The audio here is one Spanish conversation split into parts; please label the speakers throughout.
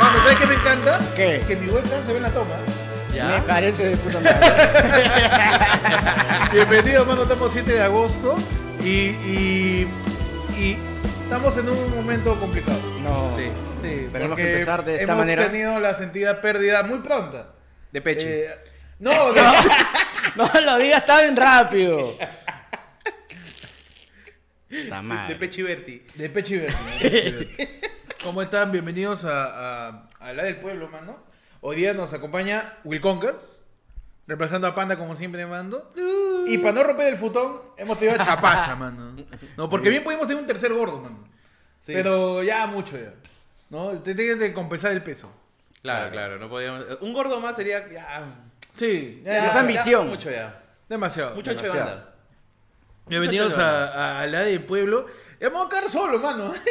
Speaker 1: Vamos, ¿sabes qué me encanta?
Speaker 2: ¿Qué?
Speaker 1: Que en mi webcam se ve en la toma.
Speaker 2: Me
Speaker 3: ¿Ya?
Speaker 2: parece de puta madre.
Speaker 1: Bienvenido, hermano, estamos 7 de agosto y, y, y estamos en un momento complicado.
Speaker 2: No.
Speaker 3: Sí.
Speaker 1: Sí,
Speaker 2: Tenemos que
Speaker 1: porque
Speaker 2: empezar de esta
Speaker 1: hemos
Speaker 2: manera.
Speaker 1: Hemos tenido la sentida pérdida muy pronta.
Speaker 3: De pecho.
Speaker 1: Eh, no, de-
Speaker 2: No lo digas tan rápido. Puta
Speaker 3: de
Speaker 2: madre.
Speaker 3: pechiverti.
Speaker 1: De Pechi Verde, ¿no? De Pechi Verde. ¿Cómo están? Bienvenidos a, a, a La del Pueblo, mano. Hoy día nos acompaña Wilconcas, reemplazando a Panda como siempre mando. Y para no romper el futón, hemos tenido a Chapaza, mano. No, porque bien pudimos tener un tercer gordo, mano.
Speaker 3: Sí.
Speaker 1: Pero ya mucho ya. ¿No? Te tienes que compensar el peso.
Speaker 3: Claro, claro, no podíamos. Un gordo más sería. Ya,
Speaker 1: Sí, ya,
Speaker 2: Esa
Speaker 1: ya,
Speaker 2: ambición.
Speaker 3: mucho ya.
Speaker 1: Demasiado.
Speaker 3: Mucho ancho de
Speaker 2: Demasiado.
Speaker 3: banda.
Speaker 1: Bienvenidos a, a La del Pueblo. Y Vamos a quedar solo, mano.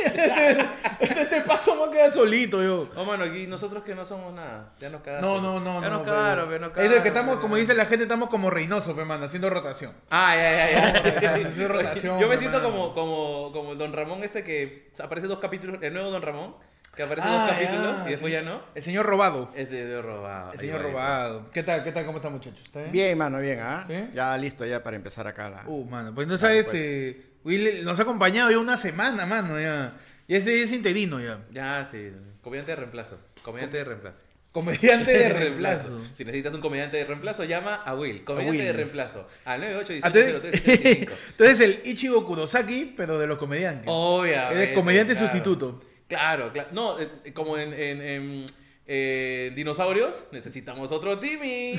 Speaker 1: Este, este paso vamos a quedar solito, yo.
Speaker 3: No, Oh, mano, aquí nosotros que no somos nada. Ya nos cagaron.
Speaker 1: No, no, no.
Speaker 3: Ya
Speaker 1: no,
Speaker 3: nos
Speaker 1: pero-
Speaker 3: cagaron, pero nos
Speaker 1: Es
Speaker 3: cagaron.
Speaker 1: de que estamos,
Speaker 3: pe,
Speaker 1: como
Speaker 3: ya.
Speaker 1: dice la gente, estamos como reinosos, pe, mano, haciendo rotación.
Speaker 3: Ah, ya, ya, ya.
Speaker 1: Haciendo rotación.
Speaker 3: Yo me
Speaker 1: pe,
Speaker 3: siento
Speaker 1: mano.
Speaker 3: como, como, como el Don Ramón este que aparece dos capítulos, el nuevo Don Ramón, que aparece
Speaker 1: Ah,
Speaker 3: dos
Speaker 1: ya,
Speaker 3: capítulos y después
Speaker 1: sí.
Speaker 3: ya no. Este,
Speaker 1: El señor robado.
Speaker 3: Es de, de robado.
Speaker 1: El señor
Speaker 3: Ahí va, ahí va.
Speaker 1: robado. ¿Qué tal? ¿Qué tal? ¿Cómo están, muchachos? ¿Está bien?
Speaker 2: Bien, mano, bien, ¿ah?
Speaker 1: ¿Sí?
Speaker 2: Ya listo ya para empezar acá la.
Speaker 1: Uh, mano. Pues no sabes, este. Will nos ha acompañado ya una semana, mano, ya. Y ese es interino ya.
Speaker 3: Ya, sí. Comediante de reemplazo. Comediante de reemplazo.
Speaker 1: Comediante de reemplazo.
Speaker 3: Si necesitas un comediante de reemplazo, llama a Will. Comediante
Speaker 2: Will.
Speaker 3: de reemplazo. Al 98180375.
Speaker 1: Entonces, Ah, entonces el Ichigo Kurosaki, pero de los comediantes.
Speaker 3: Obviamente.
Speaker 1: Eres comediante
Speaker 3: claro.
Speaker 1: sustituto.
Speaker 3: Claro, claro. No, eh, como en, en, en, eh, Dinosaurios, necesitamos otro Timmy.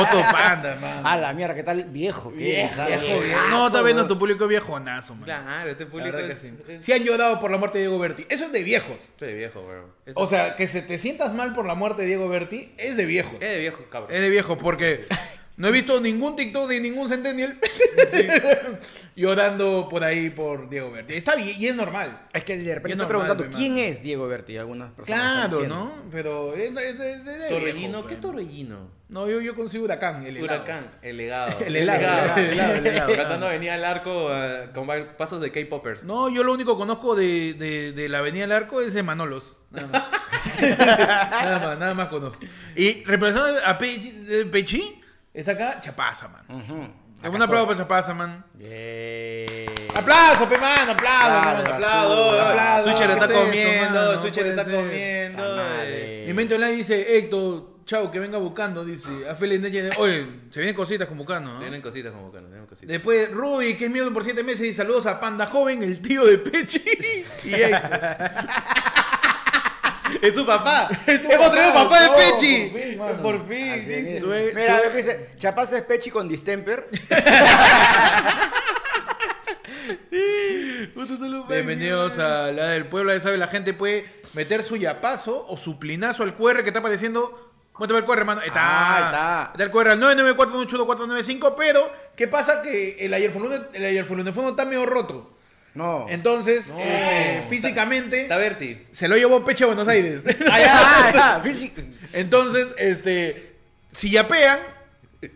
Speaker 1: Otro panda, mano.
Speaker 2: A la mierda, ¿qué tal viejo? Ah, ¿Qué
Speaker 3: Viejo,
Speaker 2: ¿sabes?
Speaker 3: viejo, viejo.
Speaker 1: No,
Speaker 2: Viejazo,
Speaker 1: está viendo
Speaker 2: weón.
Speaker 1: tu público viejonazo, man.
Speaker 3: claro, este
Speaker 1: La
Speaker 3: público
Speaker 1: verdad que
Speaker 3: es,
Speaker 1: sí.
Speaker 3: es-
Speaker 1: Sí han llorado por la muerte de Diego Berti. Eso es de viejos.
Speaker 3: Este de viejo, weón. Este
Speaker 1: O sea, que se te sientas mal por la muerte de Diego Berti es de viejos.
Speaker 3: es de viejo, cabrón.
Speaker 1: Es de viejos porque no he visto ningún TikTok de ningún Centennial llorando por ahí por Diego Berti. Está bien y es normal.
Speaker 2: Es que de repente
Speaker 1: Bien
Speaker 2: estoy
Speaker 1: normal,
Speaker 2: preguntando
Speaker 1: mi
Speaker 2: quién
Speaker 1: mano.
Speaker 2: es Diego Berti. Algunas
Speaker 1: Pues,
Speaker 2: personas están
Speaker 1: Claro,
Speaker 2: diciendo.
Speaker 1: ¿no? Pero es, es- es de- de
Speaker 3: Torbellino,
Speaker 1: viejo,
Speaker 3: ¿qué
Speaker 1: pues.
Speaker 3: Torbellino?
Speaker 1: No, yo, yo consigo Huracán, el helado.
Speaker 3: Huracán, el legado.
Speaker 1: El helado, el helado, el helado.
Speaker 3: Cantando venía al arco eh, con ba- pasos de K-Poppers.
Speaker 1: No, yo lo único que conozco de, de- de la Avenida del Arco es de Manolos. Nada más. nada más, nada más conozco. Y reemplazando a Pechi, de Pechi, está acá Chapaza, man.
Speaker 2: Ujú. Acá
Speaker 1: Un aplauso
Speaker 2: estoy.
Speaker 1: para Chapaza, man.
Speaker 3: Bien.
Speaker 1: ¡Aplauso, pe, man! ¡Aplauso,
Speaker 2: Aplauso,
Speaker 1: man!
Speaker 2: Basura,
Speaker 3: Aplaudo, aplaudo.
Speaker 2: basura.
Speaker 3: Switcher
Speaker 2: ¿Qué
Speaker 3: está
Speaker 2: es esto,
Speaker 3: comiendo,
Speaker 1: mano? No
Speaker 3: Switcher
Speaker 1: puede
Speaker 3: está
Speaker 1: ser.
Speaker 3: comiendo.
Speaker 2: Puta madre.
Speaker 3: eh.
Speaker 1: Y Mento Online dice, Héctor, chao, que venga Bucano, dice. A Feliz Neche, oye, se vienen cositas con Bucano, ¿no?
Speaker 3: Tienen cositas como que no tienen cositas.
Speaker 1: Después Ruby, que es miedo por 7 meses, y saludos a Panda Joven, el tío de Pechi. y Héctor.
Speaker 3: ¡Es su papá!
Speaker 1: tu
Speaker 3: ¡Hemos traído
Speaker 2: Ah,
Speaker 1: papá,
Speaker 3: papá de
Speaker 1: no,
Speaker 3: Pechi!
Speaker 1: por fin, mano.
Speaker 3: Por fin,
Speaker 2: Así es,
Speaker 3: dice.
Speaker 2: mira.
Speaker 1: Tú eres-
Speaker 2: Mira,
Speaker 1: tú
Speaker 2: veo que dice, Chapaza es pechi con distemper.
Speaker 3: Puta, solo Pechi,
Speaker 1: Bienvenidos
Speaker 3: mano.
Speaker 1: a la del pueblo, ya sabe, la gente puede meter su yapazo o su plinazo al QR que está apareciendo. Muéstrame el QR, hermano. Ahí está.
Speaker 2: Ah, ahí está.
Speaker 1: el QR al 994182495, pero ¿qué pasa? Que el ayer el ayer está medio roto.
Speaker 2: No.
Speaker 1: Entonces,
Speaker 3: No.
Speaker 1: eh,
Speaker 3: Está-
Speaker 1: físicamente,
Speaker 3: Está Berti.
Speaker 1: se lo llevó Peche a Buenos Aires.
Speaker 2: Ah, ya, físico.
Speaker 1: Entonces, este, si yapean,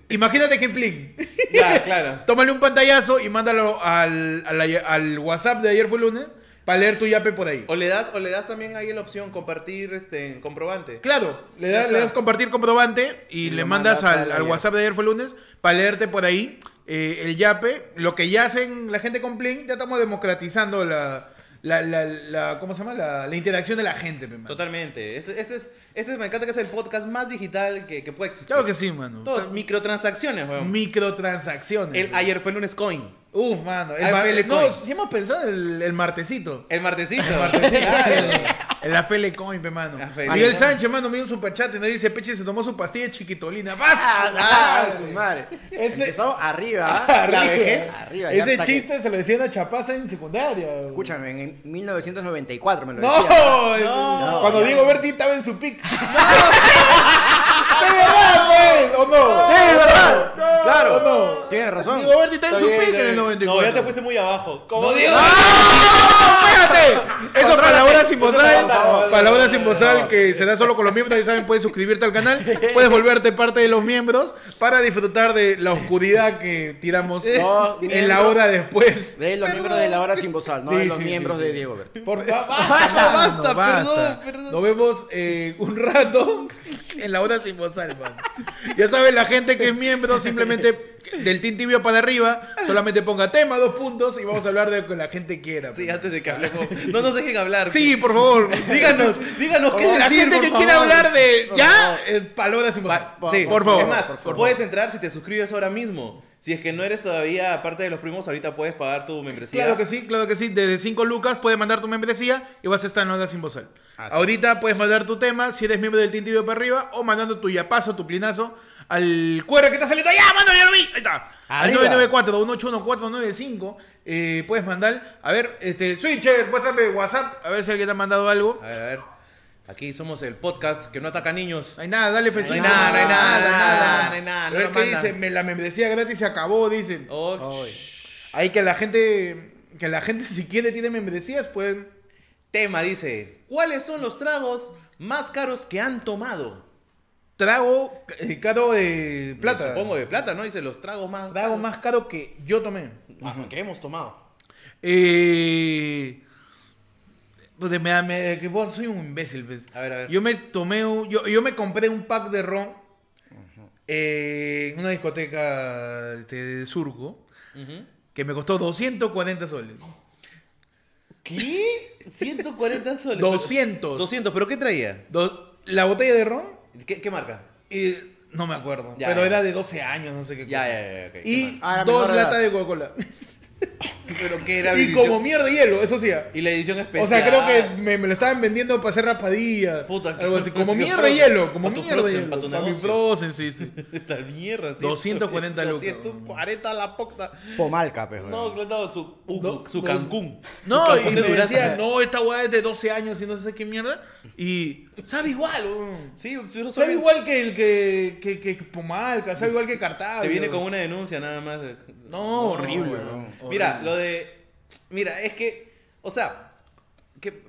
Speaker 1: imagínate que en Plin.
Speaker 3: Ya, claro.
Speaker 1: Tómale un pantallazo y mándalo al, al ayer- al WhatsApp de ayer fue lunes para leer tu yape por ahí.
Speaker 3: O le das, o le das también ahí la opción compartir este en comprobante.
Speaker 1: Claro, le,
Speaker 3: Ya
Speaker 1: das-
Speaker 3: está.
Speaker 1: le das compartir comprobante y,
Speaker 2: Y
Speaker 1: le
Speaker 2: lo
Speaker 1: mandas
Speaker 2: mandas
Speaker 1: al,
Speaker 2: al
Speaker 1: al
Speaker 2: ayer.
Speaker 1: WhatsApp de ayer fue lunes para leerte por ahí eh, el yape. Lo que ya hacen la gente con Plin, ya estamos democratizando la, la, la- la- ¿cómo se llama? La, la interacción de la gente. mi man.
Speaker 3: Totalmente. Este, este es, este me encanta que es el podcast más digital que, que puede existir.
Speaker 1: Claro que sí, mano.
Speaker 3: Todo, microtransacciones, weón.
Speaker 1: Microtransacciones.
Speaker 3: El
Speaker 1: man.
Speaker 3: ayer fue el lunes coin.
Speaker 1: Uf, mano. El
Speaker 3: AFL
Speaker 1: mar- No,
Speaker 3: Coin.
Speaker 1: sí hemos pensado el, el martesito.
Speaker 3: El martesito. Claro.
Speaker 1: El AFL Coin, pe, mano.
Speaker 3: AFL
Speaker 1: Miguel
Speaker 3: Coin.
Speaker 1: Sánchez, mano, me dio un superchat y me dice, Peche se tomó su pastilla de chiquitolina. ¡Vas!
Speaker 2: Ah, su madre.
Speaker 1: Ese-
Speaker 2: Empezó arriba. ¿ah?
Speaker 1: Arriba.
Speaker 3: La vejez.
Speaker 2: Arriba, ya
Speaker 1: Ese
Speaker 2: hasta que-
Speaker 1: chiste se lo decían a Chapaza en secundaria. güey.
Speaker 2: Escúchame, en 1994 me lo
Speaker 1: No,
Speaker 2: decía.
Speaker 1: el-
Speaker 2: No,
Speaker 1: cuando
Speaker 2: ya.
Speaker 1: Diego Berti estaba en su pic. ¡No! ¡De verdad, güey! ¿O no?
Speaker 2: ¡Sí, verdad! Claro,
Speaker 1: no?
Speaker 2: tienes razón.
Speaker 1: Diego Berti está en
Speaker 2: Está
Speaker 1: su
Speaker 2: bien,
Speaker 1: pique
Speaker 2: está
Speaker 1: en el
Speaker 2: bien.
Speaker 1: 94.
Speaker 4: No, ya te fuiste muy abajo. Como
Speaker 3: No,
Speaker 4: digo,
Speaker 1: ¡Ah! ¡Espérate! Eso palabras sin bozal,
Speaker 4: Contrólate.
Speaker 1: palabras sin bozal que será solo con los miembros. Ya saben, puedes suscribirte al canal, puedes volverte parte de los miembros para disfrutar de la oscuridad que tiramos
Speaker 2: No,
Speaker 1: en la hora después.
Speaker 2: De los miembros de la hora sin bozal, no
Speaker 1: Sí,
Speaker 2: de los
Speaker 1: sí, sí,
Speaker 2: miembros
Speaker 1: sí.
Speaker 2: de Diego Berti.
Speaker 1: Por fa- basta,
Speaker 3: basta,
Speaker 1: basta.
Speaker 3: perdón, perdón.
Speaker 1: Nos vemos eh, un rato en la hora sin bozal, man. Ya saben, la gente que es miembro, simplemente del Team Tibio para arriba, solamente ponga tema, dos puntos y vamos a hablar de lo que la gente quiera.
Speaker 3: Sí,
Speaker 1: man.
Speaker 3: antes de que hablemos. No nos dejen hablar.
Speaker 1: Sí, por favor.
Speaker 3: Díganos, díganos qué
Speaker 1: la
Speaker 3: decir,
Speaker 1: gente
Speaker 3: por
Speaker 1: que
Speaker 3: favor.
Speaker 1: quiere hablar de
Speaker 2: Por
Speaker 1: ya
Speaker 2: favor.
Speaker 1: eh, palabras sin bozal.
Speaker 3: Va- sí,
Speaker 1: por favor.
Speaker 3: Es más,
Speaker 1: por favor.
Speaker 3: puedes entrar si te suscribes ahora mismo. Si es que no eres todavía parte de los primos, ahorita puedes pagar tu membresía.
Speaker 1: Claro que sí, claro que sí. Desde 5 lucas puedes mandar tu membresía y vas a estar en Onda Sin Bozal.
Speaker 2: Así
Speaker 1: Ahorita puedes mandar tu tema si eres miembro del Tintibio para arriba o mandando tu yapazo, tu plinazo al cuero que está saliendo. ¡Ya, mándame, ya lo vi! Ahí está. Al
Speaker 2: Arriba.
Speaker 1: 994-181-495. eh, puedes mandar. A ver, este, Switcher, WhatsApp, WhatsApp. A ver si alguien te ha mandado algo.
Speaker 3: A ver, a ver. Aquí somos el podcast que no ataca niños.
Speaker 1: No hay nada, dale fecito.
Speaker 3: No hay nada, no hay nada, no hay nada, no hay nada,
Speaker 1: A
Speaker 3: no
Speaker 1: ver
Speaker 3: lo
Speaker 1: qué
Speaker 3: mandan.
Speaker 1: dice, me- la membresía gratis se acabó, dicen.
Speaker 3: Oh,
Speaker 2: Ay.
Speaker 3: shh.
Speaker 1: Ahí que la gente, que la gente si quiere tiene membresías, pueden...
Speaker 3: Tema dice: ¿Cuáles son los tragos más caros que han tomado?
Speaker 1: Trago eh, caro de plata.
Speaker 3: Supongo de plata, ¿no? Dice los tragos más.
Speaker 1: Trago más caro que yo tomé.
Speaker 3: Ah, que hemos tomado.
Speaker 1: Eh... Porque me, da- me- que vos soy un imbécil. pues.
Speaker 3: A ver, a ver.
Speaker 1: Yo me tomé un- yo, yo me compré un pack de ron eh, en una discoteca este, de Surco
Speaker 3: Ujú.
Speaker 1: que me costó 240 soles.
Speaker 3: ¿Qué? 140 soles.
Speaker 1: 200.
Speaker 3: 200, ¿pero qué traía?
Speaker 1: Do- la botella de ron,
Speaker 3: ¿Qué, qué marca?
Speaker 1: eh, no me acuerdo,
Speaker 3: Ya,
Speaker 1: pero
Speaker 3: ya.
Speaker 1: era de 12 años, no sé qué.
Speaker 3: Ya,
Speaker 1: cosa.
Speaker 3: ya, ya, ok. ¿Qué
Speaker 1: Y
Speaker 2: Ah, la
Speaker 1: dos
Speaker 2: menor edad.
Speaker 1: latas de Coca-Cola.
Speaker 3: marca? ¿Pero qué era?
Speaker 1: y
Speaker 3: edición-
Speaker 1: como mierda de hielo, eso sí. ah.
Speaker 3: Y la edición especial.
Speaker 1: O sea, creo que me, me lo estaban vendiendo para hacer raspadilla.
Speaker 3: Puta,
Speaker 1: algo así.
Speaker 3: que-
Speaker 1: Como
Speaker 3: que
Speaker 1: mierda de
Speaker 3: Frozen,
Speaker 1: hielo, como
Speaker 3: pa' tu
Speaker 1: mierda de
Speaker 3: Frozen,
Speaker 1: hielo.
Speaker 3: pa' tu
Speaker 1: Pa' mi
Speaker 3: negocio.
Speaker 1: Frozen, sí, sí.
Speaker 3: Esta mierda,
Speaker 1: 240 lucas.
Speaker 3: 240 la pocta.
Speaker 2: Pomalca, pues.
Speaker 3: No,
Speaker 2: weón.
Speaker 3: no, su, u-
Speaker 1: No,
Speaker 3: su
Speaker 1: no.
Speaker 3: Cancún.
Speaker 1: No,
Speaker 3: Su
Speaker 1: y
Speaker 3: Cancún
Speaker 1: me
Speaker 3: de Durazo.
Speaker 1: decía, no, esta weá es de 12 años y no sé qué mierda. Y sabe igual, weón.
Speaker 3: Sí, yo
Speaker 1: Sabe
Speaker 3: no sabía.
Speaker 1: igual que el que, que, que que Pomalca, sabe igual que Cartagena.
Speaker 3: Te viene con una denuncia nada más.
Speaker 1: No, horrible,
Speaker 2: weón.
Speaker 1: weón.
Speaker 3: Mira,
Speaker 1: Horrible.
Speaker 3: lo de. Mira, es que. O sea. Que,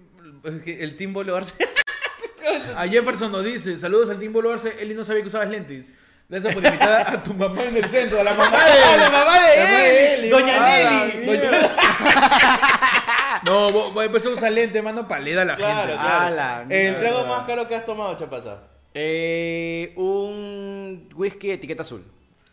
Speaker 3: es que el Team Bolívar.
Speaker 1: A Jefferson nos dice, saludos al Team Bolo Arce, Eli no sabía que usabas lentes. Gracias por invitar a tu mamá en el centro, a la mamá de él.
Speaker 3: la mamá de él, doña
Speaker 1: mamá.
Speaker 3: Nelly.
Speaker 1: Doña- No, vos, vos empezó a usar lentes, mano palera a la
Speaker 3: Claro,
Speaker 1: gente.
Speaker 2: Ah,
Speaker 3: claro.
Speaker 2: la
Speaker 3: el
Speaker 2: mierda.
Speaker 3: trago más caro que has tomado, Chapaza.
Speaker 2: Eh, un whisky de etiqueta azul.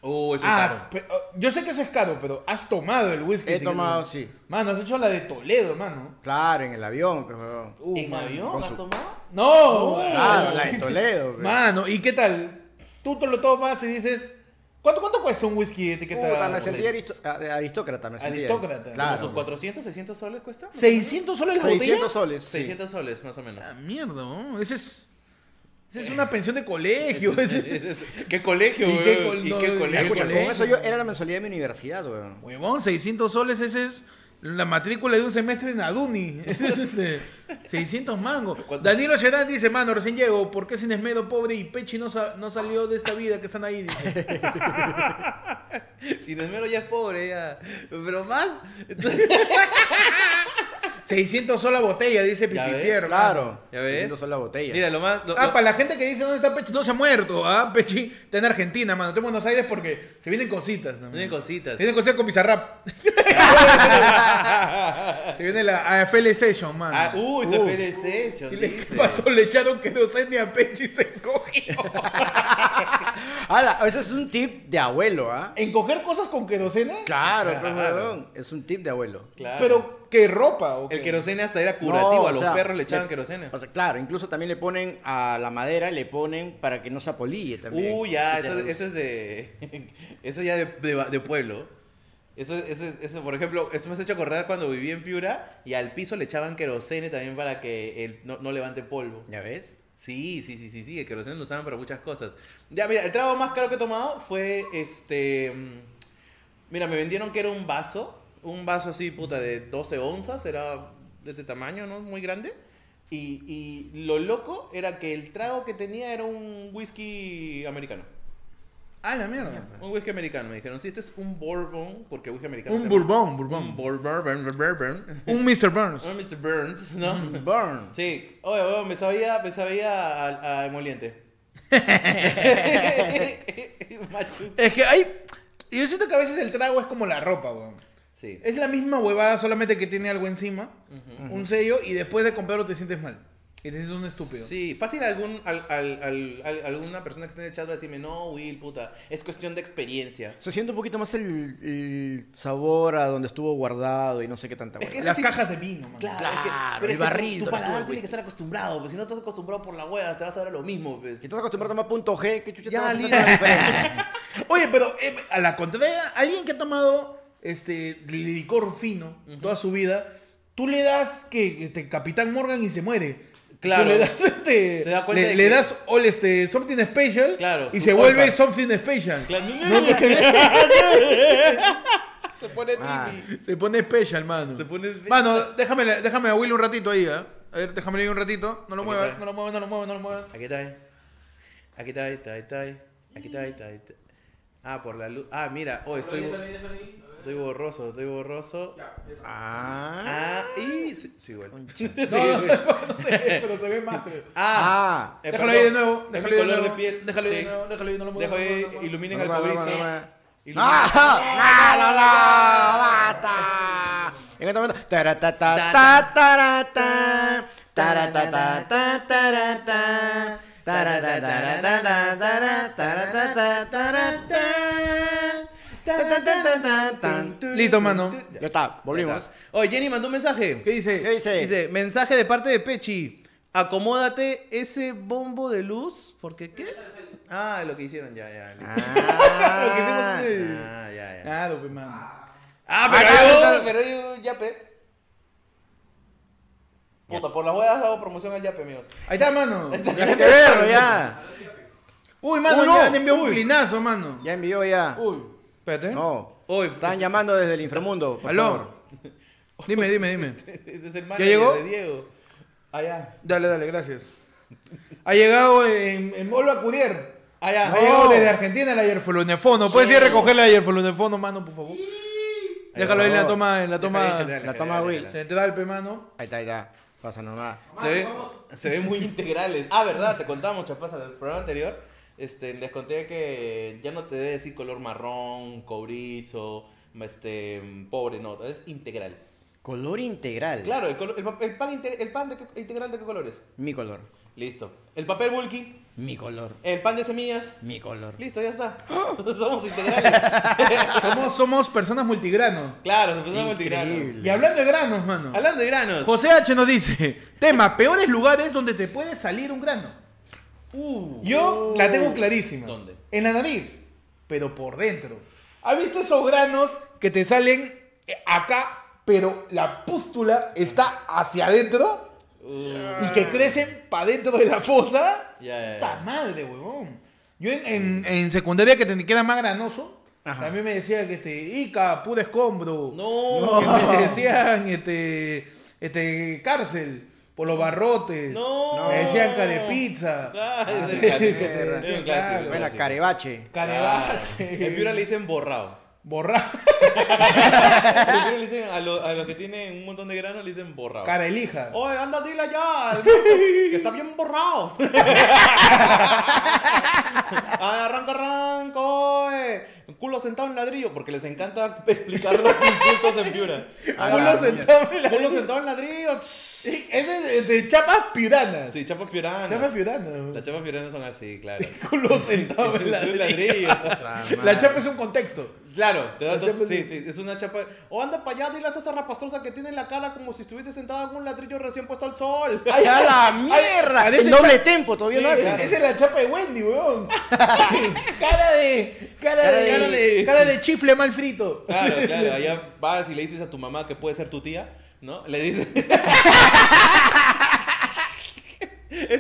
Speaker 3: Uh, eso
Speaker 1: Ah,
Speaker 3: es caro.
Speaker 1: pe- oh, yo sé que eso es caro, pero has tomado el whisky.
Speaker 2: He
Speaker 1: tío.
Speaker 2: tomado, sí.
Speaker 1: Mano, has hecho la de Toledo, mano.
Speaker 2: Claro, en el avión, pues, weón.
Speaker 1: Uh,
Speaker 3: ¿En
Speaker 1: mano.
Speaker 3: avión
Speaker 2: con
Speaker 3: has
Speaker 2: su-
Speaker 3: tomado?
Speaker 1: No,
Speaker 2: Claro,
Speaker 1: mano.
Speaker 2: la de Toledo, pues.
Speaker 1: Mano, ¿y qué tal? Tú te lo tomas y dices, ¿cuánto, cuánto cuesta un whisky de etiqueta?
Speaker 2: Puta, me
Speaker 1: Toledo?
Speaker 2: sentí aristo- a- aristócrata, me sentí.
Speaker 1: Aristócrata.
Speaker 3: ¿Como
Speaker 2: Claro.
Speaker 3: sus 400, 600 soles cuesta?
Speaker 1: 600 soles la botella.
Speaker 2: 600 soles. sí.
Speaker 3: 600 soles, más o menos.
Speaker 1: Ah, mierda, ¿no? Ese es. esa es una pensión de colegio. ese-
Speaker 3: ¿Qué colegio,
Speaker 1: ¿Y qué
Speaker 3: weón?
Speaker 1: col-
Speaker 3: ¿Y
Speaker 1: no,
Speaker 3: qué
Speaker 1: no,
Speaker 2: Ya,
Speaker 3: colegio?
Speaker 2: escucha,
Speaker 1: colegio.
Speaker 2: con eso yo era la mensualidad de mi universidad, weón.
Speaker 1: Huevón, 600 soles, ese es la matrícula de un semestre en Aduni. Ese es este, 600 mangos.
Speaker 3: ¿Cuánto?
Speaker 1: Danilo Gerard dice, mano, recién llego, ¿por qué sin esmero pobre y Pechi no, sa- no salió de esta vida que están ahí? Dice.
Speaker 3: Si Desmero ya es pobre, ya. Pero más.
Speaker 1: 600 soles la botella, dice
Speaker 3: Ya ves,
Speaker 1: Pipipierro.
Speaker 2: Claro.
Speaker 3: ¿Ya ves?
Speaker 2: 600 soles la botella.
Speaker 3: Mira, lo más. lo-
Speaker 1: Ah,
Speaker 3: lo-
Speaker 1: para la gente que dice, ¿dónde está Pechi? No se ha muerto, ¿ah? Pechi está en Argentina, mano. Está en Buenos Aires porque se vienen cositas. ¿no?
Speaker 3: Vienen cositas.
Speaker 1: Se vienen cositas con Pizarrap. se viene la AFL Session, mano.
Speaker 3: Ah, uy, se
Speaker 2: Uf.
Speaker 3: fue desecho.
Speaker 1: Y le-
Speaker 3: dice.
Speaker 1: ¿Qué pasó? Le echaron que no sé ni a Pechi se cogió.
Speaker 2: Ala, eso es un tip de abuelo, ¿ah?
Speaker 1: ¿Encoger cosas con querosena?
Speaker 2: Claro, pues,
Speaker 3: Eh, Claro.
Speaker 2: weón, Es un tip de abuelo.
Speaker 3: Claro.
Speaker 1: Pero, ¿qué ropa? o
Speaker 3: El
Speaker 1: qué?
Speaker 3: querosene hasta era curativo.
Speaker 2: No,
Speaker 3: a
Speaker 2: o
Speaker 3: los
Speaker 2: sea,
Speaker 3: perros le echaban
Speaker 2: le-
Speaker 3: querosene.
Speaker 2: O sea, claro, incluso también le ponen a la madera, le ponen para que no se apolille también.
Speaker 3: Uy, ya,
Speaker 2: Y te
Speaker 3: eso,
Speaker 2: reduce.
Speaker 3: eso es de. Eso ya de, de- de pueblo. Eso, eso, eso, por ejemplo, eso me has hecho acordar cuando viví en Piura y al piso le echaban querosene también para que el, no, no levante polvo.
Speaker 2: ¿Ya ves?
Speaker 3: Sí, sí, sí, sí, sí, el querosene lo usaban para muchas cosas. Ya, mira, el trago más caro que he tomado fue este. mm, Mira, me vendieron que era un vaso, un vaso así, puta, de 12 onzas, era de este tamaño, ¿no? Muy grande. Y, y lo loco era que el trago que tenía era un whisky americano.
Speaker 1: Ah, la mierda.
Speaker 3: Un whisky americano, me dijeron. Sí, este es un bourbon, porque whisky americano.
Speaker 1: Un
Speaker 3: se llama-
Speaker 1: bourbon, bourbon.
Speaker 3: Un bourbon, bourbon, bourbon.
Speaker 1: Un Mr. Burns.
Speaker 3: Un Mr. Burns, ¿no?
Speaker 1: Mm.
Speaker 2: Burn.
Speaker 3: Sí, oye, oye, me sabía, me sabía a, a emoliente. Machus.
Speaker 1: Es que hay. Yo siento que a veces el trago es como la ropa, weón.
Speaker 3: sí.
Speaker 1: Es la misma huevada, solamente que tiene algo encima, un sello, y después de comprarlo te sientes mal. Y te sientes un estúpido.
Speaker 3: Sí, fácil algún, al, al, al- al- alguna persona que esté en el chat va a decirme, no, Will, puta, es cuestión de experiencia.
Speaker 2: Se siente un poquito más el, el sabor a donde estuvo guardado y no sé qué tanta
Speaker 3: Es que
Speaker 2: hueá.
Speaker 1: Las
Speaker 3: sí-
Speaker 1: cajas de vino, man.
Speaker 3: Claro,
Speaker 2: Claro,
Speaker 3: es que-
Speaker 2: el
Speaker 3: pero es que
Speaker 2: barril donde
Speaker 3: Tu, tu paladar
Speaker 2: estuvo,
Speaker 3: tiene
Speaker 2: pues.
Speaker 3: que estar acostumbrado, porque si no estás acostumbrado por la hueá, te vas a ver lo mismo. pues.
Speaker 2: Que estás acostumbrado a tomar punto G, que chucha
Speaker 3: Ya,
Speaker 2: te vas a
Speaker 3: listo.
Speaker 2: notar la diferencia.
Speaker 1: Oye, pero eh, a la contraria, alguien que ha tomado este licor fino toda su vida, tú le das que este, Capitán Morgan y se muere.
Speaker 3: Claro.
Speaker 1: Tú le das, este,
Speaker 3: Se da cuenta
Speaker 1: le,
Speaker 3: de
Speaker 1: le
Speaker 3: que-
Speaker 1: das all, este, something special
Speaker 3: Claro,
Speaker 1: y
Speaker 3: su
Speaker 1: se vuelve
Speaker 3: olfa.
Speaker 1: something special.
Speaker 3: Claro. Se pone
Speaker 2: Ah.
Speaker 3: tibi.
Speaker 1: Se pone special, mano.
Speaker 3: Se pone special.
Speaker 1: Mano, déjame, déjame a Will un ratito ahí, ¿ah? A ver, déjame ahí un ratito. No lo
Speaker 3: Aquí
Speaker 1: muevas,
Speaker 3: está.
Speaker 1: no lo muevas, no lo muevas, no lo muevas.
Speaker 3: Aquí está. ahí. Aquí está, ahí, está, ahí, está. ahí. Aquí está, ahí, está, ahí, está. Ah, por la luz. Ah, mira, oh, estoy, bo- estoy borroso, estoy borroso.
Speaker 2: Ah.
Speaker 3: Ah, y. Sí, sí, igual.
Speaker 1: No, no, no, no se ve, pero se ve más. pero-
Speaker 3: Ah,
Speaker 2: Ah.
Speaker 3: eh,
Speaker 1: déjalo ahí de
Speaker 3: perdón.
Speaker 1: nuevo,
Speaker 3: Es mi
Speaker 1: déjalo ahí de
Speaker 3: color
Speaker 1: nuevo.
Speaker 3: de piel.
Speaker 1: Déjalo ahí
Speaker 3: Sí.
Speaker 1: de nuevo, déjalo ahí, no lo muevas.
Speaker 3: Dejo
Speaker 1: no lo
Speaker 3: ahí,
Speaker 1: muevas.
Speaker 3: iluminen
Speaker 2: No,
Speaker 3: al
Speaker 2: no, no,
Speaker 3: cobrizo.
Speaker 2: no, no, no.
Speaker 3: Iluminen-
Speaker 2: ¡Ah! ¡No, no, no! ¡Basta! En este momento. taratata, ta, tarata, taratata, ta, tarata, tarata, tarata, tarata, tarata, tarata, tarata, tan, tan.
Speaker 1: Listo, mano.
Speaker 2: Ya está, volvimos.
Speaker 3: Oye, Jenny mandó un mensaje.
Speaker 1: ¿Qué dice?
Speaker 2: ¿Qué dice?
Speaker 3: Dice, mensaje de parte de Pechi. Acomódate ese bombo de luz, porque ¿qué? Ah, lo que hicieron, ya, ya. listo.
Speaker 1: Lo que hicimos
Speaker 2: Ah.
Speaker 1: es-
Speaker 3: Ah, ya, ya.
Speaker 1: Claro, pues, mano.
Speaker 3: Ah,
Speaker 2: Ah,
Speaker 3: yo-
Speaker 2: claro.
Speaker 3: pero yo, yape. Puta, por las huevas hago promoción al yape, amigos.
Speaker 1: Ahí está, mano.
Speaker 2: Ya hay Este que verlo, ya.
Speaker 1: Uy, mano,
Speaker 2: Uy, no.
Speaker 1: ya le envió un
Speaker 2: Uy.
Speaker 1: plinazo, mano.
Speaker 2: Ya envió ya.
Speaker 1: Uy, espérate.
Speaker 2: No.
Speaker 3: Uy,
Speaker 2: Están llamando desde el inframundo. por favor.
Speaker 1: Aló. Dime, dime, dime.
Speaker 3: Este es el manager
Speaker 1: llegó?
Speaker 3: de Diego. Allá.
Speaker 1: Dale, dale, gracias. Ha llegado en, en Olva Courier.
Speaker 3: Allá.
Speaker 1: Ha llegado desde Argentina el ayerfolunefono. ¿Puedes ir a recoger el ayerfolunefono, mano, por favor? Déjalo ahí en la toma, en la toma.
Speaker 2: La toma Will.
Speaker 1: Se te da el pe, mano.
Speaker 2: Ahí está, ahí está. Pasa nomás.
Speaker 3: Se ve, se ve muy integrales. Ah, verdad, te contamos, chapas, en el programa anterior. Este, les conté que ya no te debe decir color marrón, cobrizo, este, pobre, no, es integral.
Speaker 2: Color integral.
Speaker 3: Claro, el, colo- el pa- el pan, inte- el pan de qué- integral de qué color es.
Speaker 2: Mi color.
Speaker 3: Listo. El papel bulky,
Speaker 2: Mi color.
Speaker 3: el pan de semillas.
Speaker 2: Mi color.
Speaker 3: Listo, ya está.
Speaker 1: ¡Ah!
Speaker 3: Somos integrales.
Speaker 1: Somos, somos personas multigrano.
Speaker 3: claro, empezamos multigrano.
Speaker 2: Increíble.
Speaker 1: Y hablando de granos, mano.
Speaker 3: Hablando de granos.
Speaker 1: José H nos dice, tema, peores lugares donde te puede salir un grano.
Speaker 3: Uh.
Speaker 1: Yo la tengo clarísima.
Speaker 3: ¿Dónde?
Speaker 1: En la nariz, pero por dentro. ¿Has visto esos granos que te salen eh, acá, pero la pústula está hacia adentro
Speaker 3: Uh.
Speaker 1: y que crecen para dentro de la fosa?
Speaker 3: Ya, ya, ya.
Speaker 1: ¡Puta madre, huevón! Yo en, en- en secundaria que te queda más granoso,
Speaker 2: Ajá.
Speaker 1: a mí me decían que este, Ica, puro escombro.
Speaker 3: No.
Speaker 1: Que me decían este, este, cárcel por los barrotes.
Speaker 3: No.
Speaker 1: Me decían de pizza.
Speaker 3: Ah, es el
Speaker 1: Ah,
Speaker 3: clásico.
Speaker 1: mierda.
Speaker 3: Es
Speaker 1: Claro.
Speaker 3: un clásico.
Speaker 2: Bueno,
Speaker 3: clásico.
Speaker 2: carebache.
Speaker 1: Carebache.
Speaker 3: Claro. Ah, En Piura le dicen borrado.
Speaker 1: Borrar.
Speaker 3: En Piura le dicen a, lo- a los que tienen un montón de grano le dicen borrado.
Speaker 1: Cara elija.
Speaker 3: Oye, anda, dile allá, al Marcos, Oh, que está bien borrado. Ay, Ah, arranca, arranca, oye. Culo sentado en ladrillo, porque les encanta explicar los insultos en Piura.
Speaker 2: A
Speaker 1: Culo
Speaker 2: la
Speaker 1: sentado en la-
Speaker 3: Culo sentado en ladrillo. tss.
Speaker 1: Sí, Ese es de, de chapas piuranas.
Speaker 3: Sí, chapas piuranas.
Speaker 1: Chapas
Speaker 3: Las
Speaker 1: piuranas.
Speaker 3: chapas piuranas son así, claro.
Speaker 1: Culo sentado en la
Speaker 3: Es un ladrillo.
Speaker 1: La chapa es un contexto.
Speaker 3: Claro, te da
Speaker 1: La chapa
Speaker 3: sí,
Speaker 1: es-
Speaker 3: sí, es una chapa. O anda para allá, dile a esa rapastrosa que tiene en la cara como si estuviese sentada en un ladrillo recién puesto al sol.
Speaker 2: ¡Ay, a la mierda!
Speaker 1: Ay,
Speaker 2: El
Speaker 1: parece
Speaker 2: doble tempo todavía
Speaker 1: Sí,
Speaker 2: lo
Speaker 1: esa
Speaker 2: hace.
Speaker 1: esa es la chapa de Wendy, weón. cara de. Cara,
Speaker 2: Cara
Speaker 1: de,
Speaker 2: de-
Speaker 1: cara de. Cara de chifle mal frito.
Speaker 3: Claro, claro, allá vas y le dices a tu mamá que puede ser tu tía, ¿no? Le dices. es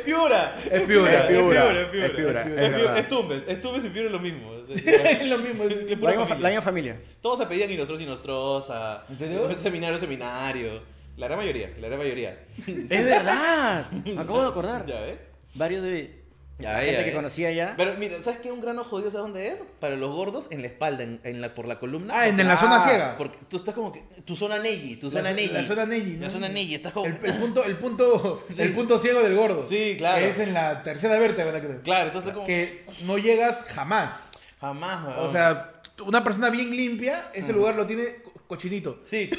Speaker 3: piura.
Speaker 1: Es piura,
Speaker 3: es
Speaker 2: es
Speaker 3: piura,
Speaker 2: piura,
Speaker 3: es piura.
Speaker 2: es piura, es
Speaker 3: Es piura,
Speaker 2: verdad.
Speaker 3: es tumbes, es tumbes y piura es lo mismo. o sea,
Speaker 1: Es lo mismo. es-
Speaker 3: es
Speaker 2: La
Speaker 3: pura
Speaker 2: misma, fa- la
Speaker 3: familia.
Speaker 2: misma familia.
Speaker 3: Todos se pedían y nosotros y nostrosa.
Speaker 1: ¿En serio?
Speaker 3: Seminario, seminario. La gran mayoría, la gran mayoría.
Speaker 2: Es verdad. Me acabo de acordar.
Speaker 3: ¿Ya ves?
Speaker 2: Varios de.
Speaker 3: Ya,
Speaker 2: la
Speaker 3: ya,
Speaker 2: gente que
Speaker 3: ya.
Speaker 2: conocía ya.
Speaker 3: Pero mira, ¿sabes qué? Un grano jodido, ¿sabes dónde es? Para los gordos, en la espalda, en, en la, por la columna.
Speaker 1: Ah, en, en
Speaker 3: Porque-
Speaker 1: la zona
Speaker 2: Ah,
Speaker 1: ciega.
Speaker 3: Porque tú estás como que. Tu zona Neji, tu
Speaker 1: La-
Speaker 3: zona Neji.
Speaker 1: La zona Neji.
Speaker 3: La
Speaker 1: ¿no?
Speaker 3: zona Neji, estás como.
Speaker 1: El, el punto, el, punto,
Speaker 3: Sí.
Speaker 1: el punto ciego del gordo.
Speaker 3: Sí, claro.
Speaker 1: Es en la tercera vértebra, creo.
Speaker 3: Claro, entonces como.
Speaker 1: Que no llegas jamás.
Speaker 3: Jamás, weón.
Speaker 1: O sea, t- una persona bien limpia, ese lugar lo tiene co- cochinito.
Speaker 3: Sí.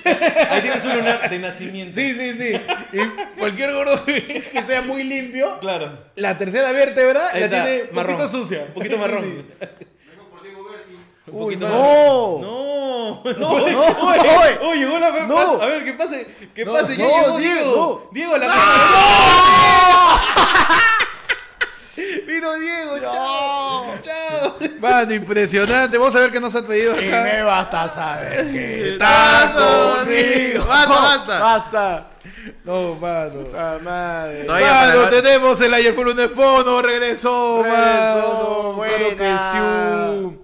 Speaker 3: Ahí tienes un lunar de nacimiento.
Speaker 1: Sí, sí, sí. Y cualquier gordo que sea muy limpio,
Speaker 3: Claro.
Speaker 1: la tercera vértebra
Speaker 3: Ahí
Speaker 1: la
Speaker 3: está,
Speaker 1: tiene un
Speaker 3: marrón.
Speaker 1: poquito sucia.
Speaker 3: Un poquito marrón.
Speaker 1: Sí.
Speaker 3: Un
Speaker 1: Uy,
Speaker 3: poquito
Speaker 1: no.
Speaker 3: marrón. No.
Speaker 2: No,
Speaker 3: Oye,
Speaker 2: no,
Speaker 3: oye,
Speaker 2: no.
Speaker 3: oye, llegó la
Speaker 2: No.
Speaker 3: pasa- A ver, que pase. Que
Speaker 2: No,
Speaker 3: pase. Ya
Speaker 2: no,
Speaker 3: llegó
Speaker 2: Diego,
Speaker 3: Diego.
Speaker 2: no.
Speaker 3: Diego, la
Speaker 1: Ah.
Speaker 3: cámara. Vino Diego, chao. Chao.
Speaker 1: Mano, impresionante. Vamos a ver qué nos ha traído
Speaker 2: Y
Speaker 1: acá.
Speaker 2: me basta saber que
Speaker 3: Está
Speaker 2: estás
Speaker 3: conmigo.
Speaker 2: conmigo.
Speaker 3: Basta, basta.
Speaker 2: Basta.
Speaker 1: No, mano.
Speaker 2: Puta madre.
Speaker 3: Todavía para-
Speaker 1: Mano, tenemos el ayer por un de fondo. Regresó,
Speaker 2: Regresó,
Speaker 1: mano. Claro que
Speaker 2: buena.
Speaker 1: sí.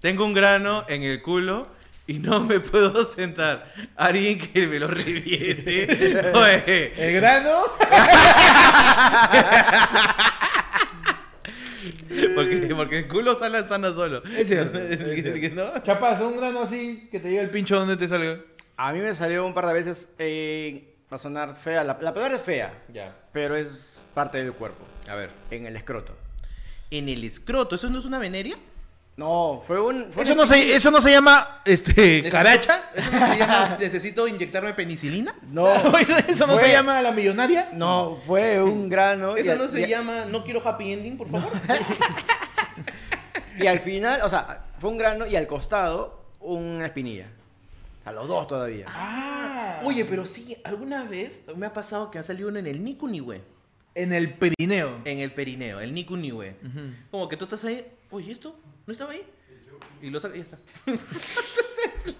Speaker 3: Tengo un grano en el culo y no me puedo sentar. Alguien que me lo reviente. Oye.
Speaker 1: El grano.
Speaker 3: Porque, porque el culo sale al sano solo.
Speaker 1: Es cierto, es cierto.
Speaker 3: ¿No?
Speaker 1: Capaz, un grano así que te llegue el pincho donde te salga.
Speaker 2: A mí me salió un par de veces. eh, va a sonar fea. La, la palabra es fea,
Speaker 3: Ya,
Speaker 2: pero es parte del cuerpo.
Speaker 3: a ver.
Speaker 2: En el escroto.
Speaker 3: En el escroto, ¿eso no es una veneria?
Speaker 2: No, fue un. fue
Speaker 1: Eso
Speaker 2: un-
Speaker 1: no se, eso no se llama este caracha.
Speaker 3: ¿Eso no se llama necesito inyectarme penicilina?
Speaker 2: No.
Speaker 1: Eso no
Speaker 2: Fue-
Speaker 1: se llama la millonaria.
Speaker 2: No, fue un grano. y
Speaker 3: ¿Eso
Speaker 2: al-
Speaker 3: no se
Speaker 2: y-
Speaker 3: llama no quiero happy ending, por favor?
Speaker 2: Y al final, o sea, fue un grano y al costado una espinilla. A los dos todavía.
Speaker 1: Ah.
Speaker 3: Oye, pero sí, alguna vez me ha pasado que ha salido uno en el Nicunihue.
Speaker 1: En el perineo.
Speaker 3: En el perineo, el Nicunihue.
Speaker 1: Ujú.
Speaker 3: Como que tú estás ahí, oye, ¿esto? ¿No estaba ahí? Y lo saca y ya está.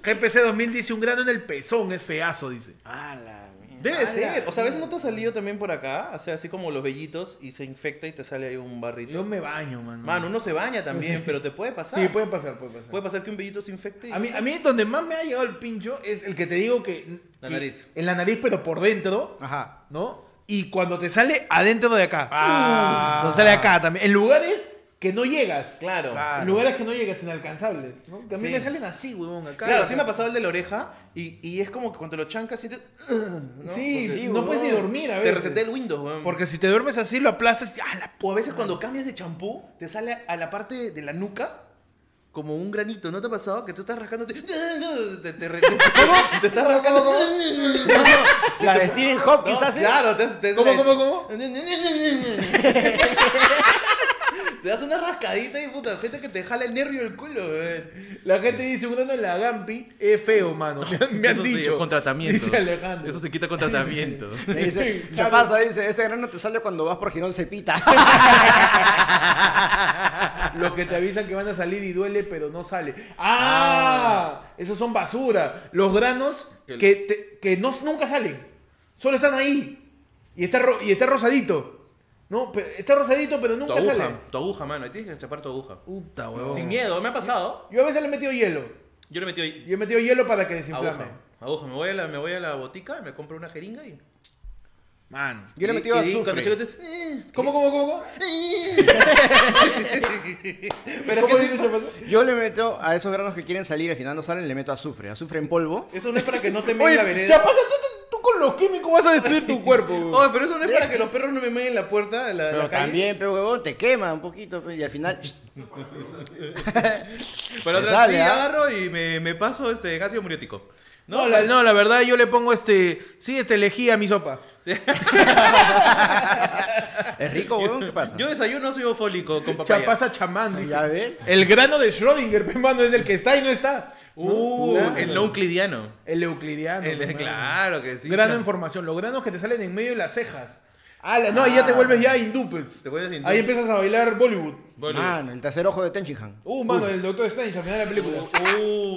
Speaker 1: GPC 2000 dice un grano en el pezón, es feazo, dice.
Speaker 2: Ah, la mierda.
Speaker 3: Debe
Speaker 1: Ala,
Speaker 3: ser. O sea, a veces no te ha salido también por acá. O sea, así como los vellitos y se infecta y te sale ahí un barrito.
Speaker 1: Yo me baño, mano.
Speaker 3: Mano, uno se baña también, pero te puede pasar.
Speaker 1: Sí, puede pasar, puede pasar.
Speaker 3: Puede pasar que un vellito se infecte. y-
Speaker 1: A mí, a mí donde más me ha llegado el pincho es el que te digo que...
Speaker 3: La
Speaker 1: que-
Speaker 3: nariz.
Speaker 1: En la nariz, pero por dentro,
Speaker 2: Ajá.
Speaker 1: ¿no? Y cuando te sale adentro de acá.
Speaker 2: Ah.
Speaker 1: No sale acá también. En lugares que no llegas.
Speaker 3: Claro.
Speaker 2: Claro.
Speaker 3: Claro,
Speaker 1: En lugares que no llegas, inalcanzables. ¿no? Que a mí
Speaker 3: Sí.
Speaker 1: me salen así, huevón, acá.
Speaker 3: sí me ha pasado el de la oreja y, y es como que cuando lo chancas sientes... ¿no?
Speaker 1: Sí,
Speaker 3: Porque
Speaker 1: sí,
Speaker 2: huevón.
Speaker 1: no puedes ni dormir a
Speaker 3: Te
Speaker 1: veces.
Speaker 3: reseté el Windows, weón.
Speaker 1: Porque si te duermes así, lo aplastas. y- ¡Ah, la p-!
Speaker 3: O a veces cuando cambias de champú, te sale a la parte de la nuca como un granito. ¿No te ha pasado que tú estás rascándote? Te, te, re- te- te estás rascando...
Speaker 2: La de Steven Hopkins
Speaker 3: No,
Speaker 2: hace.
Speaker 3: Claro, te, te-
Speaker 1: ¿Cómo,
Speaker 3: te-
Speaker 1: cómo, cómo?
Speaker 3: Te das una rascadita y puta, gente que te jala el nervio del culo, weón.
Speaker 1: La gente dice, un grano en la Gampi es feo, mano. Me han, me han
Speaker 3: Eso se-
Speaker 1: dicho.
Speaker 3: con tratamiento.
Speaker 1: Dice Alejandro.
Speaker 3: Eso se quita con tratamiento.
Speaker 2: Me dice,
Speaker 1: Sí, claro.
Speaker 2: Chapaza dice, ese grano te sale cuando vas por Girón Cepita.
Speaker 1: Los que te avisan que van a salir y duele, pero no sale. ¡Ah! Esos son basura. Los granos que, te- que no, nunca salen. Solo están ahí. Y está, ro- y está rosadito. No, pe- está rosadito, pero
Speaker 3: Tu
Speaker 1: nunca sale.
Speaker 3: aguja, tu aguja, mano. ahí Tienes que chapar tu aguja.
Speaker 1: Puta, huevón.
Speaker 3: Sin miedo, me ha pasado.
Speaker 1: Yo a veces le he metido hielo.
Speaker 3: Yo le metí ahí
Speaker 1: Yo he metido hielo para que desinflame.
Speaker 3: aguja. Aguja, me voy a la, me voy a la botica y me compro una jeringa y.
Speaker 1: Man.
Speaker 2: Yo le he
Speaker 3: y-
Speaker 2: metido
Speaker 3: y- y cuando
Speaker 2: azufre.
Speaker 3: chico te-
Speaker 1: ¿Cómo, cómo, cómo? cómo?
Speaker 3: Pero
Speaker 1: ¿Cómo
Speaker 3: que
Speaker 1: dice Chapazo?
Speaker 2: Yo le meto a esos granos que quieren salir, al final no salen, le meto azufre. Azufre en polvo.
Speaker 3: Eso no es para que no te meen la
Speaker 1: Oye,
Speaker 3: vereda.
Speaker 1: Chapaza, tú, tú con los químicos vas a destruir tu cuerpo.
Speaker 3: Oye,
Speaker 1: huevón.
Speaker 3: pero eso no es para que los perros no me meen la puerta de la,
Speaker 2: Pero
Speaker 3: la calle.
Speaker 2: también, pero huevón, te quema un poquito. pe, Y al final,
Speaker 3: Pero
Speaker 2: Te
Speaker 3: otra
Speaker 2: sale,
Speaker 3: sí,
Speaker 2: ¿ah?
Speaker 3: agarro y me, me paso este ácido muriótico.
Speaker 1: No, la, no, la verdad yo le pongo este... Sí, este lejía a mi sopa.
Speaker 2: es rico, huevón, ¿qué pasa?
Speaker 3: Yo desayuno ácido fólico con papaya.
Speaker 1: Chapaza chamán, dice.
Speaker 2: Ya ves.
Speaker 1: El grano de Schrödinger, pe, mano, es el que está y no está.
Speaker 3: Uh,
Speaker 1: Claro.
Speaker 3: el no euclidiano.
Speaker 1: El euclidiano.
Speaker 3: El-
Speaker 1: mano.
Speaker 3: claro que sí.
Speaker 1: grano
Speaker 3: cha-
Speaker 1: en formación. Los granos que te salen en medio de las cejas. Ala, no, ahí ya te vuelves ya hindú, pues.
Speaker 3: Ah. Te vuelves hindú.
Speaker 1: Ahí empiezas a bailar Bollywood.
Speaker 3: Bollywood.
Speaker 2: Mano, el tercer ojo de Tenchinhan.
Speaker 1: Uh, mano, el Doctor Strange al final de la película.
Speaker 3: Uh,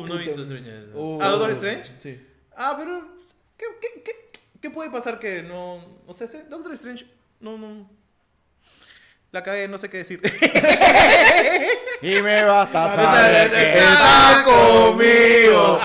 Speaker 3: uh, no he visto Strange.
Speaker 1: Uh.
Speaker 3: ¿Ah, Doctor Strange?
Speaker 1: Sí.
Speaker 3: Ah, pero. ¿Qué, qué, qué, qué puede pasar que no. O sea, este- Doctor Strange. No, no. La cagué, no sé qué decir.
Speaker 2: Y me basta saber
Speaker 1: Para saber
Speaker 2: que
Speaker 1: que
Speaker 2: estás
Speaker 1: está conmigo.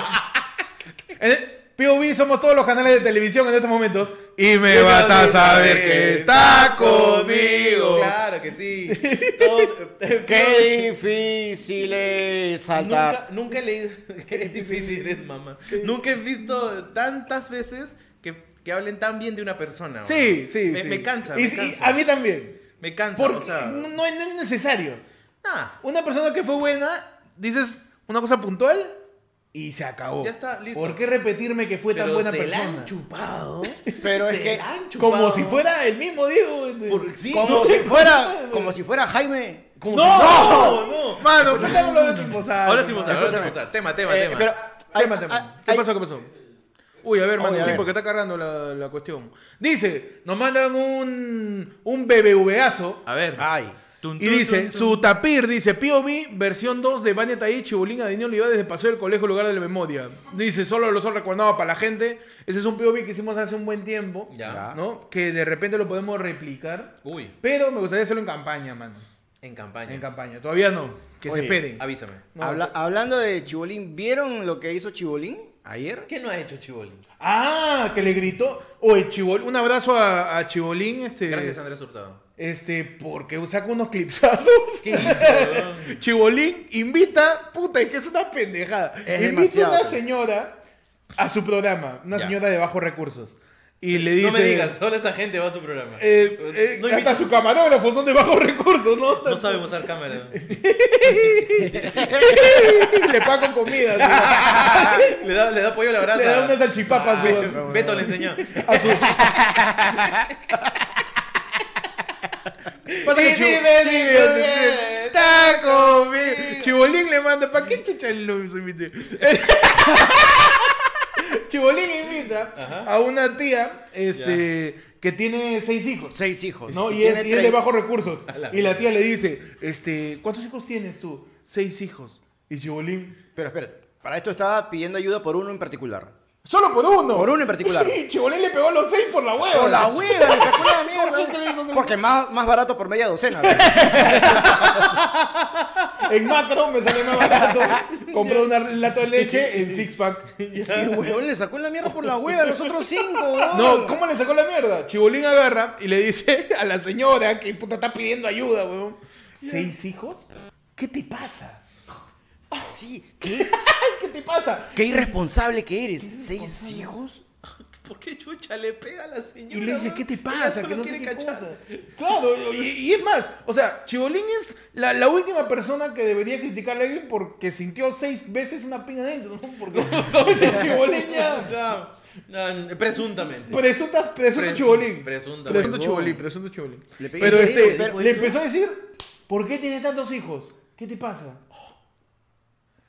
Speaker 1: En- POV somos todos los canales de televisión en estos momentos. Y me
Speaker 3: Yo
Speaker 1: vas a
Speaker 3: también
Speaker 1: saber que está conmigo.
Speaker 3: Claro que sí. Todos- eh,
Speaker 2: Qué difícil es
Speaker 3: Nunca,
Speaker 2: saltar.
Speaker 3: nunca he leído. Qué difícil es, mamá. Nunca he visto tantas veces que, que hablen tan bien de una persona. weón.
Speaker 1: Sí, sí.
Speaker 3: Me,
Speaker 1: sí.
Speaker 3: me cansa.
Speaker 1: Y-
Speaker 3: me
Speaker 1: y
Speaker 3: cansa.
Speaker 1: a mí también.
Speaker 3: Me cansa.
Speaker 1: Porque
Speaker 3: o sea,
Speaker 1: no, no es necesario.
Speaker 3: ah,
Speaker 1: Una persona que fue buena, dices una cosa puntual y se acabó.
Speaker 3: Ya está, listo.
Speaker 1: ¿Por qué repetirme que fue tan
Speaker 3: pero
Speaker 1: buena
Speaker 3: se la
Speaker 1: persona?
Speaker 3: han chupado.
Speaker 2: Pero es
Speaker 3: se
Speaker 2: que-
Speaker 3: la han chupado.
Speaker 1: Como si fuera el mismo Diego.
Speaker 3: Por- sí,
Speaker 2: Como
Speaker 3: no,
Speaker 2: si fuera, como si fuera Jaime.
Speaker 1: ¡No!
Speaker 3: como si- no, no.
Speaker 1: Mano, pues estamos hablando de Timosal.
Speaker 3: Ahora sí vamos a ahora sí
Speaker 2: Escúchame.
Speaker 3: vamos a- Tema, tema,
Speaker 2: Eh,
Speaker 3: tema.
Speaker 2: pero hay-
Speaker 1: Tema, tema.
Speaker 2: hay-
Speaker 1: ¿Qué
Speaker 2: hay-
Speaker 1: pasó? ¿Qué pasó? Uy, a ver,
Speaker 2: Uy,
Speaker 1: mano,
Speaker 2: a
Speaker 1: sí,
Speaker 2: ver.
Speaker 1: porque está cargando la, la cuestión. Dice, nos mandan un, un BBVazo
Speaker 3: A ver.
Speaker 2: Ay.
Speaker 3: Tun,
Speaker 1: y
Speaker 3: tun,
Speaker 1: dice,
Speaker 3: tun, tun.
Speaker 1: su tapir, dice, POV, versión 2 de Bania Taí, Chibolín, Adini Olivares, de Paseo del Colegio, Lugar de la Memoria. Dice, solo los son recordado para la gente. Ese es un POV que hicimos hace un buen tiempo,
Speaker 3: Ya.
Speaker 1: ¿no? Que de repente lo podemos replicar.
Speaker 3: Uy,
Speaker 1: Pero me gustaría hacerlo en campaña, mano.
Speaker 3: en campaña.
Speaker 1: En campaña. Todavía no. Que se
Speaker 2: Oye,
Speaker 1: esperen.
Speaker 3: Avísame.
Speaker 1: No,
Speaker 2: Habla- hablando de Chibolín, ¿vieron lo que hizo Chibolín ayer?
Speaker 3: ¿Qué no ha hecho Chibolín?
Speaker 1: Ah, que le gritó. Oye, Chibol, un abrazo a, a Chibolín, este.
Speaker 3: Gracias, Andrés Hurtado.
Speaker 1: Este, porque saca unos clipsazos.
Speaker 3: ¿Qué hizo? weón?
Speaker 1: Chibolín invita, puta, es que es una pendejada.
Speaker 2: Es
Speaker 1: invita a
Speaker 2: demasiado,
Speaker 1: una
Speaker 2: pues.
Speaker 1: señora a su programa, una
Speaker 3: Ya. Eh,
Speaker 1: señora de bajos recursos. Y le dice.
Speaker 3: no me digas, solo esa gente va a su programa.
Speaker 1: eh, eh,
Speaker 3: no,
Speaker 1: hasta
Speaker 3: invita-
Speaker 1: su camarógrafo son de bajos recursos, ¿no?
Speaker 3: no sabe usar cámara.
Speaker 1: le pagan comida.
Speaker 3: le, da, le da pollo a la brasa.
Speaker 1: Le da una salchipapa a su-
Speaker 3: Ay, Beto le enseñó.
Speaker 1: a su- Pasa que
Speaker 3: Y
Speaker 1: Chivo-
Speaker 3: dime
Speaker 1: sí,
Speaker 3: si tú
Speaker 1: sí,
Speaker 3: vienes,
Speaker 1: sí. Taco, mi- Chibolín le manda, ¿para qué chucha lo invité? Chibolín invita
Speaker 3: Ajá.
Speaker 1: a una tía este, que tiene seis hijos.
Speaker 2: Seis hijos.
Speaker 1: ¿no? Y,
Speaker 2: Pues, tiene
Speaker 1: es, y es de
Speaker 2: tres.
Speaker 1: bajos recursos.
Speaker 3: la
Speaker 1: Y la tía le dice, este, ¿cuántos hijos tienes tú? Seis hijos. Y Chibolín,
Speaker 2: Pero espérate, para esto estaba pidiendo ayuda por uno en particular.
Speaker 1: solo por uno.
Speaker 2: Por uno en particular.
Speaker 1: Y Chibolín le pegó a los seis por la hueva.
Speaker 2: ¡Por la hueva! ¡Me sacó la mierda! Porque más, más barato por media docena. ¿verdad?
Speaker 1: En macro me sale más barato. Compré una lata de leche en six pack.
Speaker 2: Sí, huevón, le sacó la mierda por la hueva a los otros cinco. huevón.
Speaker 1: No, ¿cómo le sacó la mierda? Chibolín agarra y le dice a la señora que puta está pidiendo ayuda, weón. ¿Seis hijos? ¿Qué te pasa?
Speaker 2: Ah, sí. ¿Qué,
Speaker 1: ¿Qué te pasa?
Speaker 2: qué irresponsable que eres. ¿Seis hijos?
Speaker 3: ¿Por qué chucha le pega a la señora?
Speaker 1: Y le dice,
Speaker 3: weón?
Speaker 1: ¿qué te
Speaker 3: Ella
Speaker 1: pasa?
Speaker 3: solo
Speaker 1: Que no sé
Speaker 3: quiere
Speaker 1: qué
Speaker 3: cachar.
Speaker 1: cosa. Claro, y, y es más, o sea, Chibolín es la, la última persona que debería criticarle a alguien porque sintió seis veces una piña dentro, ¿no? Porque Chibolín ya...
Speaker 3: No, no, presuntamente.
Speaker 1: Presunta, presunto
Speaker 3: Presun-
Speaker 1: chibolín.
Speaker 3: presunta,
Speaker 1: Presunto
Speaker 2: huevón.
Speaker 1: chibolín, presunto chibolín.
Speaker 2: Le pegué
Speaker 1: Pero
Speaker 2: en
Speaker 1: este,
Speaker 2: serio,
Speaker 3: dijo
Speaker 1: le
Speaker 3: eso.
Speaker 1: empezó a decir, ¿por qué tiene tantos hijos? ¿Qué te pasa?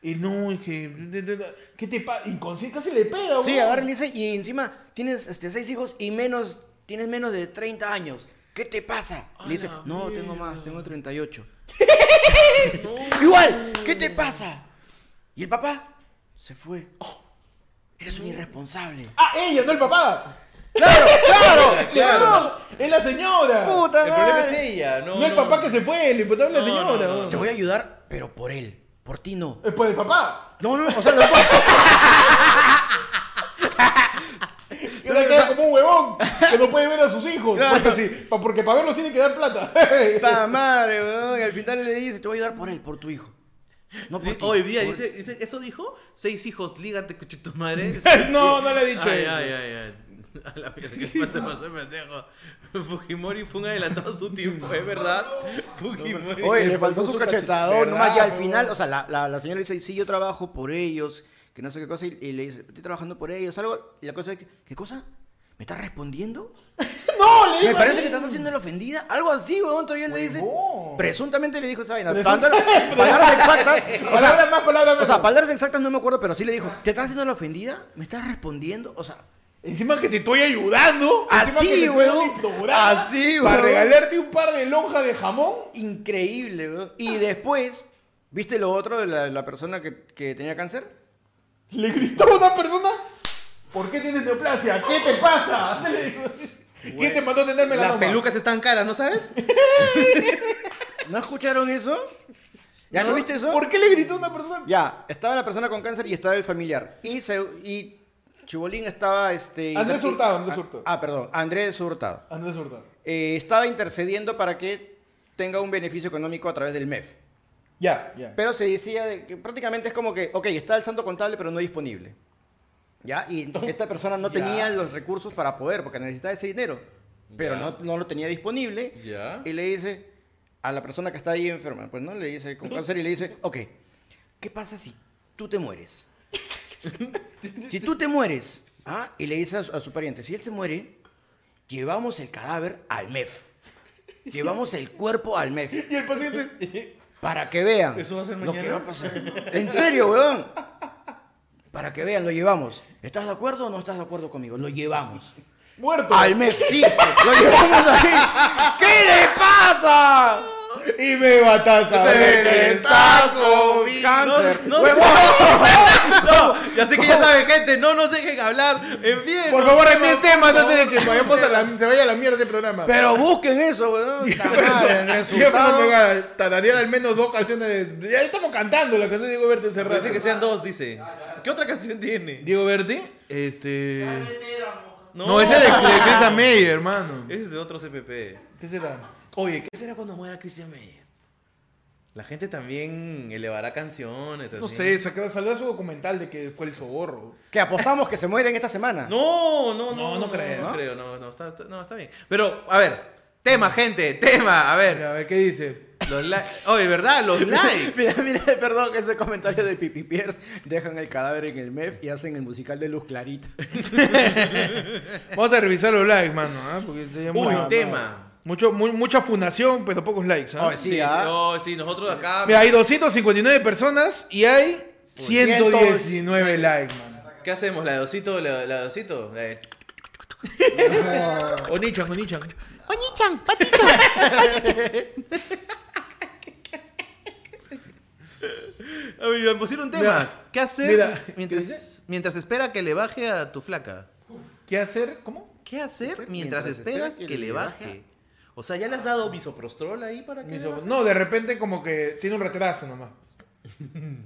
Speaker 1: Y no, es que... de- de- de- ¿Qué te pasa? Inconsciente, casi le pega,
Speaker 2: Sí,
Speaker 1: huevón.
Speaker 2: agarra y le dice, y encima tienes este, seis hijos y menos, tienes menos de 30 años. ¿Qué te pasa? Le dice, no, tengo más, tengo 38. Igual, ¿qué te pasa? Y el papá se fue. Oh, eres un irresponsable.
Speaker 1: Ah, ella, no el papá.
Speaker 2: ¡Claro,
Speaker 1: Claro,
Speaker 3: claro.
Speaker 1: Es la señora.
Speaker 2: ¡Puta
Speaker 3: El problema
Speaker 2: madre!
Speaker 3: es ella, no.
Speaker 1: no, el papá que se fue, el imputable es la
Speaker 3: No, no,
Speaker 1: señora.
Speaker 3: no,
Speaker 1: huevón.
Speaker 2: Te voy a ayudar, pero por él, por ti no.
Speaker 1: Es por el papá.
Speaker 2: No, no, o sea, no puedo.
Speaker 1: Y ahora queda como un huevón que no puede ver a sus hijos. Puta, sí, pa- porque para verlos tiene que dar plata.
Speaker 2: Puta madre, weón. Y al final le dice, te voy a ayudar por él, por tu hijo. No por
Speaker 3: Di-
Speaker 2: ti,
Speaker 3: Hoy día
Speaker 2: por-
Speaker 3: dice, dice, ¿eso dijo? Seis hijos, lígate, coche tu madre.
Speaker 1: No, no le he dicho
Speaker 3: Ay,
Speaker 1: eso.
Speaker 3: ay, ay, ay. A la mierda, ¿qué pasa? Pasó, pendejo. Fujimori fue un adelantado a su tiempo, es verdad. Fujimori.
Speaker 2: Oye, le faltó su cachetadón. Nomás ya al
Speaker 1: ¿Verdad,
Speaker 2: final,
Speaker 1: huevón?
Speaker 2: o sea, la, la, la señora le dice, sí, yo trabajo por ellos, que no sé qué cosa, y, y le dice, estoy trabajando por ellos, algo. Y la cosa es, que, ¿qué cosa? ¿Me estás respondiendo?
Speaker 1: no, le
Speaker 2: Me
Speaker 1: digo
Speaker 2: parece
Speaker 1: así.
Speaker 2: que estás haciendo la ofendida. Algo así, weón. Todavía él le dice.
Speaker 1: Huevón.
Speaker 2: Presuntamente le dijo esa vaina.
Speaker 1: Presunt-
Speaker 2: Tanto- Palabras exactas. O sea,
Speaker 1: Palabras más, palabras
Speaker 2: o sea,
Speaker 1: menos.
Speaker 2: palabras exactas no me acuerdo, pero sí le dijo, ¿te estás haciendo la ofendida? ¿Me estás respondiendo? O sea,
Speaker 1: Encima que te estoy ayudando. encima
Speaker 2: Así,
Speaker 1: que te estoy
Speaker 2: huevón.
Speaker 1: dando mi programa
Speaker 2: Así,
Speaker 1: Para
Speaker 2: huevón.
Speaker 1: regalarte un par de lonjas de jamón.
Speaker 2: increíble, weón. Y
Speaker 1: Ah.
Speaker 2: después, ¿viste lo otro de la, la persona que, que tenía cáncer?
Speaker 1: Le gritó a una persona. ¿Por qué tienes neoplasia? ¿Qué te pasa? Le dijo. ¿Quién te mandó a tener
Speaker 3: Las
Speaker 1: melanoma?
Speaker 3: pelucas están caras, ¿no sabes?
Speaker 2: ¿No escucharon eso? ¿Ya no, viste eso?
Speaker 1: ¿Por qué le gritó a una persona?
Speaker 2: Ya, estaba la persona con cáncer y estaba el familiar. Y, se- y Chibolín estaba... Este,
Speaker 1: Andrés
Speaker 2: interci-
Speaker 1: Hurtado, Andrés Hurtado.
Speaker 2: Ah, perdón, Andrés Hurtado.
Speaker 1: Andrés Hurtado.
Speaker 2: Eh, estaba intercediendo para que tenga un beneficio económico a través del E MEF.
Speaker 1: Ya, ya.
Speaker 2: Pero se decía de que prácticamente es como que, ok, está el saldo contable, pero no disponible. ¿Ya? Y esta persona no
Speaker 3: Ya.
Speaker 2: tenía los recursos para poder, porque necesitaba ese dinero, pero
Speaker 3: Ya.
Speaker 2: no, no lo tenía disponible.
Speaker 3: Ya.
Speaker 2: Y le dice a la persona que está ahí enferma, pues no, le dice con cáncer y le dice, ok, ¿qué pasa si tú te mueres? si tú te mueres, ¿ah? y le dice a su, a su pariente, si él se muere, llevamos el cadáver al MEF. Llevamos el cuerpo al E MEF.
Speaker 1: Y el paciente.
Speaker 2: Para que vean.
Speaker 3: ¿Eso va a ser
Speaker 2: lo que
Speaker 3: mañana?
Speaker 2: va a pasar. En serio, weón. Para que vean, lo llevamos. ¿Estás de acuerdo o no estás de acuerdo conmigo? Lo llevamos.
Speaker 1: Muerto.
Speaker 2: Al mes, sí. Lo llevamos ahí. ¿Qué le pasa?
Speaker 1: Y me matas a ver.
Speaker 2: está con cáncer.
Speaker 3: No, no
Speaker 2: Huevón.
Speaker 3: No, ya sé que ya saben, gente, no nos dejen hablar. En bien.
Speaker 1: Por favor, remiten temas antes de que vayamos a la, se vaya a la mierda el programa.
Speaker 2: Pero busquen eso, weón. Puta madre, el resultado.
Speaker 1: Resultado. Tararía al menos dos canciones. de- Ya estamos cantando la canción de Diego Verde cerrada.
Speaker 3: Dice que sean dos, dice. ¿Qué otra canción tiene?
Speaker 1: Diego Verde, este.
Speaker 3: No,
Speaker 1: No, ese es de, de Christian Meyer, hermano.
Speaker 3: Ese es de otro CPP.
Speaker 1: ¿Qué será?
Speaker 3: Oye, ¿qué será cuando muera Christian Meyer? La gente también elevará canciones.
Speaker 1: No
Speaker 3: así.
Speaker 1: sé, saca- saldrá su documental de que fue el soborro.
Speaker 2: Que apostamos que se mueren esta semana.
Speaker 3: No, no, no,
Speaker 1: No, no creo,
Speaker 3: No,
Speaker 1: ¿no?
Speaker 3: creo, no, no, está, está- no, está bien. Pero, a ver, tema, gente, tema, a ver.
Speaker 1: Mira, a ver qué dice.
Speaker 3: Los likes. Oye, ¿verdad? Los likes.
Speaker 2: Mira, mira, perdón, que ese comentario de Pipi Piers dejan el cadáver en el MEF y hacen el musical de Luz Clarita.
Speaker 1: Vamos a revisar los likes, mano. ¿ah? Porque tenía
Speaker 3: Uy,
Speaker 1: mucho-
Speaker 3: tema.
Speaker 1: Mucho, mu- mucha fundación, pero pocos likes. ¿ah?
Speaker 2: Ay, sí, ah.
Speaker 3: oh, sí, nosotros acá.
Speaker 1: Mira, hay 259 personas y hay 119 likes, man.
Speaker 3: ¿Qué hacemos? ¿La de osito? ¿La, la de osito? La de-
Speaker 1: Onichan, Onichan.
Speaker 4: Onichan, patito.
Speaker 3: Ay, me pusieron un tema.
Speaker 1: Mira,
Speaker 3: ¿Qué hacer
Speaker 1: mira,
Speaker 3: mientras,
Speaker 1: ¿qué dice?
Speaker 3: mientras espera que le baje a tu flaca?
Speaker 1: ¿Qué hacer? ¿Cómo?
Speaker 3: ¿Qué hacer
Speaker 2: hacer
Speaker 3: mientras,
Speaker 2: mientras
Speaker 3: esperas
Speaker 2: esperas
Speaker 3: que,
Speaker 2: que
Speaker 3: le
Speaker 2: le
Speaker 3: baje? O sea, ¿ya le has dado misoprostrol ahí para que
Speaker 1: Mis
Speaker 3: le
Speaker 1: ojos.
Speaker 3: baje?
Speaker 1: No, de repente como que tiene un retraso nomás.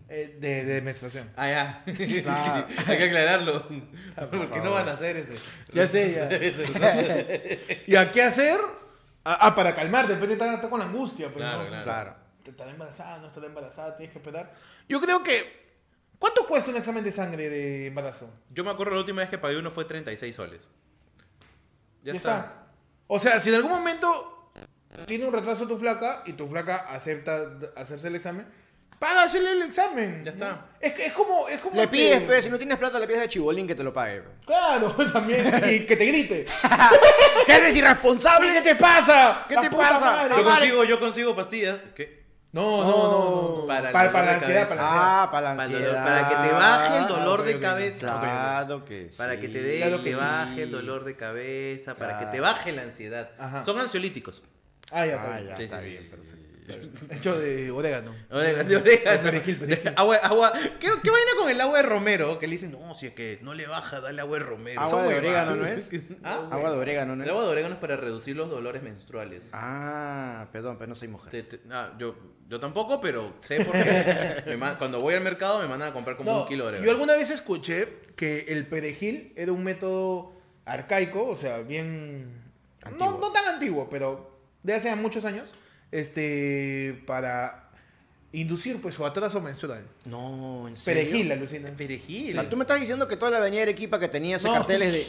Speaker 1: Eh, de, de menstruación.
Speaker 3: Ah, ya.
Speaker 2: Claro.
Speaker 3: Hay que aclararlo. Porque no van a hacer ese.
Speaker 1: Ah, Ya sé, ya.
Speaker 3: Ese-
Speaker 1: ¿Y a qué hacer? Ah, ah, para calmar, de repente está, está con la angustia. Pero
Speaker 3: Claro,
Speaker 1: no,
Speaker 3: claro.
Speaker 2: Claro.
Speaker 1: Estará embarazada, no estará embarazada, tienes que esperar. Yo creo que... ¿Cuánto cuesta un examen de sangre de embarazo?
Speaker 3: Yo me acuerdo la última vez que pagué uno fue 36 soles. Ya,
Speaker 1: Ya
Speaker 3: está.
Speaker 1: está. O sea, si en algún momento tiene un retraso tu flaca y tu flaca acepta d- hacerse el examen, paga hacerle el examen.
Speaker 3: Ya está.
Speaker 1: Es, que- es como... Es como
Speaker 2: Le
Speaker 1: este-
Speaker 2: pides, pues, si no tienes plata, le pides a Chibolín que te lo pague. pues.
Speaker 1: Claro, también. Y que te grite.
Speaker 2: ¡Que eres irresponsable!
Speaker 1: ¿Qué te pasa?
Speaker 2: ¿Qué
Speaker 1: La
Speaker 2: te
Speaker 1: puta
Speaker 2: pasa?
Speaker 1: madre.
Speaker 3: Yo consigo, yo consigo pastillas. ¿Qué?
Speaker 1: No, no, no, no.
Speaker 3: Para el
Speaker 1: para, para la
Speaker 3: dolor de
Speaker 1: ansiedad,
Speaker 3: cabeza.
Speaker 1: para la ansiedad.
Speaker 2: Ah, para la
Speaker 3: Para el
Speaker 2: ansiedad.
Speaker 3: dolor- para que te baje el
Speaker 1: Ah,
Speaker 3: dolor
Speaker 1: ok,
Speaker 3: de
Speaker 1: ok.
Speaker 3: cabeza.
Speaker 2: Claro que sí.
Speaker 3: Para que te dé,
Speaker 1: Claro
Speaker 3: y
Speaker 1: que
Speaker 3: te
Speaker 1: sí.
Speaker 3: baje el dolor de cabeza, para que te baje la ansiedad.
Speaker 1: Ajá.
Speaker 3: Son ansiolíticos.
Speaker 1: Ah, ya,
Speaker 2: Ah,
Speaker 1: está
Speaker 2: ya,
Speaker 3: Sí,
Speaker 2: está
Speaker 3: sí,
Speaker 2: bien,
Speaker 3: sí.
Speaker 2: perfecto.
Speaker 1: bien. Hecho de orégano.
Speaker 3: Orégano, de orégano.
Speaker 1: Perejil, perejil.
Speaker 3: Agua, agua. ¿Qué, qué vaina con el agua de romero? Que le dicen, no, si es que no le baja, dale agua de romero.
Speaker 2: Agua
Speaker 3: Son
Speaker 2: de
Speaker 3: huevadas.
Speaker 2: orégano, ¿no es?
Speaker 3: ¿Ah?
Speaker 2: Agua de orégano, ¿no
Speaker 3: El agua
Speaker 2: es?
Speaker 3: de orégano es para reducir los dolores menstruales.
Speaker 2: Ah, perdón, pero no soy mujer.
Speaker 3: Te- te- ah, yo, yo tampoco, pero sé por qué. Me man- cuando voy al mercado me mandan a comprar como un kilo de orégano.
Speaker 1: yo alguna vez escuché que el perejil era un método arcaico, o sea, bien... No,
Speaker 2: Antiguo.
Speaker 1: no tan antiguo, pero de hace muchos años, este, para inducir pues su atraso menstrual.
Speaker 2: No, en serio.
Speaker 1: Perejil, alucina.
Speaker 3: Perejil.
Speaker 2: O sea, tú me estás diciendo que toda la avenida Arequipa que tenía esos
Speaker 1: No.
Speaker 2: carteles de...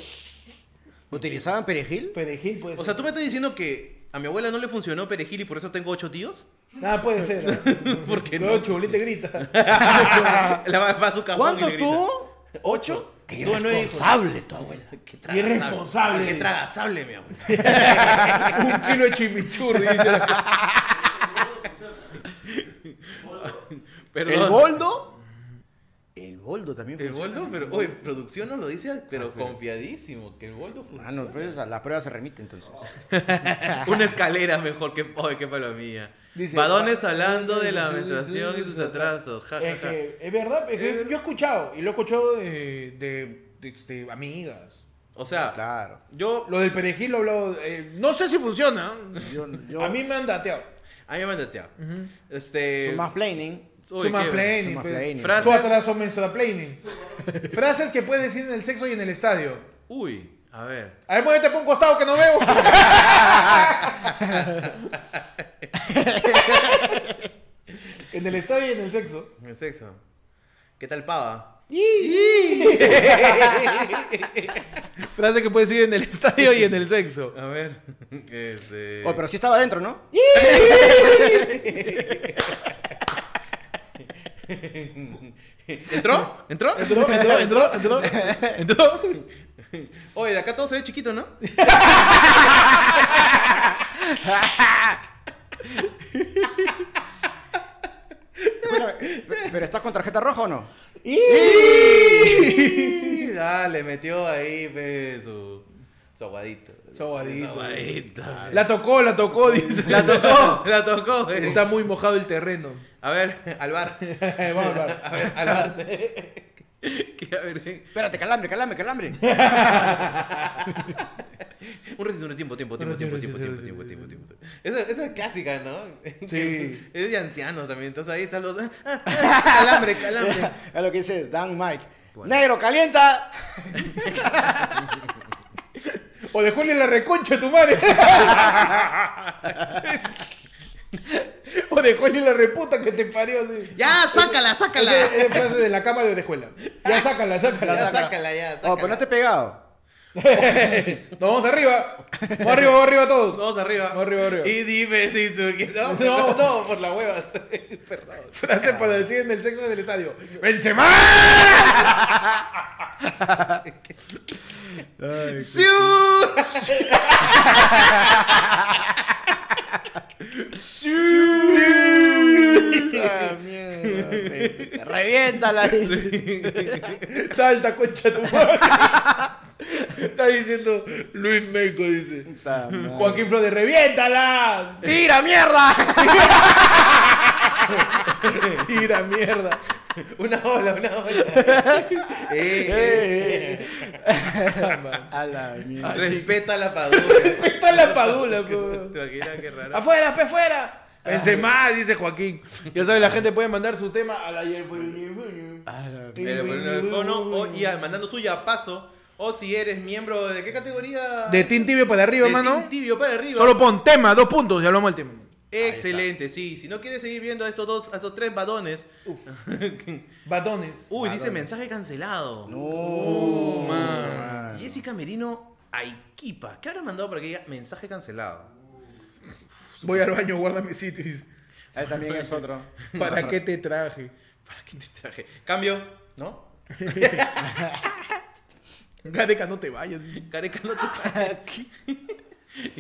Speaker 2: ¿Utilizaban perejil?
Speaker 1: Perejil puede ser.
Speaker 3: O sea, tú me estás diciendo que a mi abuela no le funcionó perejil y por eso tengo ocho tíos.
Speaker 1: Nada Ah, puede ser. ¿eh?
Speaker 3: Porque
Speaker 1: Luego
Speaker 3: no.
Speaker 1: Chubulín te grita.
Speaker 3: La va, va a su cajón y
Speaker 2: ¿Cuántos
Speaker 3: le grita.
Speaker 2: tuvo?
Speaker 3: ¿Ocho?
Speaker 2: Qué
Speaker 3: Tuve nueve hijos.
Speaker 2: irresponsable tu abuela.
Speaker 3: Qué
Speaker 1: Qué irresponsable.
Speaker 3: Qué tragazable, mi abuela.
Speaker 1: un kilo de chimichurri, dice la
Speaker 3: Perdón.
Speaker 2: ¿El boldo? El boldo también
Speaker 3: El
Speaker 2: funciona.
Speaker 3: boldo, pero, oye, producción nos lo dice, pero
Speaker 2: Ah, pero-
Speaker 3: confiadísimo, que el boldo
Speaker 2: Ah,
Speaker 3: funciona.
Speaker 2: no, pues a la prueba se remite entonces.
Speaker 3: Una escalera mejor que, oye, qué palomía.
Speaker 1: Dice-
Speaker 3: Vadones hablando de la
Speaker 1: Sí, sí,
Speaker 3: menstruación
Speaker 1: sí,
Speaker 3: y
Speaker 1: sí,
Speaker 3: sus
Speaker 1: sí.
Speaker 3: atrasos. Ja, ja,
Speaker 1: Es,
Speaker 3: ja.
Speaker 1: que, es verdad, es que yo he escuchado, y lo he escuchado eh, de, de, este, amigas.
Speaker 3: O sea,
Speaker 2: Claro.
Speaker 3: yo...
Speaker 1: Lo del perejil lo he hablado, eh, no sé si funciona.
Speaker 2: Yo, yo,
Speaker 1: A mí me han dateado.
Speaker 3: A mí me han dateado. Este...
Speaker 2: Su mansplaining.
Speaker 3: Uy, qué-
Speaker 1: Sumaplaning,
Speaker 2: Suma
Speaker 1: pues.
Speaker 2: planning.
Speaker 1: Tú
Speaker 3: Frases-
Speaker 1: atrás o mensuaplaning. Frases que puedes decir en el sexo y en el estadio.
Speaker 3: Uy, a ver.
Speaker 1: A ver, muévete por un costado que no veo. en el estadio y en el sexo.
Speaker 3: El sexo. ¿Qué tal pava?
Speaker 1: Frase que puedes decir en el estadio y en el sexo.
Speaker 3: A ver. Este...
Speaker 2: Oh, pero sí estaba adentro, ¿no?
Speaker 3: ¿Entró? ¿Entró?
Speaker 1: Entró, entró, entró, entró. Entró.
Speaker 3: Oye, de acá todo se ve chiquito, ¿no?
Speaker 2: Escúchame, pe- ¿Pero estás con tarjeta roja o no?
Speaker 3: Dale, metió ahí pe, su, su aguadito.
Speaker 1: Su aguadito.
Speaker 3: Su aguadito.
Speaker 1: La tocó, la tocó, dice.
Speaker 3: La tocó, la tocó. eh.
Speaker 1: Está muy mojado el terreno.
Speaker 3: A ver, al bar.
Speaker 1: Vamos a hablar.
Speaker 3: A ver, al bar. Que, a ver,
Speaker 2: Espérate, calambre, calambre, calambre.
Speaker 3: un ratito, un tiempo, tiempo, tiempo, tiempo, tiempo, tiempo, tiempo, tiempo, tiempo. Eso, eso es clásica, ¿no?
Speaker 1: Sí.
Speaker 3: Es de ancianos también, entonces ahí están los... Ah, Calambre, calambre.
Speaker 2: Es lo que dice Dan Mike.
Speaker 3: Bueno.
Speaker 2: Negro, calienta.
Speaker 1: O de Julio la reconcha a tu madre. o de Julio la reputa que te parió. así.
Speaker 3: ¡Ya, sácala, sácala!
Speaker 1: Esa es frase de la cama de orejuela. Ya sácala, sácala.
Speaker 3: Ya,
Speaker 1: sácala.
Speaker 3: sácala, ya, sácala.
Speaker 2: Oh, pero no te he pegado.
Speaker 1: Nos vamos arriba. Vamos arriba, vamos arriba todos.
Speaker 3: Vamos arriba.
Speaker 1: Vamos arriba, arriba.
Speaker 3: Y dime si tú quieres. No,
Speaker 1: No.
Speaker 3: no, no, por la hueva. Perdón.
Speaker 1: Frase para decir en el sexo del estadio. ¡Benzema!
Speaker 3: ¡Siu!
Speaker 2: Ah, mierda. Reviéntala. dice.
Speaker 1: Salta, concha tu madre. Está diciendo Luis Meco, dice.
Speaker 2: Puta madre.
Speaker 1: Joaquín Flores, reviéntala.
Speaker 2: ¡Tira, mierda!
Speaker 1: Tira mierda.
Speaker 3: Una ola, una ola. Eh, eh.
Speaker 1: Caramba.
Speaker 2: A la
Speaker 1: Ah,
Speaker 2: mierda.
Speaker 3: Respeta la padula.
Speaker 1: Está la padula,
Speaker 3: ¿Te
Speaker 1: po. Ah,
Speaker 3: imaginas qué raro?
Speaker 1: ¡Afuera, pe, afuera! Benzema, dice Joaquín. Ya sabes, la gente puede mandar su tema a la
Speaker 2: A la mierda.
Speaker 3: Pero por el fono, o y a- mandando suya a paso. O si eres miembro de qué categoría?
Speaker 1: De Team Tibio para arriba,
Speaker 3: De
Speaker 1: mano.
Speaker 3: Team Tibio para arriba.
Speaker 1: Solo pon tema, dos puntos, ya hablamos del tema.
Speaker 3: Excelente, sí. Si no quieres seguir viendo a estos dos, a estos tres badones.
Speaker 1: Batones.
Speaker 3: Uy, dice mensaje cancelado. Oh,
Speaker 2: No.
Speaker 3: Man. Jessica Merino Aikipa. ¿Qué habrá mandado para que diga mensaje cancelado?
Speaker 1: Voy al baño, guarda mi sitio. y dice,
Speaker 2: Ahí también es otro.
Speaker 1: ¿Para qué te traje?
Speaker 3: ¿Para qué te traje? Cambio, ¿no?
Speaker 1: Gareca, no te vayas. dice.
Speaker 3: Careca no te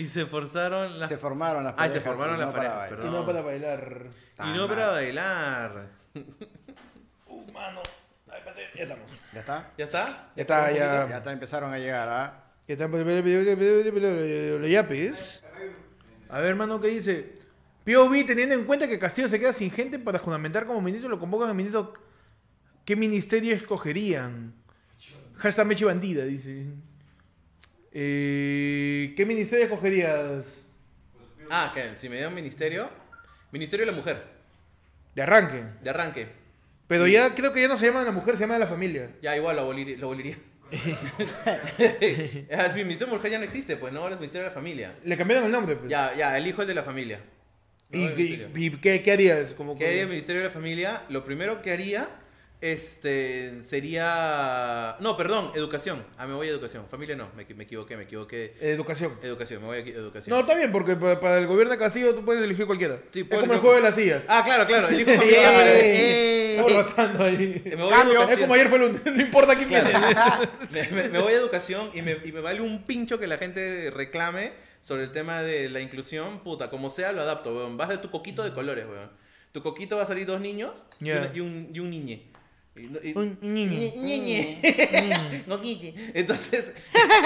Speaker 3: Y se forzaron las.
Speaker 2: Se formaron las
Speaker 3: Ah, se
Speaker 2: parejas,
Speaker 3: formaron
Speaker 2: no
Speaker 3: las
Speaker 2: para
Speaker 3: parejas,
Speaker 2: bailar.
Speaker 1: Y
Speaker 3: perdón.
Speaker 1: no para bailar.
Speaker 3: Y no para bailar.
Speaker 1: Uh, mano. Ay, espérate, Ya estamos.
Speaker 2: ¿Ya está?
Speaker 3: ¿Ya está?
Speaker 1: Ya está, ya.
Speaker 2: Ya está, empezaron a llegar, ¿ah?
Speaker 1: Ya está, lo yapes. A ver, hermano, ¿qué dice? POV, teniendo en cuenta que Castillo se queda sin gente para fundamentar como ministro, lo convocan al ministro. ¿Qué ministerio escogerían? Hashtag Mechi Bandida, dice. Eh, ¿Qué ministerio escogerías?
Speaker 3: Ah, que si me dio un ministerio. Ministerio de la Mujer.
Speaker 1: De arranque.
Speaker 3: De arranque.
Speaker 1: Pero ya creo que ya no se llama de la mujer, se llama de la familia.
Speaker 3: Ya igual lo aboliría. Lo aboliría. Ah, sí, Ministerio de Mujer ya no existe, pues no, ahora es Ministerio de la Familia.
Speaker 1: Le cambiaron el nombre. pues.
Speaker 3: Ya, ya, elijo el de la familia.
Speaker 1: ¿Y,
Speaker 3: No, el
Speaker 1: y-
Speaker 3: ministerio.
Speaker 1: y qué, qué harías? Como
Speaker 3: ¿Qué
Speaker 1: que-
Speaker 3: haría el Ministerio de la Familia? Lo primero que haría este, sería... No, perdón, educación. Ah, me voy a educación. Familia no, me, equi- me equivoqué, me equivoqué.
Speaker 1: Educación.
Speaker 3: Educación, me voy a equi-
Speaker 1: No,
Speaker 3: educación.
Speaker 1: está bien, porque pa- para el gobierno de Castillo tú puedes elegir cualquiera.
Speaker 3: Sí,
Speaker 1: es como
Speaker 3: puedes
Speaker 1: el
Speaker 3: elegir-
Speaker 1: juego de las sillas.
Speaker 3: Ah, claro, claro. Elijo familia.
Speaker 1: ¡Ey!
Speaker 3: Eh,
Speaker 1: Estamos
Speaker 3: eh,
Speaker 1: rotando ahí.
Speaker 3: me voy a
Speaker 1: Cambio.
Speaker 3: educación.
Speaker 1: Es como ayer fue el lunes, no importa quién
Speaker 3: Claro.
Speaker 1: viene.
Speaker 3: me, me- me voy a educación y me, y me vale un pincho que la gente reclame sobre el tema de la inclusión. Puta, como sea, lo adapto, weón. Vas de tu coquito
Speaker 1: Mm.
Speaker 3: de colores, weón. Tu coquito va a salir dos niños y
Speaker 1: Ya.
Speaker 3: una- y, un, y un niñe. Y no- y-
Speaker 1: Un niñe.
Speaker 3: Ñe- ñeñe. No, ñeñe. Entonces,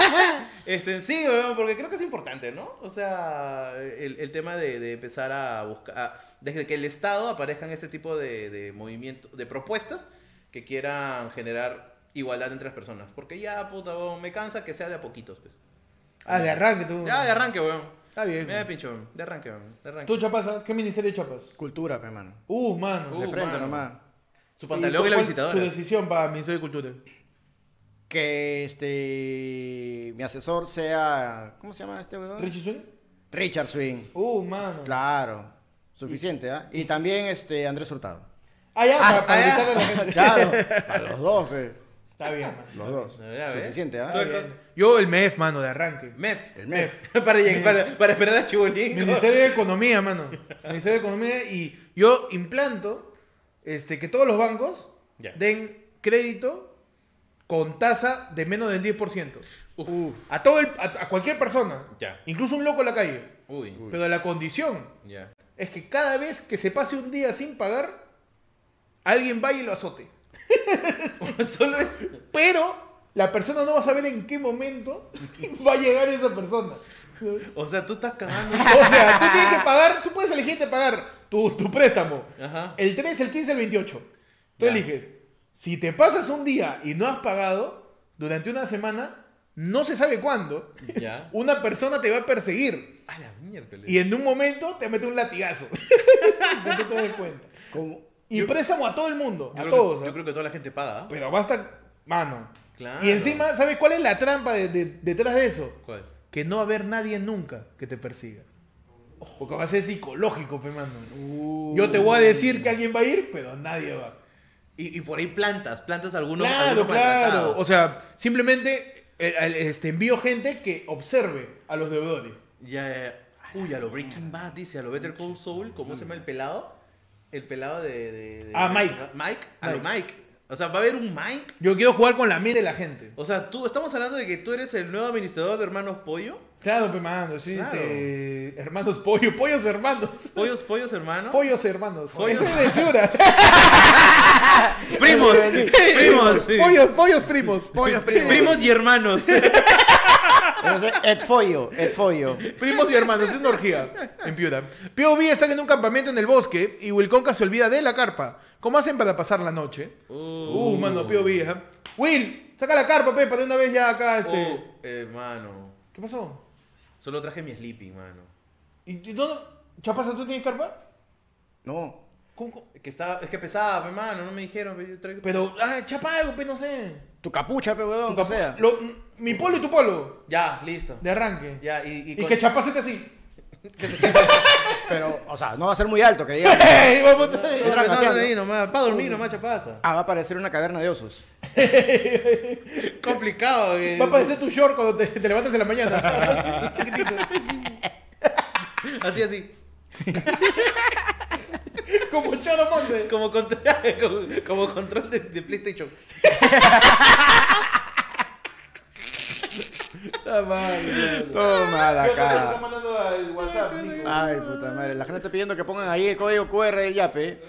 Speaker 3: este, sí, weón, porque creo que es importante, ¿no? O sea, el, el tema de, de empezar a buscar, a- desde que el Estado aparezcan este tipo de, de movimientos, de propuestas que quieran generar igualdad entre las personas. Porque ya, puta, weón, me cansa que sea de a poquitos, pues.
Speaker 1: Ah, de arranque tú.
Speaker 3: Ya de arranque, weón.
Speaker 1: Está bien.
Speaker 3: Mira,
Speaker 1: güey.
Speaker 3: pincho, de arranque, man, de arranque.
Speaker 1: ¿Tú, Chapas? ah? ¿Qué miniserie Chapas?
Speaker 2: Cultura, pe, mano.
Speaker 1: Uh, mano.
Speaker 3: Uh,
Speaker 2: de frente
Speaker 3: mano.
Speaker 2: nomás.
Speaker 3: Su
Speaker 1: ¿Y
Speaker 3: pantalón
Speaker 1: tú
Speaker 3: y la
Speaker 1: cuál- Tu
Speaker 3: visitadora.
Speaker 1: decisión para Ministerio de Cultura.
Speaker 2: Que este. Mi asesor sea. ¿Cómo se llama este weón?
Speaker 1: ¿Richie Swing?
Speaker 2: Richard Swing.
Speaker 1: Uh, mano.
Speaker 2: Claro. Suficiente, ¿ah? Y también este Andrés Hurtado.
Speaker 1: Ah, ya,
Speaker 2: Ah,
Speaker 1: para, para
Speaker 3: ah, ya.
Speaker 1: gritarle a la gente.
Speaker 2: Claro. Para los dos, pe.
Speaker 1: Está bien, mano.
Speaker 2: Los dos.
Speaker 3: Ya ves.
Speaker 2: Suficiente, ¿ah?
Speaker 3: Tú-
Speaker 1: Está bien. Yo el MEF, mano, de arranque.
Speaker 3: Mef.
Speaker 2: El MEF.
Speaker 3: para, llegar- para, para esperar a Chibolín. ¿no?
Speaker 1: Ministerio de Economía, mano. Ministerio de Economía y yo implanto este, que todos los bancos
Speaker 3: Ya.
Speaker 1: den crédito con tasa de menos del 10%. A, todo el- a, a cualquier persona,
Speaker 3: Ya.
Speaker 1: incluso un loco en la calle.
Speaker 3: Uy.
Speaker 1: Pero la condición
Speaker 3: Ya.
Speaker 1: es que cada vez que se pase un día sin pagar, alguien vaya y lo azote.
Speaker 3: Solo es.
Speaker 1: Pero la persona no va a saber en qué momento va a llegar esa persona.
Speaker 3: O sea, tú estás cagando.
Speaker 1: O sea, tú tienes que pagar, tú puedes elegir de pagar tu, tu préstamo.
Speaker 3: Ajá.
Speaker 1: El 3, el 15, el 28. Tú
Speaker 3: Ya.
Speaker 1: eliges. Si te pasas un día y no has pagado, durante una semana, no se sabe cuándo,
Speaker 3: Ya.
Speaker 1: una persona te va a perseguir.
Speaker 3: A la mierda.
Speaker 1: Y en un momento te mete un latigazo. Que tú te des cuenta.
Speaker 2: Como-
Speaker 1: Y
Speaker 3: Yo-
Speaker 1: préstamo a todo el mundo,
Speaker 3: Yo
Speaker 1: a
Speaker 3: creo
Speaker 1: todos.
Speaker 3: Que,
Speaker 1: ¿ah?
Speaker 3: yo creo que toda la gente paga. ¿ah?
Speaker 1: Pero basta, mano.
Speaker 3: Claro.
Speaker 1: Y encima, ¿sabes cuál es la trampa de- de- detrás de eso?
Speaker 3: ¿Cuál?
Speaker 1: que no va a haber nadie nunca que te persiga. Porque va a ser psicológico, pe mano.
Speaker 3: Uh.
Speaker 1: Yo te voy a decir que alguien va a ir, pero nadie va.
Speaker 3: Y, y por ahí plantas, plantas algunos.
Speaker 1: Claro,
Speaker 3: algunos
Speaker 1: claro.
Speaker 3: maltratados.
Speaker 1: O sea, simplemente eh, al- este, envío gente que observe a los deudores.
Speaker 3: Ya, ya, ya. Uy, a lo Breaking Bad, dice, a lo Better Call Saul, ¿cómo se llama el pelado? El pelado de... de- de-
Speaker 1: Ah, Mike.
Speaker 3: Mike, a lo Mike. O sea, va a haber un Mike.
Speaker 1: Yo quiero jugar con la mente de la gente.
Speaker 3: O sea, tú, estamos hablando de que tú eres el nuevo administrador de Hermanos Pollo.
Speaker 1: Claro, pe mano. Sí,
Speaker 3: Claro.
Speaker 1: este, hermanos pollo, pollos hermanos.
Speaker 3: Pollos, pollos, hermano.
Speaker 1: Pollos hermanos.
Speaker 3: Pollos.
Speaker 1: Esa es de Piura.
Speaker 3: primos, primos. Ah, sí.
Speaker 1: pollos, pollos primos.
Speaker 2: Pollos primos.
Speaker 3: Primos y hermanos.
Speaker 2: Entonces, Ed Follo, Ed Follo.
Speaker 1: Primos y hermanos, es una orgía en Piura. POV están en un campamento en el bosque y Wilconca se olvida de la carpa. ¿Cómo hacen para pasar la noche?
Speaker 3: Oh.
Speaker 1: Uh, mano, POV, ajá. Will, saca la carpa, Pepa, de una vez ya acá, este.
Speaker 3: Oh, hermano.
Speaker 1: ¿Qué pasó?
Speaker 3: Solo traje mi sleeping, mano.
Speaker 1: ¿Y, y dónde- Chapaza, ¿tú tienes carpa?
Speaker 2: No.
Speaker 1: ¿Cómo- cómo?
Speaker 3: Es que, estaba, es que pesaba, hermano, no me dijeron. pero yo traigo-
Speaker 1: Pero, ah, chapa algo, pe, no sé.
Speaker 2: Tu capucha, pe, huevón, o sea.
Speaker 1: Lo- mi polo y tu polo,
Speaker 3: Ya, listo.
Speaker 1: de arranque.
Speaker 3: Ya, y, y
Speaker 1: y
Speaker 3: con-
Speaker 1: que Chapaza esté así.
Speaker 2: Pero, o sea, no va a ser muy alto, que diga.
Speaker 1: ¡Ey, vamos!
Speaker 3: No,
Speaker 2: Entra
Speaker 3: pues, no,
Speaker 2: gateando.
Speaker 3: ahí nomás. Va a dormir nomás, chapaza.
Speaker 2: Ah, va a parecer una caverna de osos.
Speaker 3: Complicado. eh.
Speaker 1: Va a aparecer tu short cuando te, te levantas en la mañana. Chiquitito.
Speaker 3: Así, así.
Speaker 1: Como Choro Monse.
Speaker 3: Como, contra- como, como control de, de PlayStation.
Speaker 2: Toma la
Speaker 1: Yo creo que lo está
Speaker 2: cara.
Speaker 1: mandando al WhatsApp, Nico.
Speaker 2: Ay, puta madre. La gente está pidiendo que pongan ahí el código QR del Yape.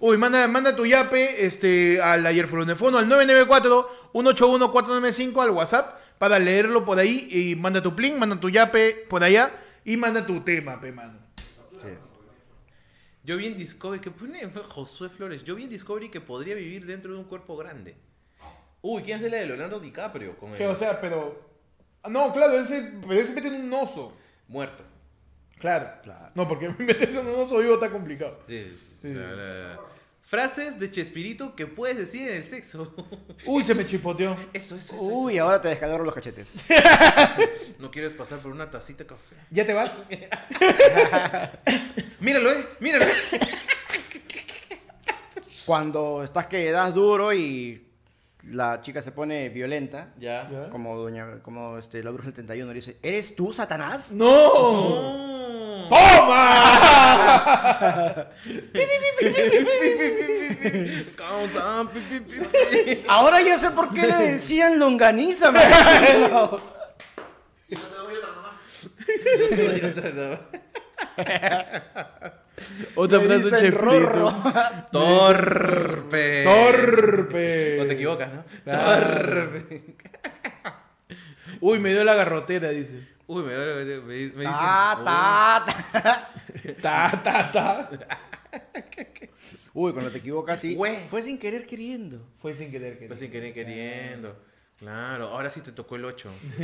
Speaker 1: Uy, manda, manda tu yape este, al ayer Fulonefono al 994-181-495 al WhatsApp para leerlo por ahí y manda tu plin, manda tu yape por allá y manda tu tema, pe mano.
Speaker 2: Sí, es.
Speaker 3: Yo vi en Discovery, que pone Josué Flores, yo vi en Discovery que podría vivir dentro de un cuerpo grande. Uy, ¿quién es la de Leonardo DiCaprio? Con el
Speaker 1: Que, o sea, pero... Ah, No, claro, él se, pero él se mete en un oso.
Speaker 3: muerto.
Speaker 1: Claro.
Speaker 2: Claro.
Speaker 1: No, porque meterse en un oso vivo está complicado.
Speaker 3: Sí, sí, sí.
Speaker 1: Sí.
Speaker 3: La- la- la- Frases de Chespirito que puedes decir en el sexo.
Speaker 1: Uy, se me chipoteó.
Speaker 3: Eso, eso, eso.
Speaker 2: Uy,
Speaker 3: eso.
Speaker 2: ahora te descalaron los cachetes.
Speaker 3: No quieres pasar por una tacita de café.
Speaker 1: ¿Ya te vas?
Speaker 3: Míralo, eh, míralo.
Speaker 2: Cuando estás que das duro y la chica se pone violenta,
Speaker 3: ya.
Speaker 1: Ya.
Speaker 2: como doña, como este, la bruja del 31 le dice, ¿eres tú, Satanás?
Speaker 1: ¡No!
Speaker 3: No.
Speaker 1: ¡Toma!
Speaker 3: Counts up, pi, pi, pi.
Speaker 2: Ahora ya sé por qué le decían longaniza, man.
Speaker 1: Otra
Speaker 2: Le
Speaker 1: frase de
Speaker 2: dicen
Speaker 1: Chespirito.
Speaker 2: rorro.
Speaker 3: Torpe.
Speaker 1: Torpe.
Speaker 3: No te equivocas, ¿no?
Speaker 1: Claro.
Speaker 3: Torpe.
Speaker 1: Uy, me dio la garrotera, dice.
Speaker 3: Uy, me, duele, me, me dicen.
Speaker 2: Ta,
Speaker 3: Ah,
Speaker 2: ta, ta.
Speaker 1: Ta, ta, ta.
Speaker 2: Uy, cuando te equivocas, sí.
Speaker 3: Güey.
Speaker 2: Fue sin querer queriendo.
Speaker 1: Fue sin querer,
Speaker 3: Pues sin querer queriendo. Claro, ahora sí te tocó el 8.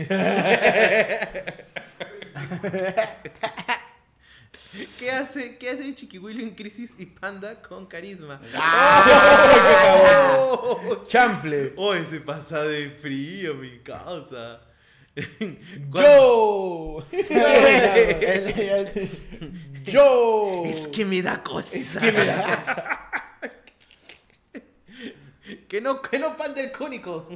Speaker 3: ¿Qué hace, qué hace Chiqui Willy en Crisis y Panda con carisma? ¡Oh!
Speaker 1: Chanfle.
Speaker 3: Oye, se pasa de frío, mi causa. Cuando-
Speaker 1: Yo.
Speaker 2: es
Speaker 1: Yo.
Speaker 3: Es que me da cosa. que no, que no panda el cónico.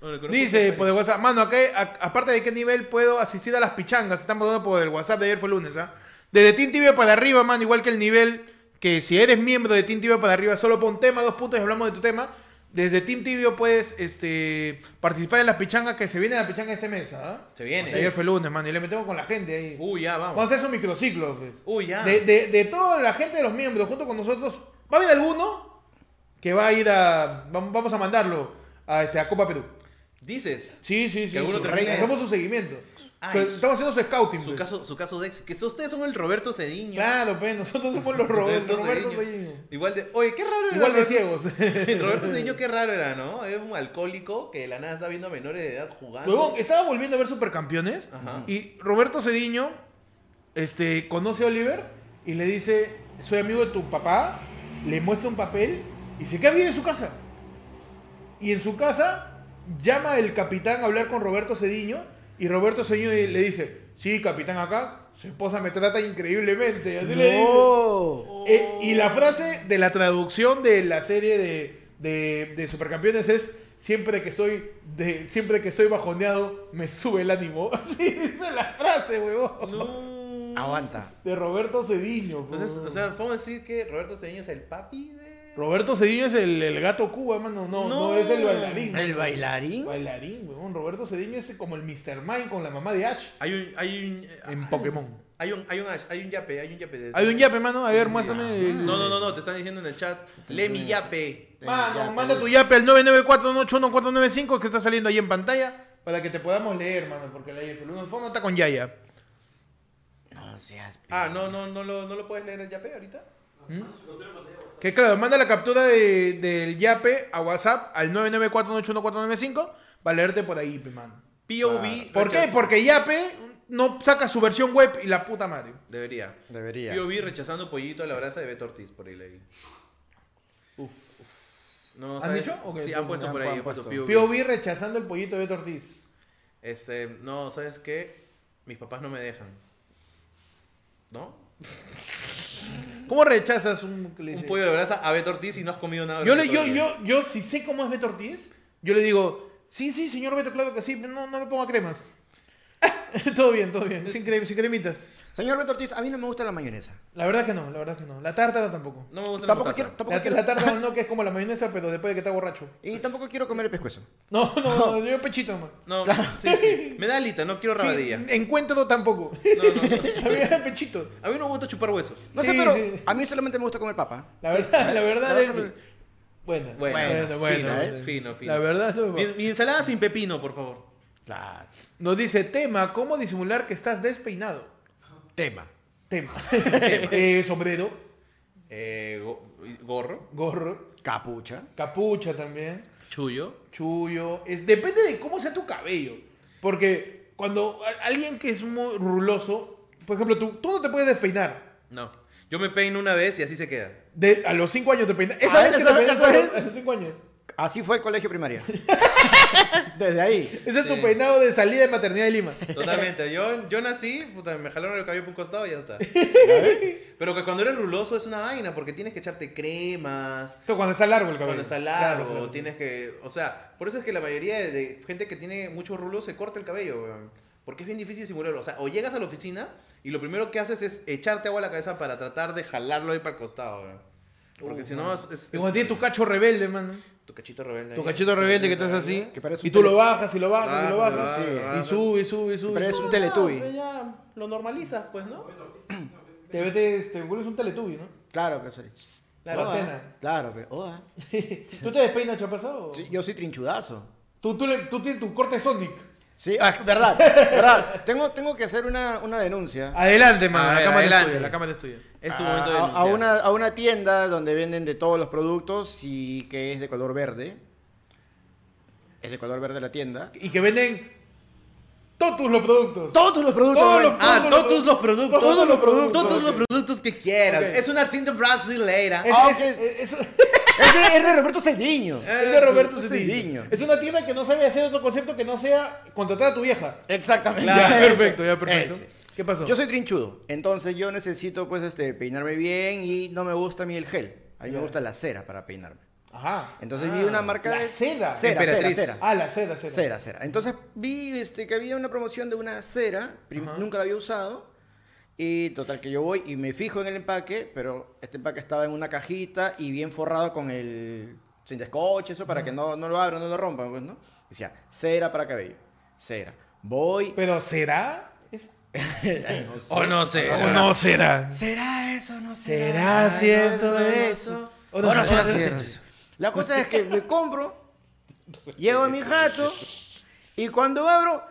Speaker 3: Bueno, conozco
Speaker 1: Dice
Speaker 3: un-
Speaker 1: por el WhatsApp, mano, acá, hay- a- aparte de qué nivel puedo asistir a las pichangas, estamos dando por el WhatsApp de ayer fue lunes, ¿ah? Desde Team Tibia para arriba, mano, igual que el nivel que si eres miembro de Team Tibia para arriba, solo pon tema, dos puntos y hablamos de tu tema. Desde Team Tibio puedes este, participar en las pichangas que se viene la pichanga este mes, ¿ah?
Speaker 3: Se viene. Uh,
Speaker 1: O sea, ayer fue lunes, mano, y le metemos con la gente ahí.
Speaker 3: Uy, ya, pues, vamos.
Speaker 1: Vamos a hacer su microciclo, pues.
Speaker 3: Uy, ya.
Speaker 1: De, de- de toda la gente de los miembros, junto con nosotros, va a haber alguno que va a ir a. vam- Vamos a mandarlo a, este, a Copa Perú.
Speaker 3: Dices.
Speaker 1: Sí, sí, sí.
Speaker 3: Que alguno
Speaker 1: sí.
Speaker 3: termine-
Speaker 1: Hacemos su seguimiento.
Speaker 3: Ah,
Speaker 1: Su-
Speaker 3: y su-
Speaker 1: estamos haciendo su scouting.
Speaker 3: Su
Speaker 1: pues.
Speaker 3: caso, su caso de ex. Que ustedes son el Roberto Cediño.
Speaker 1: Claro, pues nosotros somos los Roberto,
Speaker 3: Roberto
Speaker 1: Roberto
Speaker 3: Cediño.
Speaker 1: Cediño.
Speaker 3: Igual de. Oye, qué raro era.
Speaker 1: Igual de
Speaker 3: Roberto-
Speaker 1: ciegos.
Speaker 3: Roberto Cediño, qué raro era, ¿no? Es un alcohólico que de la nada está viendo a menores de edad jugando.
Speaker 1: Huevón, estaba volviendo a ver Supercampeones
Speaker 3: Ajá.
Speaker 1: y Roberto Cediño este, conoce a Oliver y le dice, soy amigo de tu papá, le muestra un papel y se queda bien en su casa. Y en su casa llama el capitán a hablar con Roberto Cediño y Roberto Cediño le dice, sí, capitán acá, su esposa me trata increíblemente. Y así le dice.
Speaker 2: No.
Speaker 1: Eh, y la frase de la traducción de la serie de, de- de Supercampeones es siempre que estoy de, siempre que estoy bajoneado me sube el ánimo. Así dice la frase, huevón.
Speaker 3: No.
Speaker 2: Aguanta.
Speaker 1: De Roberto Cediño.
Speaker 3: Entonces,
Speaker 1: huevón.
Speaker 3: o sea, podemos decir que Roberto Cediño es el papi de.
Speaker 1: Roberto Cediño es el, el gato Cuba, mano. No, no, es el bailarín.
Speaker 2: ¿El bailarín?
Speaker 1: Bailarín, huevón. Roberto Cediño es como el Mr. Mind con la mamá de Ash
Speaker 3: Hay un. Hay un. eh,
Speaker 1: en Pokémon.
Speaker 3: Em, Hay un. Hay un. Ash- Hay un yape. Hay un yape. de-
Speaker 1: Hay un yape, mano. A ver,
Speaker 3: Sí, sí,
Speaker 1: muéstrame.
Speaker 3: sí.
Speaker 1: el-
Speaker 3: No, no, no, no. Te están diciendo en el chat. Lee mi yape.
Speaker 1: Mano,
Speaker 2: Ya,
Speaker 1: manda
Speaker 2: pues.
Speaker 1: tu yape al 994-181-495 que está saliendo ahí en pantalla para que te podamos leer, mano, porque la el uno en fondo está con Yaya.
Speaker 2: No seas. pe-
Speaker 3: Ah, no, no, no lo, no lo puedes leer el yape ahorita.
Speaker 1: ¿Mm? Que claro, manda la captura de- del yape a WhatsApp al 994-181-495 para leerte por ahí, pe, mano.
Speaker 3: POV.
Speaker 1: ¿Por qué?
Speaker 3: Ah, rechaz-
Speaker 1: Porque yape no saca su versión web y la puta madre.
Speaker 3: Debería.
Speaker 2: Debería.
Speaker 3: POV rechazando pollito a la brasa de Beto Ortiz por ahí leí. No,
Speaker 1: ¿Han
Speaker 3: ¿sabes?
Speaker 1: dicho? ¿O qué?
Speaker 3: Sí, han puesto
Speaker 2: Han-
Speaker 3: por ahí.
Speaker 2: han
Speaker 3: Han puesto
Speaker 2: puesto.
Speaker 3: POV.
Speaker 1: POV rechazando el pollito de Beto Ortiz.
Speaker 3: Este, no, ¿sabes qué? Mis papás no me dejan. ¿No?
Speaker 1: ¿Cómo rechazas un, le
Speaker 3: Un
Speaker 1: dice?
Speaker 3: pollo de brasa a Beto Ortiz y no has comido nada.
Speaker 1: Yo, le, yo,
Speaker 3: durante todo el día.
Speaker 1: yo, yo, si sé cómo es Beto Ortiz, yo le digo, sí, sí, señor Beto, claro que sí, pero no, no me ponga cremas. todo bien, todo bien, sin, cre- sin cremitas.
Speaker 2: Señor Beto Ortiz, a mí no me gusta la mayonesa.
Speaker 1: La verdad que no, la verdad que no. La tártara tampoco.
Speaker 3: No me gusta
Speaker 2: Tampoco
Speaker 3: la
Speaker 2: quiero,
Speaker 3: mostaza.
Speaker 2: tampoco
Speaker 1: La,
Speaker 2: quiero-
Speaker 1: la tártara no, que es como la mayonesa, pero después de que está borracho.
Speaker 2: Y tampoco quiero comer el pescuezo.
Speaker 1: No, no, no yo pechito, man.
Speaker 3: No, sí, sí. Me da alita, no quiero rabadilla.
Speaker 1: Sí, encuentro tampoco.
Speaker 3: No, no, no.
Speaker 1: A mí era pechito.
Speaker 3: A mí no me gusta chupar hueso.
Speaker 2: No
Speaker 1: Sí,
Speaker 2: sé, pero
Speaker 1: sí.
Speaker 2: a mí solamente me gusta comer papa.
Speaker 1: La verdad, la verdad
Speaker 2: La
Speaker 1: es...
Speaker 2: verdad
Speaker 1: Bueno,
Speaker 3: Bueno,
Speaker 1: bueno, bueno.
Speaker 3: fino,
Speaker 1: bueno.
Speaker 3: ¿eh? Fino, fino.
Speaker 1: La verdad es...
Speaker 3: Mi, mi ensalada sin pepino, por favor.
Speaker 2: Claro.
Speaker 1: Nos dice, tema, ¿cómo disimular que estás despeinado?
Speaker 2: Tema.
Speaker 1: Tema. Eh, sombrero,
Speaker 3: Eh, go- gorro,
Speaker 1: gorro,
Speaker 2: Capucha.
Speaker 1: capucha también,
Speaker 3: chullo.
Speaker 1: chullo. Es, depende de cómo sea tu cabello. Porque cuando a- alguien que es muy ruloso, por ejemplo, tú, tú no te puedes despeinar.
Speaker 3: No. Yo me peino una vez y así se queda.
Speaker 1: De- a los 5 años te peinas. Esa
Speaker 2: Ah,
Speaker 1: vez que
Speaker 2: esa-
Speaker 1: te peinas
Speaker 2: esa
Speaker 1: a los-
Speaker 2: vez.
Speaker 1: a los 5 años.
Speaker 2: Así fue el colegio primaria. Desde ahí.
Speaker 1: Ese es tu
Speaker 3: Sí.
Speaker 1: peinado de salida de maternidad de Lima.
Speaker 3: Totalmente. Yo, yo nací, puta, me jalaron el cabello por un costado y ya está. Pero que cuando eres ruloso es una vaina, porque tienes que echarte cremas.
Speaker 1: Pero cuando está largo el cabello.
Speaker 3: Cuando está largo,
Speaker 1: Claro, claro.
Speaker 3: tienes que. O sea, por eso es que la mayoría de- de gente que tiene muchos rulos se corta el cabello, weón. Porque es bien difícil simularlo. O sea, o llegas a la oficina y lo primero que haces es echarte agua a la cabeza para tratar de jalarlo ahí para el costado, weón. Porque
Speaker 1: Uh,
Speaker 3: si no,
Speaker 1: mano.
Speaker 3: es, es-
Speaker 1: Y cuando
Speaker 3: es-
Speaker 1: tienes tu cacho rebelde, mano.
Speaker 3: tu cachito rebelde.
Speaker 1: Tu
Speaker 3: ahí.
Speaker 1: cachito rebelde que estás así.
Speaker 2: Que parece un
Speaker 1: Y tú lo
Speaker 2: tele-
Speaker 1: bajas y lo bajas y lo
Speaker 3: Baja,
Speaker 1: bajas.
Speaker 2: baja,
Speaker 1: Y
Speaker 3: baja.
Speaker 1: sube, sube, sube.
Speaker 2: Parece un
Speaker 3: Ah, pues
Speaker 2: teletubby.
Speaker 3: ya lo normalizas, pues, ¿no?
Speaker 1: Te metes, te vuelves un teletubi, ¿no?
Speaker 2: Claro, que soy.
Speaker 1: La
Speaker 2: Oda.
Speaker 1: antena.
Speaker 2: Claro, que. Oda.
Speaker 1: ¿Tú te despeinas, chapasado?
Speaker 2: Sí, yo soy trinchudazo.
Speaker 1: Tú, tú, le- tú tienes tu corte Sonic.
Speaker 2: Sí, ah, verdad, verdad. Tengo, tengo que hacer una, una denuncia.
Speaker 1: Adelante, mano.
Speaker 3: A
Speaker 1: la
Speaker 3: ver,
Speaker 1: cámara
Speaker 3: adelante.
Speaker 1: es tuya. La cámara es tuya.
Speaker 3: este Es tu
Speaker 2: a-
Speaker 3: momento de
Speaker 2: Ah, a, a
Speaker 3: denunciar.
Speaker 2: una, a una tienda donde venden de todos los productos y que es de color verde. Es de color verde la tienda.
Speaker 1: Y que venden Todos los productos.
Speaker 2: Todos los productos.
Speaker 1: Todos
Speaker 2: Rubén.
Speaker 1: los-
Speaker 5: Ah,
Speaker 1: Todos
Speaker 5: todos los productos.
Speaker 1: todos los productos,
Speaker 5: Todos los
Speaker 1: ok.
Speaker 5: productos que quieran.
Speaker 1: Ok. Eh,
Speaker 5: Es una tinta brasileira.
Speaker 1: Es,
Speaker 2: Ah,
Speaker 1: es- es- es-
Speaker 2: Es de, es de Roberto Cediño.
Speaker 1: es de Roberto
Speaker 2: Roberto
Speaker 1: Cedillo.
Speaker 2: Cedillo.
Speaker 1: Es una tienda que no sabe hacer otro concepto que no sea contratar a tu vieja.
Speaker 2: Exactamente.
Speaker 1: Ya, perfecto, ya, perfecto.
Speaker 2: Ese.
Speaker 1: ¿Qué pasó?
Speaker 2: Yo soy trinchudo, entonces yo necesito pues este peinarme bien y no me gusta a mí el gel. A mí
Speaker 1: Ya.
Speaker 2: me gusta la cera para peinarme.
Speaker 1: Ajá.
Speaker 2: Entonces
Speaker 1: Ah,
Speaker 2: vi una marca
Speaker 1: la
Speaker 2: de cera,
Speaker 1: seda.
Speaker 2: cera,
Speaker 5: Emperatriz.
Speaker 2: cera.
Speaker 1: Ah, la seda, seda.
Speaker 2: Cera, cera. Entonces vi este, que había una promoción de una cera, prim-
Speaker 1: Ajá.
Speaker 2: nunca la había usado. Y total que yo voy y me fijo en el empaque, pero este empaque estaba en una cajita y bien forrado con el sin descoche, eso para que no, no lo abran, no lo rompan, pues, ¿no? Decía, cera para cabello, cera. Voy.
Speaker 1: Pero ¿será? Es-
Speaker 5: O no sé.
Speaker 1: ¿O no será?
Speaker 2: ¿Será eso? ¿No
Speaker 1: ¿Será cierto eso?
Speaker 2: ¿O no, será cierto eso? La cosa es que me compro, llego a mi jato y cuando abro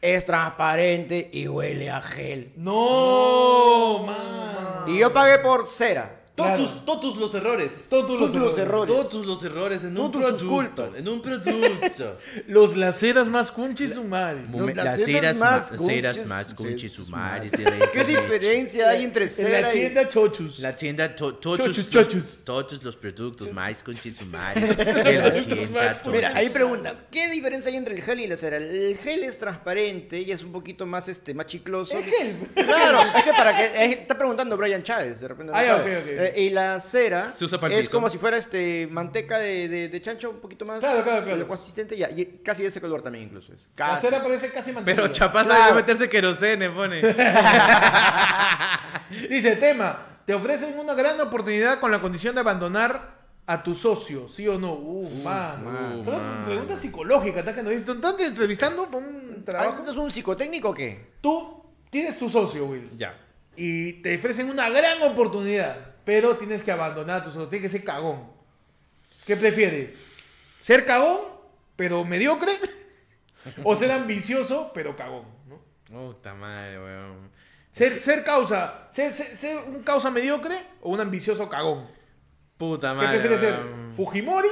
Speaker 2: es transparente y huele a gel.
Speaker 1: No, man.
Speaker 2: Y yo pagué por cera.
Speaker 5: Todos,
Speaker 1: Claro.
Speaker 5: todos los errores.
Speaker 1: Todos los,
Speaker 2: Todos los
Speaker 1: errores.
Speaker 2: errores.
Speaker 5: Todos los errores en un
Speaker 2: Todos sus
Speaker 5: producto.
Speaker 2: culpas.
Speaker 5: En un producto.
Speaker 1: Los laceras más cunchis su madre.
Speaker 2: Momen- Las las ceras ceras más más- ceras conchis- más
Speaker 5: conchis
Speaker 2: conchis su madre. ¿Qué diferencia hay entre
Speaker 1: En la
Speaker 2: cera y...
Speaker 1: tienda chochus.
Speaker 3: La tienda, to- todos,
Speaker 1: Chochos,
Speaker 3: los,
Speaker 1: chochos.
Speaker 3: todos los productos más con chisumares de la tienda. todos.
Speaker 2: Mira, ahí preguntan, ¿qué diferencia hay entre el gel y la cera? El gel es transparente y es un poquito más, este, más chicloso.
Speaker 1: Es gel.
Speaker 2: Claro, es que para que es- está preguntando Brian Chávez, de repente no
Speaker 1: Ah, ya,
Speaker 2: sabe.
Speaker 1: ok, ok.
Speaker 2: Eh, y la cera
Speaker 3: Se usa para el
Speaker 2: es
Speaker 3: piso.
Speaker 2: como si fuera este manteca de, de- de chancho un poquito más
Speaker 1: Claro, claro, claro.
Speaker 2: consistente y, y casi de ese color también incluso es.
Speaker 1: La
Speaker 2: Casi.
Speaker 1: cera parece casi mantequilla.
Speaker 3: Pero Chapaza
Speaker 2: Claro.
Speaker 3: debe meterse querosene, pone.
Speaker 1: Dice, tema, te ofrecen una gran oportunidad con la condición de abandonar a tu socio, ¿sí o no? Uh, man.
Speaker 2: man.
Speaker 1: Toda tu pregunta psicológica, ¿tá? que nos dicen, ¿estás entrevistando por un
Speaker 2: Ah,
Speaker 1: trabajo?
Speaker 2: ¿entonces es un psicotécnico o qué?
Speaker 1: Tú tienes tu socio, Will.
Speaker 3: Ya.
Speaker 1: Y te ofrecen una gran oportunidad, pero tienes que abandonar a tu socio, tienes que ser cagón. ¿Qué prefieres? ¿Ser cagón, pero mediocre? ¿O ser ambicioso, pero cagón? ¿no?
Speaker 3: Puta madre, weón.
Speaker 1: Ser, ser causa, ser, ser- ser un causa mediocre o un ambicioso cagón.
Speaker 3: Puta
Speaker 1: ¿Qué
Speaker 3: madre. um,
Speaker 1: prefieres ser?
Speaker 3: weón.
Speaker 1: ¿Fujimori?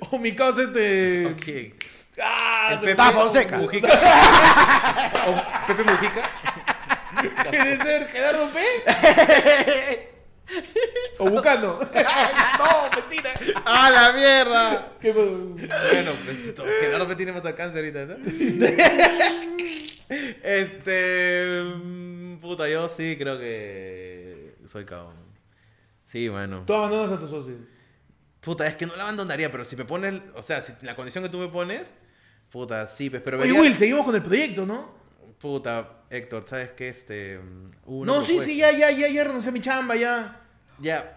Speaker 1: ¿O mi causa este.
Speaker 3: Ok.
Speaker 1: ¡Ah!
Speaker 3: El
Speaker 1: se
Speaker 3: Pepe
Speaker 1: me-
Speaker 2: Fonseca.
Speaker 3: Mujica.
Speaker 5: Pepe Mujica.
Speaker 1: ¿Quieres ser Gerardo P? ¿O Bucano? no, mentira.
Speaker 3: ¡A la mierda!
Speaker 1: ¿Qué pasó?
Speaker 5: Bueno, pues to- Gerardo me tiene más alcance ahorita, ¿no?
Speaker 3: Este. mm, Puta, yo sí creo que. Soy cabrón. Sí, mano.
Speaker 1: Tú abandonas a tus socios.
Speaker 3: Puta, es que no la abandonaría, pero si me pones. O sea, si la condición que tú me pones. Puta, sí, pues, pero
Speaker 1: Oye,
Speaker 3: vería-
Speaker 1: Will, seguimos con el proyecto, ¿no?
Speaker 3: Puta, Héctor, ¿sabes qué? Este. mm, hubo una
Speaker 1: No, sí, sí, ya,
Speaker 3: propuesta.
Speaker 1: ya, ya, ya renuncié a mi chamba, ya.
Speaker 3: Ya.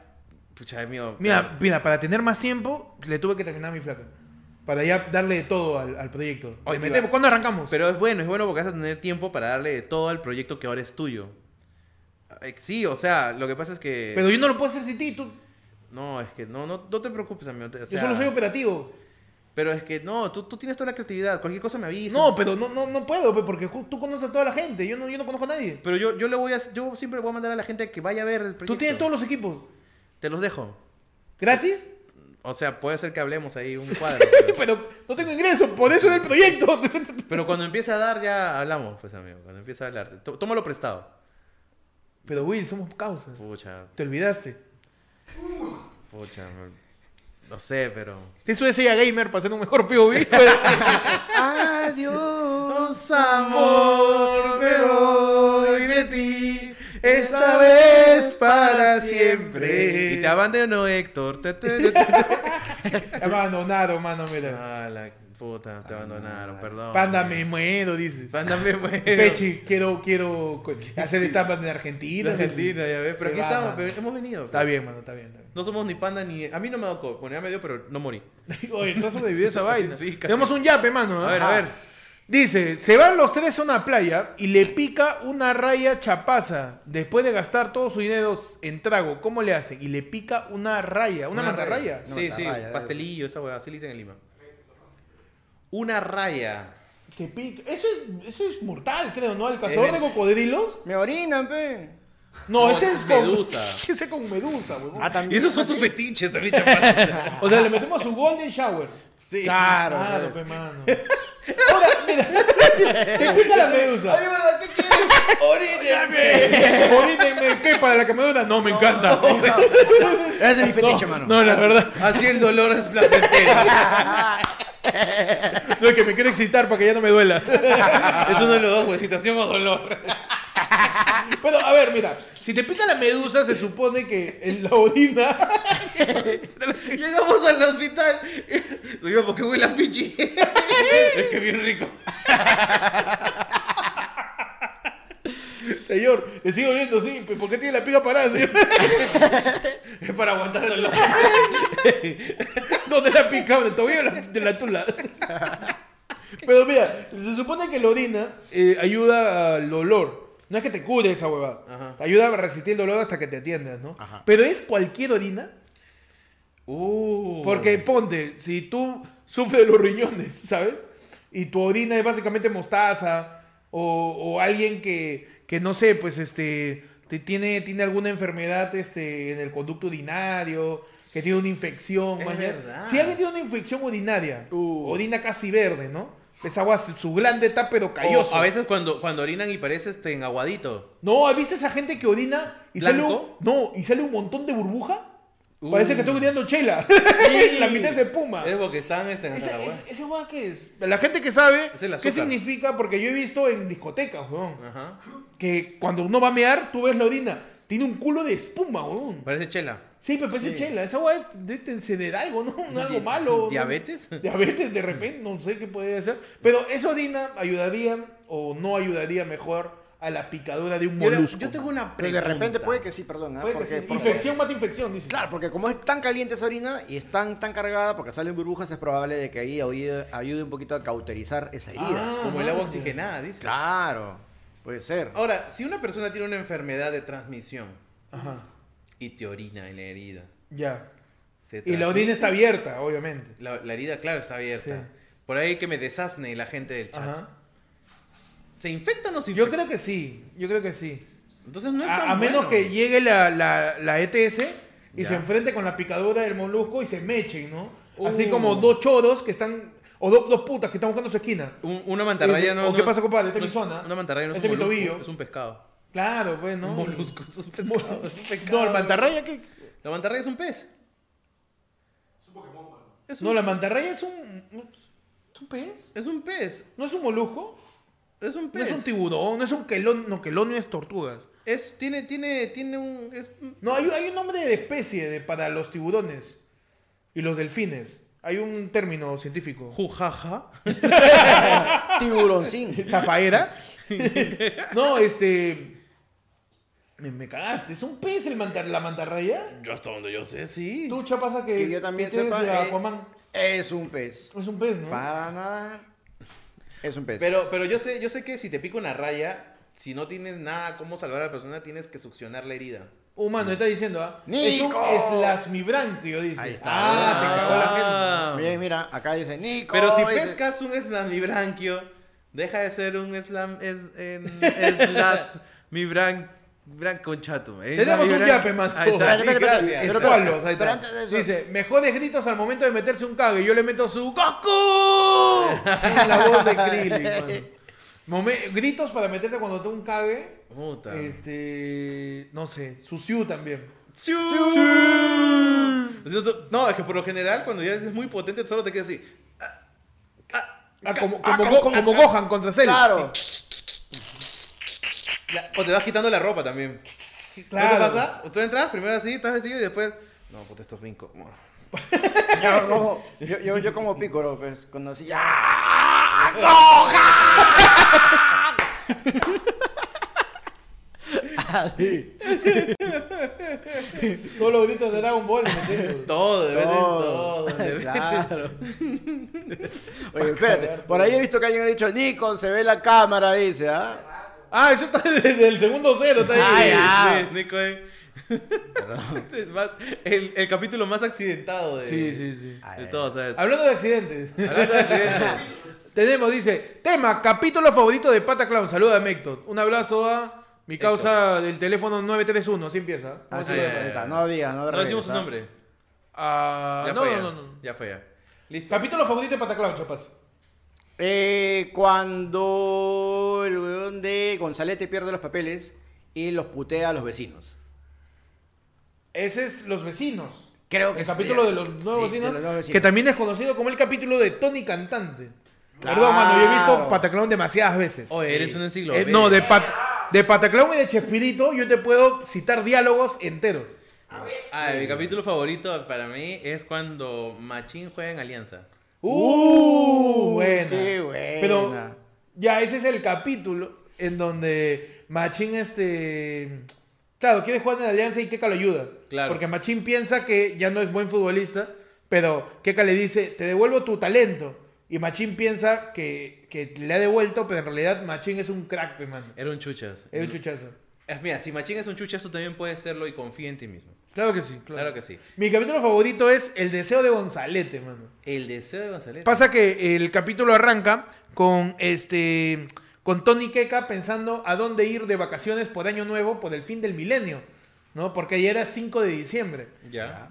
Speaker 3: Pucha, es mío.
Speaker 1: Mira, mira, para tener más tiempo, le tuve que terminar a mi flaca. Para ya darle todo al, al proyecto.
Speaker 3: Oye,
Speaker 1: Le metemos-
Speaker 3: iba-
Speaker 1: ¿Cuándo arrancamos?
Speaker 3: Pero es bueno, es bueno porque vas a tener tiempo para darle de todo al proyecto que ahora es tuyo. Eh, Sí, o sea, lo que pasa es que.
Speaker 1: Pero yo no lo puedo hacer sin ti, tú.
Speaker 3: No, es que no, no, no te preocupes, amigo. te- o
Speaker 1: yo
Speaker 3: sea,
Speaker 1: solo soy operativo.
Speaker 3: Pero es que no, tú, tú tienes toda la creatividad. Cualquier cosa me avisas.
Speaker 1: No, pero no, no, no puedo, pe, porque ju- tú conoces a toda la gente. Yo no, yo no conozco a nadie.
Speaker 3: Pero yo, yo le voy a. Yo siempre voy a mandar a la gente que vaya a ver el
Speaker 1: Tú
Speaker 3: proyecto.
Speaker 1: tienes todos los equipos.
Speaker 3: Te los dejo.
Speaker 1: ¿Gratis?
Speaker 3: O sea, puede ser que hablemos ahí un cuadro.
Speaker 1: Pero no tengo ingresos, por eso es el proyecto.
Speaker 3: pero cuando empieza a dar, ya hablamos, pues, amigo. Cuando empieza a hablar. Tó- Tómalo prestado.
Speaker 1: pero Will, somos causas.
Speaker 3: Pucha,
Speaker 1: Te olvidaste.
Speaker 3: pucha. me- No sé, pero.
Speaker 1: Eso es ella gamer para ser un mejor POV.
Speaker 2: Adiós.
Speaker 1: amor,
Speaker 3: te doy
Speaker 1: de ti,
Speaker 3: esta vez para siempre. Y te abandonó Héctor. Te- te- te- te- te-
Speaker 1: Abandonado, mano, mira.
Speaker 3: Ah, la puta, te abandonaron, perdón.
Speaker 1: Panda me muero, dice.
Speaker 3: Panda me muero.
Speaker 1: Pechi, quiero, quiero co- hacer estampas en Argentina.
Speaker 3: Argentina, ya ves. Pero
Speaker 1: Se
Speaker 3: aquí
Speaker 1: va,
Speaker 3: estamos,
Speaker 1: mano.
Speaker 3: pero hemos venido.
Speaker 1: Está bien, mano, está bien, está bien.
Speaker 3: No somos ni panda ni. A mí no me da COVID. Bueno, ya me dio, pero no morí.
Speaker 1: Oye, tú has sobrevivido a esa vaina.
Speaker 3: Sí, casi.
Speaker 1: Tenemos un yape, mano. ¿eh?
Speaker 3: A ver, a
Speaker 1: Ajá.
Speaker 3: ver.
Speaker 1: Dice, se van los tres a una playa y le pica una raya chapaza después de gastar todo su dinero en trago. ¿Cómo le hacen? Y le pica una raya, una, mantarraya.
Speaker 2: Una
Speaker 3: Sí, sí,
Speaker 2: mantarraya,
Speaker 3: pastelillo, esa hueá. Así le dicen en Lima. Una raya.
Speaker 1: Te pica. Eso es, eso es mortal, creo, ¿no? ¿El cazador
Speaker 3: Eh,
Speaker 1: de cocodrilos?
Speaker 2: Me orinan, pe.
Speaker 1: No,
Speaker 3: No,
Speaker 1: ese es
Speaker 3: es
Speaker 1: con
Speaker 3: medusa.
Speaker 1: Ese con medusa, huevón.
Speaker 2: Ah, también.
Speaker 3: Y esos son tus fetiches también, chaval.
Speaker 1: O sea, le metemos su golden shower.
Speaker 3: Sí.
Speaker 2: Claro.
Speaker 1: Claro,
Speaker 2: pe.
Speaker 1: pe mano. Te pica la medusa.
Speaker 6: Ayuda, ¿qué quieres? ¡Orínenme!
Speaker 1: Jodídenme, ¿qué? Para la que me duda. No, me encanta.
Speaker 2: Ese es mi fetiche, mano.
Speaker 1: No, la verdad.
Speaker 3: Así el dolor es placentero.
Speaker 1: No, es que me quiero excitar para que ya no me duela.
Speaker 3: es uno de los dos, o excitación o dolor.
Speaker 1: Bueno, a ver, mira. Si te pica la medusa, se supone que en la orina.
Speaker 3: Llegamos al hospital. Digo, ¿por qué huele a pichi? es que bien rico.
Speaker 1: Señor, le sigo viendo, sí. ¿Por qué tiene la pica parada, señor?
Speaker 3: Es para aguantar el dolor.
Speaker 1: ¿Dónde la pica? ¿Del tobillo o la- de la tula? Pero mira, se supone que la orina eh, ayuda al dolor. No es que te cure esa huevada.
Speaker 3: Ajá.
Speaker 1: Te ayuda a resistir el dolor hasta que te atiendas, ¿no?
Speaker 2: Ajá.
Speaker 1: Pero es cualquier orina.
Speaker 3: Uh.
Speaker 1: Porque ponte, si tú sufres de los riñones, ¿sabes? Y tu orina es básicamente mostaza o, o alguien que, que no sé, pues este te tiene, tiene alguna enfermedad este, en el conducto urinario, que tiene una infección,
Speaker 3: Es
Speaker 1: mañas.
Speaker 3: verdad.
Speaker 1: Si alguien tiene una infección urinaria,
Speaker 2: Uh.
Speaker 1: orina casi verde, ¿no? Es agua, su glande está pero calloso.
Speaker 3: O Oh, a veces cuando, cuando orinan y parece este, en aguadito.
Speaker 1: No, ¿has visto esa gente que orina y sale un,
Speaker 3: ¿Blanco?
Speaker 1: no, y sale un montón de burbuja?
Speaker 3: Uh.
Speaker 1: Parece que estoy orinando chela. La mitad se espuma.
Speaker 3: Es porque están este, en
Speaker 1: Esa,
Speaker 3: la
Speaker 1: esa, esa hueá que es. La gente que sabe
Speaker 3: Es el
Speaker 1: qué
Speaker 3: azúcar. Ah.
Speaker 1: significa, porque yo he visto en discotecas, weón,
Speaker 3: Ajá.
Speaker 1: que cuando uno va a mear, tú ves la orina. Tiene un culo de espuma, weón.
Speaker 3: Parece chela.
Speaker 1: Sí, pero parece chela. Esa hueá debe tener algo, ¿no? No, algo malo. ¿no?
Speaker 3: ¿Diabetes?
Speaker 1: Diabetes, de repente, no sé qué podría ser. Pero esa orina ayudaría o no ayudaría mejor a la picadura de un
Speaker 3: Yo,
Speaker 1: molusco.
Speaker 3: yo tengo una
Speaker 2: Pero de
Speaker 3: pregunta.
Speaker 2: repente puede que sí, perdón. ¿ah?
Speaker 1: Puede que
Speaker 2: Porque-
Speaker 1: sí.
Speaker 2: porque-
Speaker 1: infección mata infección, dice.
Speaker 2: Claro, porque como es tan caliente esa orina y es tan, tan cargada, porque salen burbujas, es probable de que ahí ayude, ayude un poquito a cauterizar esa herida.
Speaker 1: Ah,
Speaker 3: Como el agua
Speaker 1: madre.
Speaker 3: oxigenada, dice.
Speaker 2: Claro, puede ser.
Speaker 3: Ahora, si una persona tiene una enfermedad de transmisión
Speaker 1: Ajá.
Speaker 3: y te orina en la herida.
Speaker 1: Ya.
Speaker 3: se
Speaker 1: Y la
Speaker 3: transmite-
Speaker 1: orina está abierta, obviamente.
Speaker 3: La, la herida, claro, está abierta.
Speaker 1: Sí.
Speaker 3: Por ahí que me desasne la gente del chat.
Speaker 1: Ajá.
Speaker 3: ¿Se infecta o no se
Speaker 1: Yo
Speaker 3: infecta?
Speaker 1: creo que sí, yo creo que sí.
Speaker 3: Entonces no es tan
Speaker 1: a, a menos
Speaker 3: bueno.
Speaker 1: que llegue la, la, la ETS y
Speaker 3: Ya.
Speaker 1: se enfrente con la picadura del molusco y se mechen, ¿no?
Speaker 3: Uh.
Speaker 1: Así como dos choros que están, o do- dos putas que están buscando su esquina.
Speaker 3: Un- una mantarraya
Speaker 1: Dice,
Speaker 3: no.
Speaker 1: Eh, ¿o
Speaker 3: no-
Speaker 1: qué pasa, compadre? Esta es
Speaker 3: no
Speaker 1: mi zona.
Speaker 3: Una mantarraya no es
Speaker 1: Este
Speaker 3: un
Speaker 1: es mi
Speaker 3: molusco,
Speaker 1: tobillo.
Speaker 3: Es un pescado.
Speaker 1: Claro, pues, ¿no?
Speaker 3: Un molusco es un pescado. es un pescado.
Speaker 1: No, la mantarraya que...
Speaker 3: La mantarraya es un pez. Es un
Speaker 1: No,
Speaker 3: Pokémon,
Speaker 1: la mantarraya es un... ¿Es un pez?
Speaker 3: Es un pez.
Speaker 1: ¿No es un molusco?
Speaker 3: Es un
Speaker 1: No
Speaker 3: pez.
Speaker 1: es un tiburón, no es un quelón, no, quelonio es tortugas.
Speaker 3: Es- tiene, tiene, tiene un. Es,
Speaker 1: No, hay, hay un nombre de especie de, para los tiburones y los delfines. Hay un término científico.
Speaker 3: Jujaja.
Speaker 2: Tiburoncín.
Speaker 1: ¿Zafaera? no, este. Me, me cagaste. ¿Es un pez el mantar- la mantarraya?
Speaker 3: Yo hasta donde yo sé, sí.
Speaker 1: Tú, chapaza, que.
Speaker 2: Que yo también
Speaker 1: que tienes
Speaker 2: sepa,
Speaker 1: la
Speaker 2: eh,
Speaker 1: Aquaman.
Speaker 2: Es un pez.
Speaker 1: Es un pez, ¿no?
Speaker 2: Para nadar. Es un pez.
Speaker 3: Pero, pero yo sé, yo sé que si te pica una raya, si no tienes nada cómo salvar a la persona, tienes que succionar la herida.
Speaker 1: Humano, está diciendo, ¿ah? Es un
Speaker 2: ¡Nico!
Speaker 1: eslasmibranquio, dice.
Speaker 2: Ahí está.
Speaker 1: Ah, te cagó la gente.
Speaker 3: Ah.
Speaker 2: Bien, mira, acá dice Nico.
Speaker 3: Pero si
Speaker 2: dice-
Speaker 3: pescas un eslamibranquio, deja de ser un eslam... Es, en, eslasmibran... Bran con chato. eh,
Speaker 1: Tenemos un
Speaker 3: eslamibran-
Speaker 1: yape, man.
Speaker 3: Ahí está,
Speaker 2: Espérate, espérate,
Speaker 3: gracias.
Speaker 2: espérate. Pero, pero,
Speaker 1: Escualos, ahí
Speaker 2: pero
Speaker 1: está.
Speaker 2: antes de eso-
Speaker 1: Dice, mejores gritos al momento de meterse un cague. Yo le meto su ¡Goku! En la voz de Krillin, mano. Momen- gritos para meterte cuando te un cague.
Speaker 3: Puta.
Speaker 1: Este. No sé, Suciu también.
Speaker 3: Siu. O sea, tú- No, es que por lo general, cuando ya es muy potente, solo te quedas así.
Speaker 1: Ah, como,
Speaker 2: ah,
Speaker 1: como,
Speaker 2: como-
Speaker 1: Go-
Speaker 2: como-
Speaker 1: como Gohan contra Cell.
Speaker 2: Claro.
Speaker 3: La- O te vas quitando la ropa también. ¿No
Speaker 1: Claro.
Speaker 3: te pasa? Tú entras primero así, estás vestido y después... No, puta, estos brincos.
Speaker 2: Yo como, yo, yo, yo como pícoro, pues, cuando así. ¡Ah! ¡Coja! Así.
Speaker 1: Todos los gritos de Dragon Ball. ¿me entiendes?
Speaker 3: Todo, de vez en
Speaker 2: Todo.
Speaker 3: todo. de vez en-
Speaker 2: Claro. Oye, espérate. Por ahí he visto que alguien ha dicho, Nikon, se ve la cámara, dice, ¿ah?
Speaker 1: ah, eso está desde el segundo cero. Está ahí.
Speaker 2: Ay, ah.
Speaker 3: Sí, Nico, eh. Este es más- el, el capítulo más accidentado de,
Speaker 1: Sí, sí, sí.
Speaker 3: de todo, o sea,
Speaker 1: Hablando de accidentes.
Speaker 3: hablando de accidentes.
Speaker 1: Tenemos, dice, tema, capítulo favorito de Pata Clown. Saluda a Mectot. Un abrazo a mi causa del teléfono 931. Así empieza.
Speaker 2: Ah, sí,
Speaker 3: Ay, ay,
Speaker 2: ahí está.
Speaker 3: ay.
Speaker 2: No digas, no
Speaker 3: No
Speaker 2: reveles,
Speaker 3: decimos su
Speaker 2: ¿ah?
Speaker 3: nombre.
Speaker 1: Ah,
Speaker 3: Ya
Speaker 1: no,
Speaker 3: fue ya.
Speaker 1: Ah, no, no, no.
Speaker 3: Ya fue ya. Listo.
Speaker 1: Capítulo favorito de Pataclown, chapas.
Speaker 2: Eh, cuando el weón de Gonzalete pierde los papeles y los putea a los vecinos.
Speaker 1: Ese es Los Vecinos.
Speaker 2: Creo que
Speaker 1: El
Speaker 2: sí.
Speaker 1: capítulo de los nuevos
Speaker 2: Sí, de
Speaker 1: vecinos,
Speaker 2: Los Nuevos Vecinos.
Speaker 1: que también es conocido como el capítulo de Tony Cantante.
Speaker 2: Claro.
Speaker 1: Perdón, mano, yo he visto Pataclown demasiadas veces.
Speaker 3: Oye,
Speaker 2: Sí.
Speaker 3: eres un enciclopedia.
Speaker 1: Eh, no, de, Pat- de Pataclown y de Chespirito yo te puedo citar diálogos enteros.
Speaker 3: Ah, mi capítulo favorito para mí es cuando Machín juega en Alianza.
Speaker 1: Uh, buena.
Speaker 2: qué buena.
Speaker 3: Eh,
Speaker 1: Pero ya ese es el capítulo en donde Machín este claro, quiere jugar en Alianza y Keka lo ayuda.
Speaker 3: Claro.
Speaker 1: Porque Machín piensa que ya no es buen futbolista, pero Keka le dice, "Te devuelvo tu talento." Y Machín piensa que, que le ha devuelto, pero en realidad Machín es un crack, hermano.
Speaker 3: Era un chuchas.
Speaker 1: Es un chuchazo.
Speaker 3: Eh, Mira, si Machín es un chuchas, tú también puedes serlo y confía en ti mismo.
Speaker 1: Claro que sí,
Speaker 3: Claro que sí.
Speaker 1: Mi capítulo favorito es El deseo de Gonzalete, mano.
Speaker 3: El deseo de González.
Speaker 1: Pasa que el capítulo arranca con este con Tony Queca pensando a dónde ir de vacaciones por año nuevo por el fin del milenio, ¿no? Porque ayer era 5 de diciembre.
Speaker 3: Ya.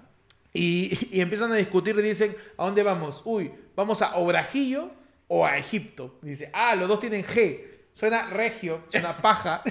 Speaker 1: Y, y empiezan a discutir y dicen, ¿a dónde vamos? Uy, vamos a Obrajillo o a Egipto. Dice, ah, los dos tienen G. Suena regio, suena paja.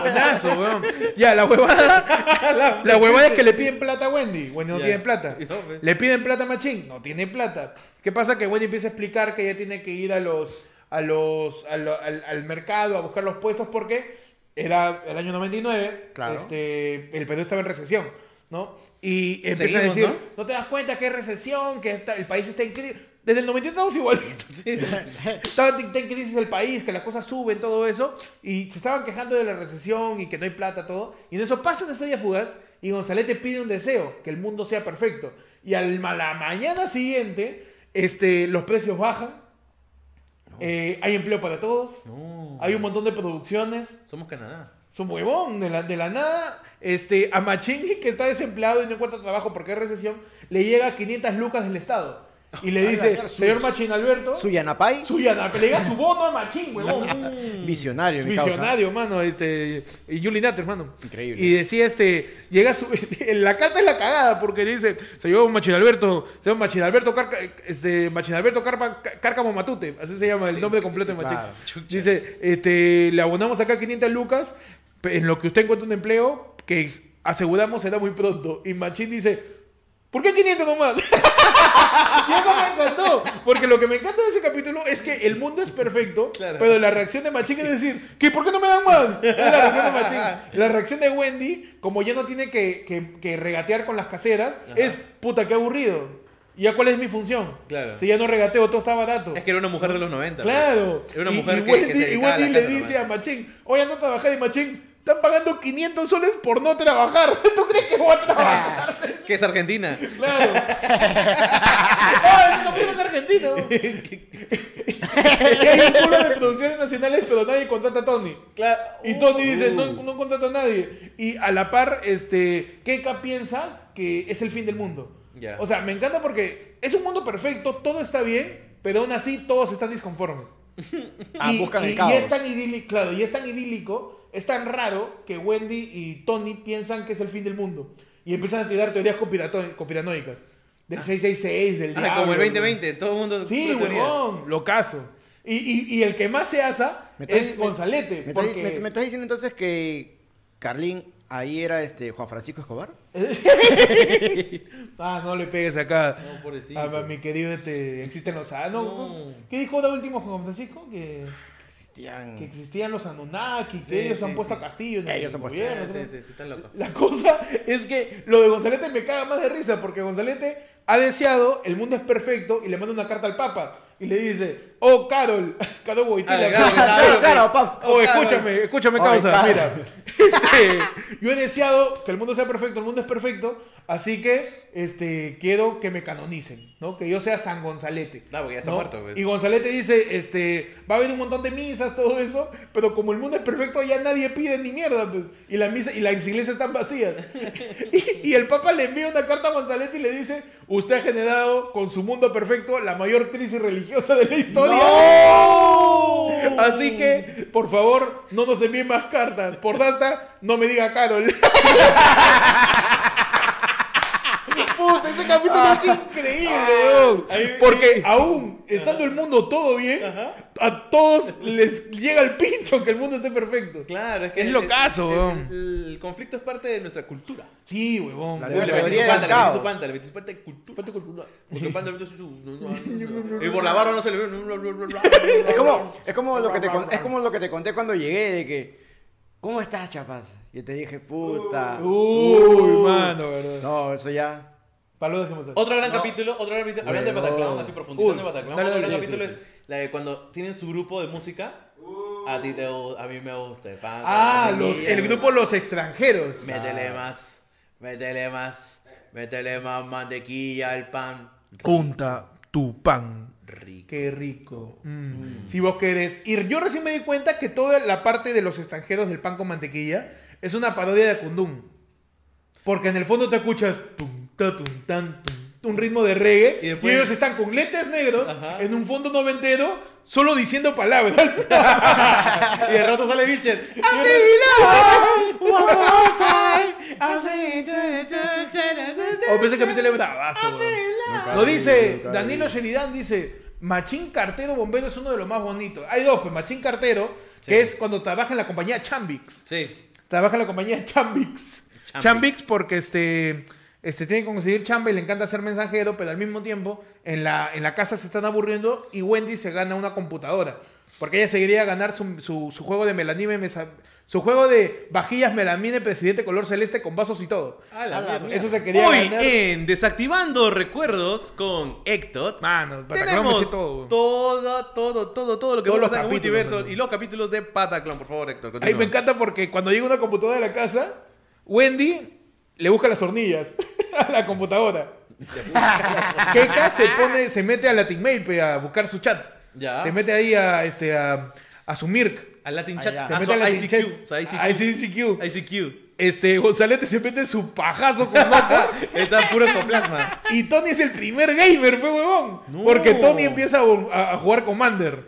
Speaker 1: Buenazo, weón. Ya, la huevada. la, huevada es que le piden plata a Wendy. Wendy no
Speaker 3: Ya.
Speaker 1: tiene plata.
Speaker 3: No, pues.
Speaker 1: Le piden plata a Machín, no tiene plata. ¿Qué pasa? Que Wendy empieza a explicar que ella tiene que ir a los, a los, a lo- al, al mercado a buscar los puestos porque era el año 99,
Speaker 2: Claro.
Speaker 1: este, el Perú estaba en recesión, ¿no? Y empieza a
Speaker 3: Seguimos,
Speaker 1: decir, ¿no?
Speaker 3: ¿no?
Speaker 1: te das cuenta que es recesión, que está- el país está en crisis. Desde el 99 estamos igualitos. Estaba en en crisis el país, que las cosas suben, todo eso. Y se estaban quejando de la recesión y que no hay plata, todo. Y en eso pasa una estrella fugaz y Gonzalete pide un deseo, que el mundo sea perfecto. Y a la mañana siguiente, este, los precios bajan. eh, hay empleo para todos.
Speaker 3: No.
Speaker 1: Hay un montón de producciones.
Speaker 3: Somos Canadá.
Speaker 1: Es un huevón, de la, de la nada, este, a Machín, que está desempleado y no encuentra trabajo porque hay recesión, le llega 500 lucas del Estado. Y le
Speaker 2: A la
Speaker 1: dice,
Speaker 2: mierda, su-
Speaker 1: señor Machín Alberto,
Speaker 2: Su Yanapay,
Speaker 1: suya, na- le diga su bono a Machín, huevón.
Speaker 2: visionario, mi causa.
Speaker 1: Visionario, mano, este, y Julie Natter, mano.
Speaker 2: Increíble.
Speaker 1: Y decía, este, llega su, la carta es la cagada, porque le dice, señor Machín Alberto, señor Machín Alberto Carca, este, Machín Alberto Carpa, Cárcamo Matute, así se llama el nombre completo de Machín.
Speaker 2: Claro.
Speaker 1: Dice, este, le abonamos acá 500 lucas, pe- en lo que usted encuentra un empleo, que es- aseguramos será muy pronto. Y Machín dice, ¿por qué 500 nomás? Y eso me encantó. Porque lo que me encanta de ese capítulo es que el mundo es perfecto,
Speaker 3: Claro.
Speaker 1: pero la reacción de Machín es decir, ¿qué, ¿por qué no me dan más? Es la reacción de Machín. La reacción de Wendy, como ya no tiene que, que- que regatear con las caseras, es, puta, qué aburrido. ¿Y ya cuál es mi función?
Speaker 3: Claro.
Speaker 1: Si ya no regateo, todo está barato.
Speaker 3: Es que era una mujer de los 90. pues.
Speaker 1: Claro.
Speaker 3: Era una
Speaker 1: Y-
Speaker 3: mujer
Speaker 1: y,
Speaker 3: que,
Speaker 1: Wendy,
Speaker 3: que se
Speaker 1: y
Speaker 3: dedicaba a la
Speaker 1: Wendy le
Speaker 3: casa
Speaker 1: dice
Speaker 3: nomás.
Speaker 1: a Machín, oye, anda a trabajar y Machín, están pagando 500 soles por no trabajar. ¿Tú crees que voy a trabajar?
Speaker 3: que es argentina.
Speaker 1: Claro. ¡Ah, ese es argentino! que hay un culo de producciones nacionales, pero nadie contrata a Tony.
Speaker 2: Uh,
Speaker 1: Y Tony dice, no, no contrato a nadie. Y a la par, este, Keka piensa que es el fin del mundo.
Speaker 3: Ya.
Speaker 1: O sea, me encanta porque es un mundo perfecto, todo está bien, pero aún así todos están disconformes.
Speaker 2: Ah, buscan el
Speaker 1: y
Speaker 2: caos.
Speaker 1: es tan idílico, claro, y es tan idílico, es tan raro que Wendy y Tony piensan que es el fin del mundo. Y empiezan a tirar teorías conspirato- conspiranoicas.
Speaker 2: Ah.
Speaker 1: Del 666, del
Speaker 3: Ah,
Speaker 1: diablo,
Speaker 3: como el
Speaker 1: güey.
Speaker 3: 2020, todo el mundo.
Speaker 1: Sí,
Speaker 3: pura teoría.
Speaker 1: huevón, lo caso. Y, y- y el que más se asa
Speaker 2: Me estás-
Speaker 1: es
Speaker 2: me-
Speaker 1: Gonzalete.
Speaker 2: ¿Me, estás-
Speaker 1: porque...
Speaker 2: me- me estás diciendo entonces que Carlín ahí era este Juan Francisco Escobar?
Speaker 1: Ah, no le pegues acá.
Speaker 3: No, pobrecito.
Speaker 1: a, a mi querido este, existen los ah, no,
Speaker 3: No.
Speaker 1: ¿Qué dijo la última Juan Francisco? Que,
Speaker 2: Existían.
Speaker 1: que existían los Anunnaki, que
Speaker 3: Sí,
Speaker 1: ellos han
Speaker 3: sí,
Speaker 1: puesto
Speaker 3: sí.
Speaker 1: a Castillo en el
Speaker 2: Ellos han puesto-
Speaker 1: gobierno,
Speaker 3: Ah,
Speaker 1: ¿no?
Speaker 3: Sí, sí, sí, están locos.
Speaker 1: La cosa es que lo de Gonzalete me caga más de risa porque Gonzalete ha deseado, el mundo es perfecto, y le manda una carta al Papa y le dice, oh Carol, Carol Boitila,
Speaker 3: Ah, Carol,
Speaker 1: Carol,
Speaker 2: claro, claro, pap.
Speaker 1: Oh,
Speaker 3: Oh,
Speaker 1: escúchame, escúchame,
Speaker 2: Ay,
Speaker 1: causa.
Speaker 2: claro.
Speaker 1: Mira, este, yo he deseado que el mundo sea perfecto, el mundo es perfecto, así que este, quiero que me canonicen, ¿no? Que yo sea San Gonzalete.
Speaker 3: Claro, porque ya está
Speaker 1: ¿no?
Speaker 3: muerto, pues.
Speaker 1: Y Gonzalete dice, este, va a haber un montón de misas, todo eso, pero como el mundo es perfecto, ya nadie pide ni mierda, pues. Y, la misa, y las iglesias están vacías. y, y el Papa le envía una carta a Gonzalete y le dice, usted ha generado con su mundo perfecto la mayor crisis religiosa de la historia. Así que, por favor, no nos envíen más cartas. Por data, no me diga Carol. Puta, ese capítulo es increíble, weón.
Speaker 3: ahí-
Speaker 1: Porque aún estando el mundo todo bien, a todos les llega el pincho que el mundo esté perfecto.
Speaker 3: Claro, es que
Speaker 1: Es locazo,
Speaker 3: el-
Speaker 1: weón.
Speaker 3: el, el conflicto es parte de nuestra cultura.
Speaker 1: Sí, huevón.
Speaker 2: La
Speaker 3: Uy, le
Speaker 2: teoría
Speaker 3: metí su
Speaker 2: del
Speaker 3: panta, le metí
Speaker 2: caos.
Speaker 3: su panta, le metí su panta de cultura. Porque el panta le metió su- su- Y por la barba no se le ve.
Speaker 2: Es como, es, como lo que te, con- es como lo que te conté cuando llegué, de que, ¿cómo estás, Chapas? Y te dije, puta.
Speaker 1: Uy, mano, verdad.
Speaker 2: No, eso ya.
Speaker 1: Palo decimos eso.
Speaker 3: Otro gran capítulo, otro gran capítulo. Hablando de
Speaker 2: Huevón.
Speaker 3: Pataclown, así profundizando
Speaker 1: Uy,
Speaker 3: en Pataclown.
Speaker 1: dale,
Speaker 3: Otro gran
Speaker 1: dale, sí,
Speaker 3: capítulo
Speaker 1: sí,
Speaker 3: es la de cuando tienen su grupo de música. A ti te gu- a mí me gusta. el punk,
Speaker 1: Ah,
Speaker 3: la
Speaker 1: los,
Speaker 3: mía,
Speaker 1: el
Speaker 3: me-
Speaker 1: grupo Ah. Los Extranjeros.
Speaker 3: Métele más, métele más, métele más mantequilla al pan.
Speaker 1: Punta tu pan.
Speaker 3: Rico.
Speaker 1: Qué rico. Mm. Si vos querés ir. Yo recién me di cuenta que toda la parte de los extranjeros del pan con mantequilla es una parodia de Kundum. Porque en el fondo te escuchas tum, ta, tum, tan, tum, un ritmo de reggae y,
Speaker 3: Y después-
Speaker 1: ellos están con lentes negros
Speaker 3: Ajá.
Speaker 1: en un fondo noventero solo diciendo palabras.
Speaker 3: Y de rato sale biches.
Speaker 1: o ese capítulo es bravazo. weón. Lo dice Danilo Sheridan, dice, Machín Cartero Bombero es uno de los más bonitos. Hay dos, pues Machín Cartero, que es cuando trabaja en la compañía Chambix.
Speaker 3: Sí.
Speaker 1: Trabaja en la compañía Chambix. Chambix, porque este, este tiene que conseguir chamba y le encanta ser mensajero, pero al mismo tiempo en la, en la casa se están aburriendo y Wendy se gana una computadora. Porque ella seguiría a ganar su, su- su juego de melanime, mesa- su juego de vajillas melamine presidente color celeste con vasos y todo. Eso se quería
Speaker 4: Hoy
Speaker 1: ganar.
Speaker 3: eh,
Speaker 4: en Desactivando Recuerdos con Ectot,
Speaker 1: Mano, para que no me sé
Speaker 4: tenemos
Speaker 1: todo, weón.
Speaker 4: todo, todo, todo, todo lo que
Speaker 1: Todos
Speaker 4: va a
Speaker 1: los
Speaker 4: pasar en
Speaker 1: capítulos,
Speaker 4: Multiverso
Speaker 1: hermano.
Speaker 4: y los capítulos de Pataclan, por favor, Héctor.
Speaker 1: Ahí
Speaker 4: continúa.
Speaker 1: me encanta porque cuando llega una computadora de la casa, Wendy le busca las hornillas a la computadora. Keka se pone, se mete a Latin Mail pe, a buscar su chat.
Speaker 3: Ya.
Speaker 1: Se mete ahí a este a, a su Mirk.
Speaker 4: Al Latin
Speaker 2: Ah, ya.
Speaker 4: Chat,
Speaker 1: Se
Speaker 4: a
Speaker 1: mete
Speaker 4: su
Speaker 1: a Latin
Speaker 4: ICQ,
Speaker 1: Chat.
Speaker 4: su ICQ,
Speaker 1: A ICQ.
Speaker 4: ICQ.
Speaker 1: Este, Gonzalete se mete su pajazo con mapa.
Speaker 4: Está puro ectoplasma.
Speaker 1: Y Tony es el primer gamer, fue huevón. Porque Tony empieza a, a jugar Commander.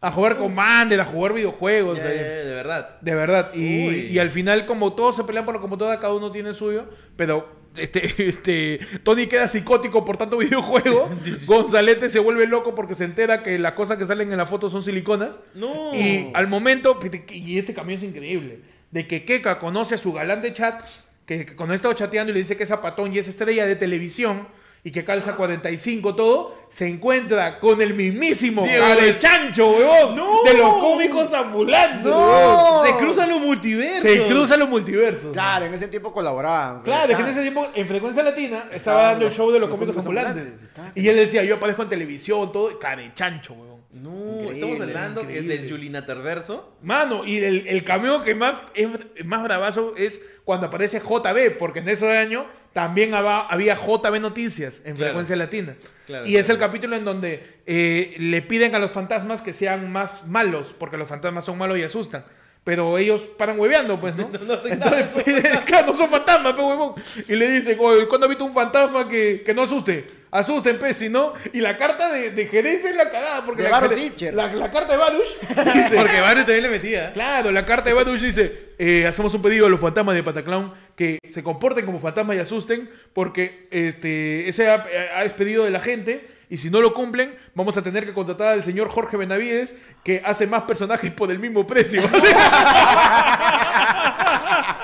Speaker 1: A jugar Commander, a jugar videojuegos.
Speaker 4: Ya,
Speaker 1: eh.
Speaker 4: ya, ya, de verdad.
Speaker 1: De verdad. Y,
Speaker 4: Uy.
Speaker 1: y al final, como todos se pelean por la computadora, cada uno tiene el suyo. Pero este, este, Tony queda psicótico por tanto videojuego. Gonzalete se vuelve loco porque se entera que las cosas que salen en la foto son siliconas.
Speaker 4: No.
Speaker 1: Y al momento, y este cambio es increíble, de que Keka conoce a su galán de chat, que que cuando ha estado chateando y le dice que es zapatón y es estrella de televisión y que
Speaker 4: Ah.
Speaker 1: calza 45 todo, se encuentra con el mismísimo
Speaker 4: Diego
Speaker 1: Ale
Speaker 4: del-
Speaker 1: Chancho, huevón, de los cómicos ambulantes. huevón.
Speaker 4: Se cruzan los multiversos.
Speaker 1: Se cruzan los multiversos.
Speaker 2: Claro, en ese tiempo colaboraban.
Speaker 1: Claro, es que en ese tiempo, en Frecuencia Latina, estaba
Speaker 2: Estaban
Speaker 1: dando el
Speaker 2: los-
Speaker 1: show de los
Speaker 2: los
Speaker 1: cómicos
Speaker 2: cómicos
Speaker 1: ambulantes.
Speaker 2: ambulantes, está.
Speaker 1: Y él decía, yo aparezco en televisión, todo, care chancho, huevón.
Speaker 4: No,
Speaker 2: Increíble,
Speaker 4: Uh, estamos hablando que es
Speaker 1: increíble.
Speaker 4: del Julinaterverso.
Speaker 1: Mano, y el, el cameo que más es más bravazo es cuando aparece JB, porque en ese año también haba- había JB Noticias en
Speaker 4: Claro.
Speaker 1: frecuencia latina.
Speaker 4: Claro,
Speaker 1: y es el capítulo en donde eh, le piden a los fantasmas que sean más malos, porque los fantasmas son malos y asustan. Pero ellos paran hueveando, pues, ¿no?
Speaker 4: No hacen pues.
Speaker 1: Entonces, claro, no son fantasmas, pe, huevón. Y le dicen, oye, ¿cuándo has visto un fantasma que, que no asuste? Asusten, pe, si no. Y la carta de, de gerencia es la cagada, porque
Speaker 2: De
Speaker 1: la,
Speaker 2: Baruch
Speaker 1: care-
Speaker 2: Dipcher.
Speaker 1: la, la carta de Baruch dice,
Speaker 4: Porque Barrio también le metía.
Speaker 1: Claro, la carta de Baruch dice, eh, hacemos un pedido a los fantasmas de Pataclown que se comporten como fantasmas y asusten porque este, ese ha- ha- es pedido de la gente y si no lo cumplen vamos a tener que contratar al señor Jorge Benavides que hace más personajes por el mismo precio.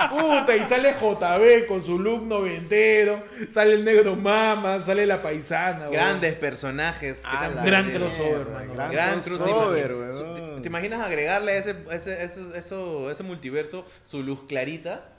Speaker 1: Puta, y sale JB con su look noventero, sale el negro mama, sale la paisana. weón.
Speaker 4: Grandes personajes. que se han-
Speaker 1: gran crossover, mano.
Speaker 2: Gran,
Speaker 4: Gran
Speaker 2: crossover,
Speaker 4: crossover,
Speaker 2: weón.
Speaker 4: ¿Te imaginas agregarle a ese, a ese, a ese, eso- ese multiverso su luz clarita?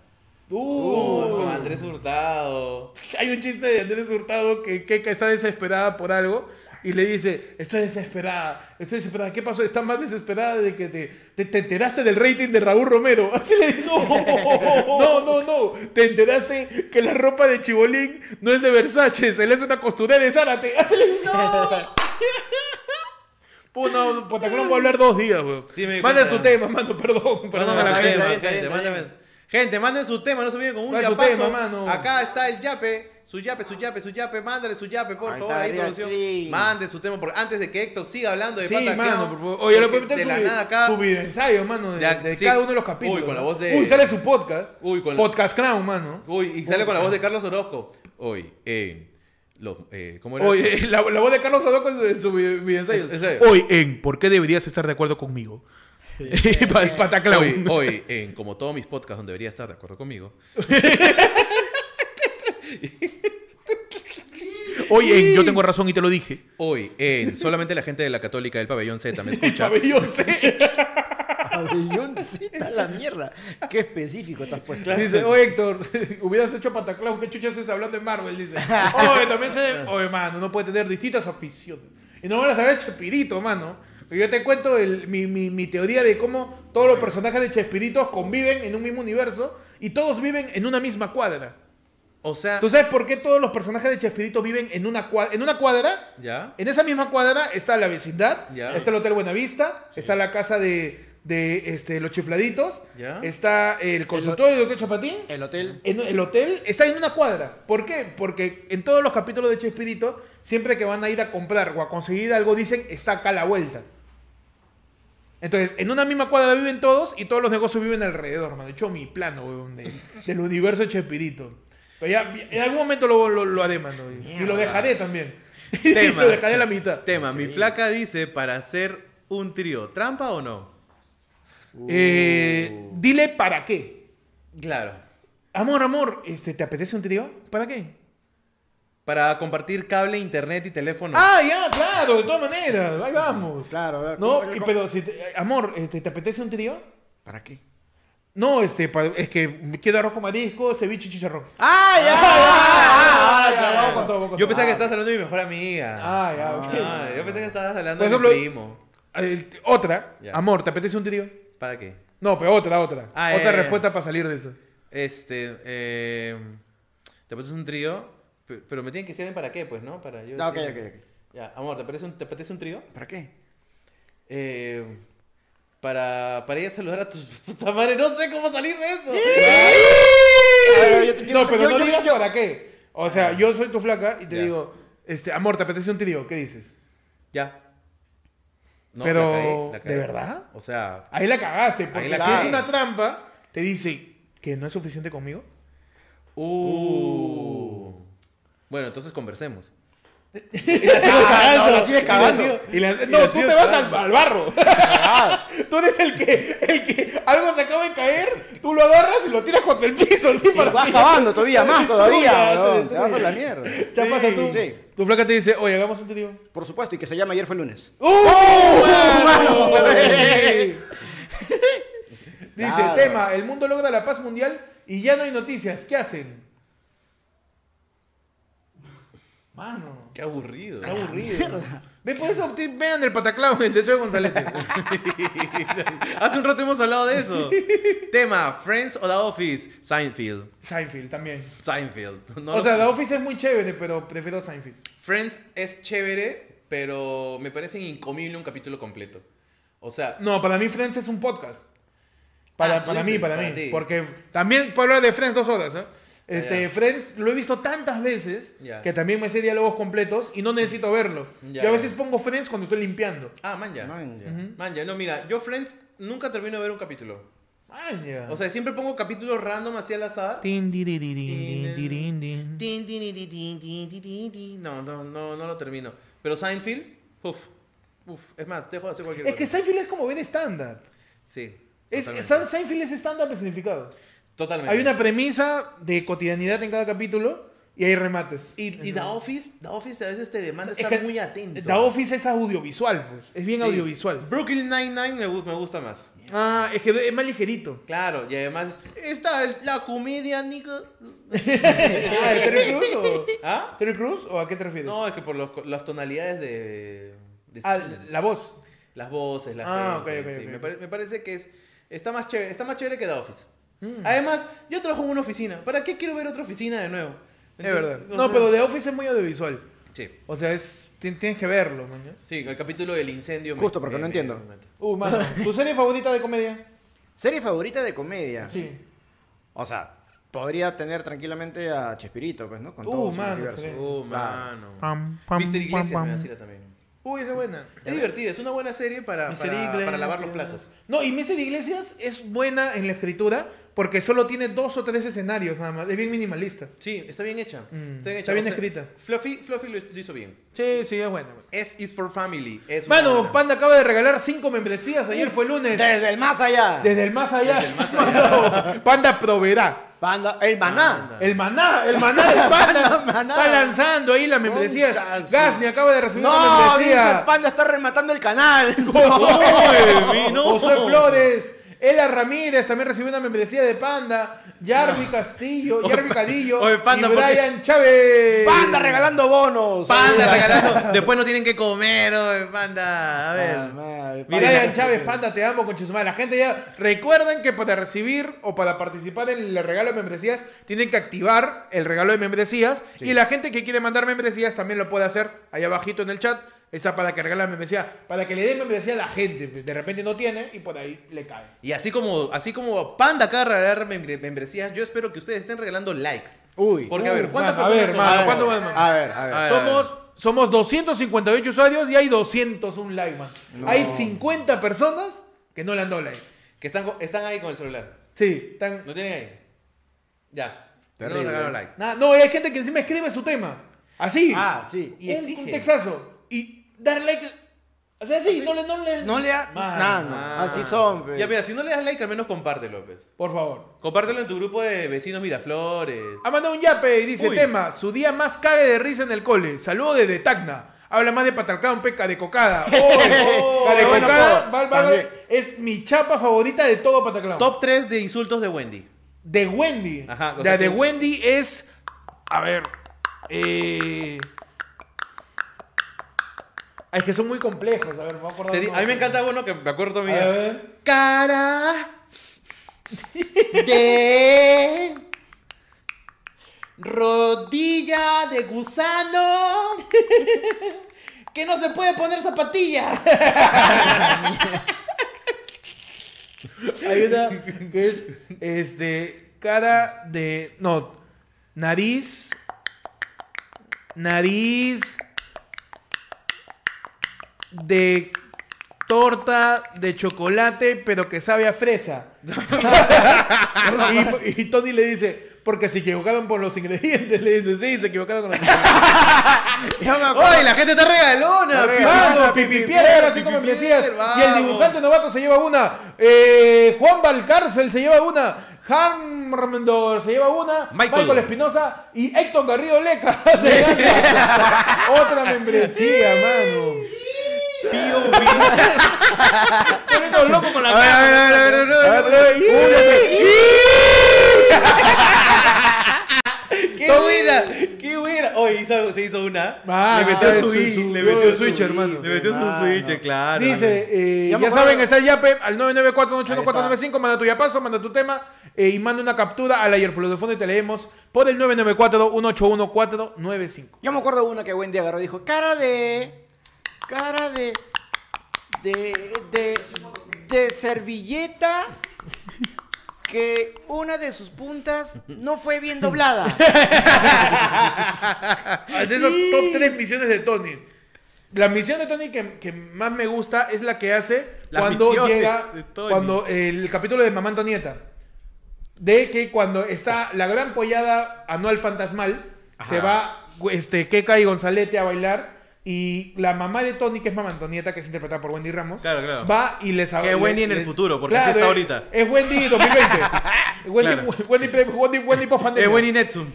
Speaker 4: Uh, con Andrés Hurtado.
Speaker 1: Hay un chiste de Andrés Hurtado que Keka está desesperada por algo y le dice, estoy desesperada, estoy desesperada, ¿qué pasó? Está más desesperada de que te, te, te enteraste del rating de Raúl Romero. Así le dice, no, no, no, te enteraste que la ropa de Chibolín no es de Versace, se le hace una costurera de Zárate. Así le dice, no. Puh, no, Pataclón va a hablar dos días, weón.
Speaker 4: Sí, me di
Speaker 1: Manda
Speaker 4: cuenta.
Speaker 1: tu tema, mando, perdón. perdón.
Speaker 4: Mándame la
Speaker 2: está bien,
Speaker 4: tema,
Speaker 2: está bien,
Speaker 4: gente,
Speaker 2: está bien,
Speaker 4: mándame. Gente, manden su tema, no se olviden con un
Speaker 1: ¿Cuál es su
Speaker 4: yapazo.
Speaker 1: tema, mano?
Speaker 4: Acá está el yape, su yape, su yape, su yape, mándale su yape, por
Speaker 2: Ahí
Speaker 4: favor,
Speaker 2: está,
Speaker 4: ahí
Speaker 2: arriba,
Speaker 4: producción.
Speaker 2: sí.
Speaker 4: Mande su tema, porque antes de que Héctor siga hablando de
Speaker 1: Sí,
Speaker 4: Pataclown,
Speaker 1: mano, por favor. Oye, le
Speaker 4: porque
Speaker 1: puedes meter
Speaker 4: de la
Speaker 1: su,
Speaker 4: nada acá.
Speaker 1: su videoensayo, mano, de,
Speaker 4: Ya,
Speaker 1: de
Speaker 4: sí.
Speaker 1: cada uno de los capítulos.
Speaker 4: Uy, con la
Speaker 1: ¿no?
Speaker 4: voz de-
Speaker 1: Uy, sale su podcast.
Speaker 4: Uy, con la-
Speaker 1: Podcast Clown, mano.
Speaker 4: Uy, y sale con la voz de Carlos Orozco. Hoy en
Speaker 3: Los, eh, ¿Cómo era?
Speaker 1: Oye, la, la voz de Carlos Sadoco en su vi- videoensayo.
Speaker 3: Es- es-
Speaker 1: Hoy en ¿Por qué deberías estar de acuerdo conmigo? Pa- Pataclown.
Speaker 3: Hoy,
Speaker 4: oh.
Speaker 3: hoy, en como todos mis podcasts donde debería estar de acuerdo conmigo,
Speaker 1: Hoy en Yo tengo razón y te lo dije.
Speaker 3: hoy en solamente la gente de la Católica del Pabellón Z me escucha.
Speaker 1: Pabellón C.
Speaker 2: Pabellón Z, la mierda. Qué específico te has puesto.
Speaker 1: Dice, oh Héctor, hubieras hecho Pataclown, ¿qué chuchas es hablando de Marvel? Dice, oye, también se... Oye, mano, uno puede tener distintas aficiones. Y no van a saber Chespirito, mano. Yo te cuento el- mi, mi- mi teoría de cómo todos los personajes de Chespirito conviven en un mismo universo y todos viven en una misma cuadra.
Speaker 3: O sea,
Speaker 1: ¿Tú sabes por qué todos los personajes de Chespirito viven en una, cua- en una cuadra?
Speaker 3: ¿ya?
Speaker 1: En esa misma cuadra está la vecindad,
Speaker 3: Ya.
Speaker 1: está el Hotel Buenavista, está la casa de, de, este, los chifladitos,
Speaker 3: Ya.
Speaker 1: está el consultorio del doctor Chapatín,
Speaker 2: El hotel.
Speaker 1: en el hotel está en una cuadra. ¿Por qué? Porque en todos los capítulos de Chespirito, siempre que van a ir a comprar o a conseguir algo, dicen, está acá a la vuelta. Entonces, en una misma cuadra viven todos y todos los negocios viven alrededor, mano. He hecho mi plano, weón, de- del universo de Chespirito. Pero ya, ya- en algún momento lo, lo, lo haré, mano. Y lo dejaré también. Y
Speaker 3: Tema.
Speaker 1: lo dejaré a la mitad.
Speaker 3: Tema, mi flaca dice para hacer un trío, ¿trampa o no?
Speaker 1: Eh,
Speaker 3: Uh.
Speaker 1: dile para qué.
Speaker 3: Claro.
Speaker 1: Amor, amor, este, ¿te apetece un trío? ¿Para qué?
Speaker 3: Para compartir cable, internet y teléfono.
Speaker 1: Ah, ya, claro, de todas maneras. Ahí vamos.
Speaker 2: Claro, ¿verdad?
Speaker 1: No,
Speaker 2: ¿Cómo-
Speaker 1: y-
Speaker 2: cómo-
Speaker 1: pero si te- eh, amor, este, ¿te apetece un trío?
Speaker 2: ¿Para qué?
Speaker 1: No, este, pa- es que quiero arroz con marisco, ceviche y chicharrón.
Speaker 2: ¡Ah, ya!
Speaker 1: Ah, ya, vamos con todo, vamos con
Speaker 3: Yo
Speaker 1: todo.
Speaker 3: pensaba que estabas hablando de mi mejor amiga.
Speaker 1: Ah, ya, ok.
Speaker 3: Ah, yo pensé que estabas hablando
Speaker 1: Por
Speaker 3: de mi
Speaker 1: ejemplo-
Speaker 3: primo.
Speaker 1: El- otra,
Speaker 3: Ya.
Speaker 1: amor, ¿te apetece un trío?
Speaker 3: ¿Para qué?
Speaker 1: No, pero otra, otra.
Speaker 3: Ah,
Speaker 1: otra
Speaker 3: ya, ya,
Speaker 1: respuesta para salir de eso.
Speaker 3: Este, eh, te apetece un trío, Pe- pero me tienen que decir en para qué, pues, ¿no? Para yo
Speaker 2: Ah, ok,
Speaker 3: decir-
Speaker 2: ok,
Speaker 3: Ya, amor, ¿te apetece un, te apetece un trío?
Speaker 2: ok. ¿Para qué?
Speaker 3: Eh, para, para ir a saludar a tus puta madre, no sé cómo salir de eso.
Speaker 2: Ay, yo te quiero-
Speaker 1: No, pero
Speaker 2: yo-
Speaker 1: no
Speaker 2: yo-
Speaker 1: digas
Speaker 2: yo-
Speaker 1: para qué. O sea, yo soy tu flaca y te
Speaker 3: Ya.
Speaker 1: digo, este, amor, ¿te apetece un trío? ¿Qué dices?
Speaker 3: Ya. No,
Speaker 1: Pero,
Speaker 3: la cagué, la cagué.
Speaker 1: ¿de verdad?
Speaker 3: O sea,
Speaker 1: Ahí la cagaste, porque
Speaker 3: la
Speaker 1: si
Speaker 3: cagué.
Speaker 1: es una trampa, te dice que no es suficiente conmigo.
Speaker 3: uh. Bueno, entonces conversemos.
Speaker 1: Ah, no, la
Speaker 2: sigue
Speaker 1: sigues
Speaker 2: cagando.
Speaker 1: cagando. Y la-
Speaker 3: la
Speaker 1: no, tú
Speaker 3: sigue
Speaker 1: te vas al,
Speaker 3: cagando.
Speaker 1: al barro.
Speaker 2: ah,
Speaker 1: tú eres el que, el que algo se acaba de caer, tú lo agarras y lo tiras contra el piso. Así para
Speaker 2: Vas
Speaker 1: ti.
Speaker 2: cavando todavía, más todavía.
Speaker 1: Se
Speaker 2: weón.
Speaker 1: destruye.
Speaker 2: Te vas por la mierda.
Speaker 1: Ya
Speaker 2: Sí,
Speaker 1: pasa tú.
Speaker 2: Sí,
Speaker 1: Tu flaca te dice, oye, hagamos un trío.
Speaker 2: por supuesto, y que se llama ayer fue lunes.
Speaker 1: ¡Uh!
Speaker 2: ¡Uh,
Speaker 1: Dice,
Speaker 2: Claro.
Speaker 1: tema, el mundo logra la paz mundial y ya no hay noticias. ¿Qué hacen? Mano,
Speaker 3: Qué aburrido.
Speaker 1: qué aburrido. Ve, por eso obti- vean el pataclao, el deseo de González.
Speaker 3: Hace un rato hemos hablado de eso. Tema, Friends o The Office, Seinfeld.
Speaker 1: Seinfeld también.
Speaker 3: Seinfeld. No
Speaker 1: o
Speaker 3: lo-
Speaker 1: sea, The Office es muy chévere, pero prefiero Seinfeld.
Speaker 3: Friends es chévere, pero me parece incomible un capítulo completo. O sea,
Speaker 1: No, para mí Friends es un podcast. Para,
Speaker 3: Ah, tú
Speaker 1: para mí,
Speaker 3: dices,
Speaker 1: para,
Speaker 3: para
Speaker 1: mí.
Speaker 3: ti.
Speaker 1: Porque también puedo hablar de Friends dos horas, ¿eh? Este,
Speaker 3: Ya.
Speaker 1: Friends lo he visto tantas veces
Speaker 3: Ya.
Speaker 1: que también me sé diálogos completos y no necesito verlo. Yo
Speaker 3: Ya,
Speaker 1: a
Speaker 3: ya.
Speaker 1: veces pongo Friends cuando estoy limpiando.
Speaker 3: ah, manja.
Speaker 2: Man, ya.
Speaker 3: Manja, no, mira, yo Friends nunca termino de ver un capítulo.
Speaker 1: Ay, ya.
Speaker 3: O sea, siempre pongo capítulos random así al azar.
Speaker 1: Tin, di, di, di, din,
Speaker 3: Tin,
Speaker 1: di, din, din.
Speaker 3: Tin, tin, tin, tin, tin, tin, tin, tin. No, no, no, no lo termino. Pero Seinfeld, uff, uff, es más, dejo de hacer cualquier
Speaker 1: Es que
Speaker 3: cosa.
Speaker 1: Seinfeld es como bien estándar.
Speaker 3: Sí.
Speaker 1: Es,
Speaker 3: totalmente.
Speaker 1: San- Seinfeld es estándar personificado.
Speaker 3: Totalmente.
Speaker 1: Hay una premisa de cotidianidad en cada capítulo y hay remates.
Speaker 3: Y, y The Office, The Office a veces te demanda
Speaker 1: Es
Speaker 3: estar
Speaker 1: que
Speaker 3: muy atento.
Speaker 1: The Office es audiovisual, pues. Es bien
Speaker 3: Sí.
Speaker 1: audiovisual.
Speaker 3: Brooklyn Nine-Nine me, gu- me gusta más.
Speaker 1: Ah, es que es más ligerito.
Speaker 3: Claro, y además, esta es la comedia, Nico.
Speaker 1: Ah, ¿de Terry Crews o
Speaker 3: ¿Ah?
Speaker 1: Terry Crews o a qué te refieres?
Speaker 3: No, es que por los co- las tonalidades de. de-
Speaker 1: ah, la voz.
Speaker 3: Las voces, la
Speaker 1: Ah,
Speaker 3: gente.
Speaker 1: ok, ok,
Speaker 3: sí.
Speaker 1: ok.
Speaker 3: Me, pare- me parece que es. Está más chévere, está más chévere que The Office.
Speaker 1: Mm.
Speaker 3: Además, yo trabajo en una oficina. ¿Para qué quiero ver otra oficina de nuevo?
Speaker 1: Es verdad.
Speaker 3: O
Speaker 1: No,
Speaker 3: sea,
Speaker 1: pero The Office es muy audiovisual.
Speaker 3: Sí.
Speaker 1: O sea, es tien- tienes que verlo, maño.
Speaker 3: Sí, el capítulo del incendio. me-
Speaker 2: Justo, porque
Speaker 3: me-
Speaker 2: no
Speaker 3: me-
Speaker 2: entiendo.
Speaker 3: me mata.
Speaker 1: Uh, mano, ¿tu serie favorita de comedia?
Speaker 2: Serie favorita de comedia.
Speaker 1: Sí.
Speaker 2: O sea, podría tener tranquilamente a Chespirito, pues, ¿no? Con
Speaker 1: Uh,
Speaker 2: todo su
Speaker 1: mano,
Speaker 2: universo.
Speaker 1: excelente.
Speaker 3: Oh,
Speaker 2: Claro.
Speaker 3: mano.
Speaker 1: Pam,
Speaker 3: Mr. Iglesias me vacila también.
Speaker 1: Uy, esa es buena.
Speaker 3: Es divertida, es una buena serie Eh, para,
Speaker 1: Mr.
Speaker 3: para, para lavar los
Speaker 1: Iglesias.
Speaker 3: platos.
Speaker 1: No, y Mr. Iglesias es buena en la escritura Porque solo tiene dos o tres escenarios nada más. Es bien minimalista.
Speaker 3: Sí, está bien hecha.
Speaker 1: Mm,
Speaker 3: Está bien, hecha.
Speaker 1: está bien escrita.
Speaker 3: Fluffy, Fluffy lo lo hizo bien.
Speaker 1: Sí, sí, es bueno.
Speaker 3: F is for family. Es una
Speaker 1: Mano,
Speaker 3: buena.
Speaker 1: Panda acaba de regalar cinco membresías. Ayer fue lunes.
Speaker 2: Desde el más allá.
Speaker 1: Desde el más allá. Mano, Panda proveerá.
Speaker 2: Panda, el maná.
Speaker 1: El maná, el maná de Panda.
Speaker 2: Maná.
Speaker 1: Está lanzando ahí las membresías.
Speaker 2: Conchazo.
Speaker 1: Gasni acaba de recibir una
Speaker 2: No, dice
Speaker 1: membresía.
Speaker 2: el panda está rematando el canal.
Speaker 1: José, José Flores. Ela Ramírez también recibió una membresía de Panda. Jarvi Castillo, Jarvi Cadillo
Speaker 4: oye, Panda,
Speaker 1: y
Speaker 4: ¿por qué?
Speaker 1: Brian Chávez.
Speaker 2: Panda regalando bonos.
Speaker 4: Panda regalando. Después no tienen que comer, oye,
Speaker 1: Ah,
Speaker 4: panda. A ver.
Speaker 2: Ah,
Speaker 1: Mira, Chávez, Panda, te amo con Chizumá. La gente ya. Recuerden que para recibir o para participar en el regalo de membresías, tienen que activar el regalo de membresías. Y la gente que quiere mandar membresías también lo puede hacer ahí abajito en el chat. Esa para que regalen membresía. Para que le den membresía a la gente. pues, De repente no tiene y por ahí le cae.
Speaker 3: Y así como, así como Panda acaba de regalar membre- membresías, yo espero que ustedes estén regalando likes.
Speaker 2: Uy.
Speaker 3: Porque, a ver, Ah,
Speaker 1: Uy,
Speaker 3: ¿cuántas
Speaker 1: mano, Uh, a ver,
Speaker 3: personas
Speaker 1: mano,
Speaker 3: son?
Speaker 1: ¿cuánto
Speaker 2: a
Speaker 1: más,
Speaker 2: ver,
Speaker 1: mano?
Speaker 2: a ver, a ver.
Speaker 4: A ver.
Speaker 1: Somos, somos 258 usuarios y hay 201 likes, man. Hay 50 personas que no le han dado like.
Speaker 3: Que están, co- están ahí con el celular.
Speaker 1: Sí, están.
Speaker 3: ¿No tienen ahí? Ya.
Speaker 2: Terrible.
Speaker 3: No regalo like.
Speaker 1: Nah, no, y hay gente que encima escribe su tema. Así.
Speaker 2: Ah, sí.
Speaker 1: y
Speaker 3: y
Speaker 1: un,
Speaker 3: exige. Ah,
Speaker 1: un texazo. Y dar like. O sea, sí, no le. No le,
Speaker 2: No le ha...
Speaker 1: Mano,
Speaker 2: Nah, no.
Speaker 1: Ah,
Speaker 3: mano.
Speaker 2: Así son, pues. pe.
Speaker 3: Ah.
Speaker 1: pues.
Speaker 3: Ya, mira, si no le das like, al menos compártelo, pues.
Speaker 1: Por favor.
Speaker 3: Compártelo en tu grupo de vecinos Miraflores.
Speaker 1: Ha mandado un yape y dice:
Speaker 3: Uy.
Speaker 1: Tema, su día más cague de risa en el cole. Saludo desde Tacna. Habla más de patalcán, peca de cocada. Oh,
Speaker 2: Oh,
Speaker 1: de
Speaker 2: bueno,
Speaker 1: cocada
Speaker 3: pues,
Speaker 2: po,
Speaker 1: va- va-
Speaker 2: también.
Speaker 1: es mi chapa favorita de todo Pataclán.
Speaker 3: Top 3 de insultos de Wendy.
Speaker 1: De Wendy.
Speaker 3: Ajá, o
Speaker 1: la
Speaker 3: sea
Speaker 1: de
Speaker 3: que-
Speaker 1: Wendy es. A ver. eh, Es que son muy complejos. A ver, me voy a acordar
Speaker 3: Te di-
Speaker 1: uno.
Speaker 3: a mí me encanta uno que me acuerdo
Speaker 1: A
Speaker 3: todavía.
Speaker 1: ver.
Speaker 3: Cara
Speaker 2: De...
Speaker 3: rodilla de gusano que no se puede poner zapatilla.
Speaker 1: Hay una que es. Este. Cara de. No. Nariz. Nariz. De torta de chocolate, pero que sabe a fresa. y, y Tony le dice, porque se equivocaron por los ingredientes. Le dice, sí, se equivocaron con los ingredientes.
Speaker 2: Ya me acuerdo.
Speaker 4: ¡Ay, la gente está regalona! pi-
Speaker 1: Vamos, Pipipier, ahora sí
Speaker 4: Pipipier,
Speaker 1: como me decías. Y el
Speaker 4: vamos.
Speaker 1: dibujante novato se lleva una. Eh, Juan Valcárcel se lleva una. Harmdor se lleva una.
Speaker 4: Michael.
Speaker 1: Espinosa y Héctor Garrido Leca se gana otra membresía, mano. Estoy viendo loco con la
Speaker 4: A ver, a ver, a ver, a ver, a ver, a ver.
Speaker 1: A ver, ¡y!
Speaker 3: ¡Qué buena! ¡Qué buena! Hoy hizo- se hizo una.
Speaker 1: Ah,
Speaker 3: le metió
Speaker 1: su-
Speaker 3: su,
Speaker 1: su-
Speaker 3: le
Speaker 1: su-
Speaker 3: metió
Speaker 1: su-
Speaker 3: su switch,
Speaker 1: su-
Speaker 3: hermano.
Speaker 4: Le metió su
Speaker 2: Mano.
Speaker 4: switch, claro.
Speaker 1: Dice, eh,
Speaker 2: Ya
Speaker 1: ya,
Speaker 2: me acuerdo.
Speaker 1: saben, está el yape al 994-281-495,
Speaker 2: está.
Speaker 1: manda tu yapazo, manda tu tema eh, y manda una captura al ayer de fondo y te leemos por el 994-181-495.
Speaker 2: Yo me acuerdo una que Wendy agarró y dijo, cara de... Cara de... De... De... De servilleta que una de sus puntas no fue bien doblada.
Speaker 1: Ah, De esos top 3 misiones de Tony. La misión de Tony que, que más me gusta es la que hace
Speaker 4: Las
Speaker 1: cuando
Speaker 4: misiones
Speaker 1: llega
Speaker 4: de Tony.
Speaker 1: cuando el capítulo de Mamá Antonieta. De que cuando está la gran pollada anual fantasmal, se va este, Keka y Gonzalete a bailar. Y la mamá de Tony, que es Mamá Antonieta, que es interpretada por Wendy Ramos,
Speaker 4: Claro, claro.
Speaker 1: va y les habla.
Speaker 4: Que es Wendy en el futuro, porque así está ahorita.
Speaker 1: Es Wendy 2020. Wendy,
Speaker 4: Claro.
Speaker 1: Wendy, pre- Wendy, Wendy post-pandemia.
Speaker 4: Es Wendy Netsum.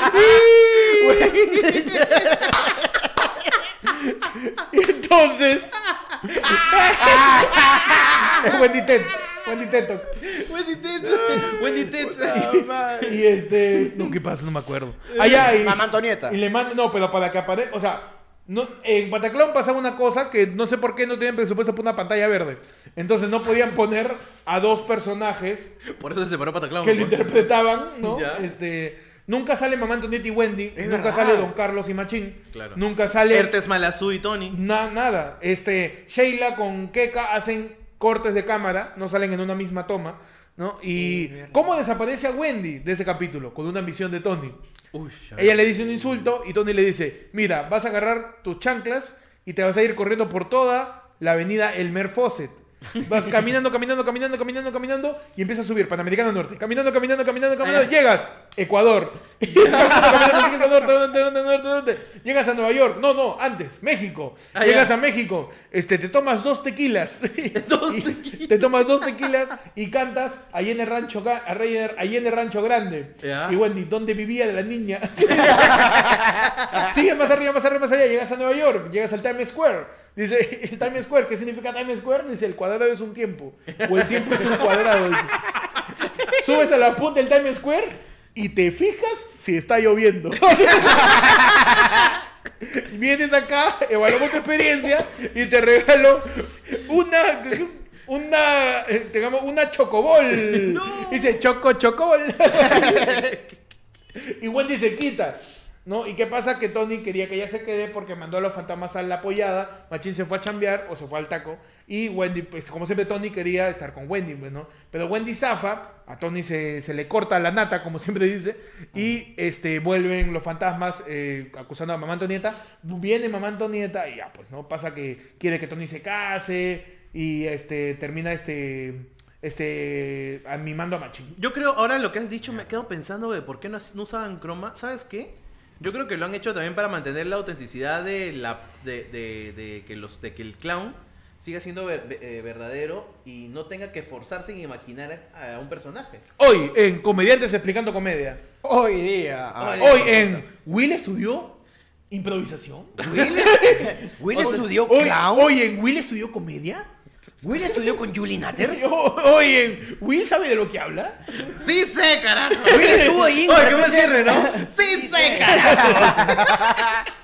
Speaker 1: Entonces. es Wendy Ted. Wendy Teto.
Speaker 4: Wendy Netsum. Wendy Netsum.
Speaker 1: Y este. No, ¿qué pasa? No me acuerdo. Allá y.
Speaker 2: Mamá Antonieta.
Speaker 1: Y le manda. No, pero para que aparezca. O sea. No, en Pataclón pasaba una cosa que no sé por qué no tenían presupuesto para una pantalla verde. Entonces no podían poner a dos personajes
Speaker 4: Por eso se separó Pataclao.
Speaker 1: que lo interpretaban, ¿no?
Speaker 4: Ya.
Speaker 1: Este, nunca sale Mamá Antonieta y Wendy, nunca
Speaker 2: verdad.
Speaker 1: sale Don Carlos y Machín,
Speaker 4: Claro.
Speaker 1: nunca sale
Speaker 4: Ertes Malazú y Tony.
Speaker 1: na- nada. Este, Sheila con Keka hacen cortes de cámara, no salen en una misma toma, ¿no? Y cómo desaparece a Wendy de ese capítulo con una misión de Tony.
Speaker 4: Uy,
Speaker 1: Ella le dice un insulto y Tony le dice, "Mira, vas a agarrar tus chanclas y te vas a ir corriendo por toda la avenida Elmer Fawcett. Vas caminando, caminando, caminando, caminando, caminando y empiezas a subir Panamericana Norte. Caminando, caminando, caminando, caminando,
Speaker 3: Eh.
Speaker 1: llegas Ecuador. Caminando, sigues a norte, norte, norte, norte, norte. Llegas a Nueva York. No, no, antes, México.
Speaker 3: Ah,
Speaker 1: llegas
Speaker 3: ya.
Speaker 1: a México, este te tomas dos tequilas. Y Te tomas dos tequilas y cantas allí en el rancho Ga- allí en el- allí en el rancho grande.
Speaker 3: Ya.
Speaker 1: Y Wendy, ¿dónde vivía la niña? Sigue más arriba, más arriba, más arriba. Llegas a Nueva York, llegas al Times Square. Dice, el Times Square, ¿qué significa Times Square? Dice, el cuadrado es un tiempo. O el tiempo es un cuadrado. dice. Subes a la punta del Times Square y te fijas si está lloviendo. Y Vienes acá, evaluamos tu experiencia y te regalo una. Una. eh, Digamos, una chocobol. Dice choco, chocobol. y Wendy se quita. ¿No? ¿Y qué pasa? Que Tony quería que ella se quede porque mandó a los fantasmas a la apoyada. Machín se fue a chambear o se fue al taco. Y Wendy, pues como siempre, Tony quería estar con Wendy, pues, ¿no? Pero Wendy zafa, a Tony se, se le corta la nata, como siempre dice. Y este, vuelven los fantasmas eh, acusando a mamá Antonieta. Viene mamá Antonieta y ya, pues, ¿no? Pasa que quiere que Tony se case. Y este, termina este. Este. mimando a Machín.
Speaker 3: Yo creo, ahora lo que has dicho, me quedo pensando, güey, ¿por qué no, no usaban croma? ¿Sabes qué? Yo creo que lo han hecho también para mantener la autenticidad de la de, de- de que los de que el clown siga siendo ver- ve- eh, verdadero y no tenga que forzarse en imaginar a un personaje.
Speaker 1: Hoy en Comediantes Explicando Comedia.
Speaker 2: Hoy día.
Speaker 3: ah,
Speaker 1: Hoy en Will estudió improvisación.
Speaker 2: Will, Will estudió
Speaker 1: hoy,
Speaker 2: clown.
Speaker 1: hoy en Will estudió comedia.
Speaker 2: Will estudió con Julie Natters.
Speaker 1: Ho- Hoy en Will sabe de lo que habla.
Speaker 3: ¡Sí sé, carajo!
Speaker 2: Will estuvo ahí.
Speaker 3: Oye, qué buen cierre, ¿no? ¡Sí sé, carajo!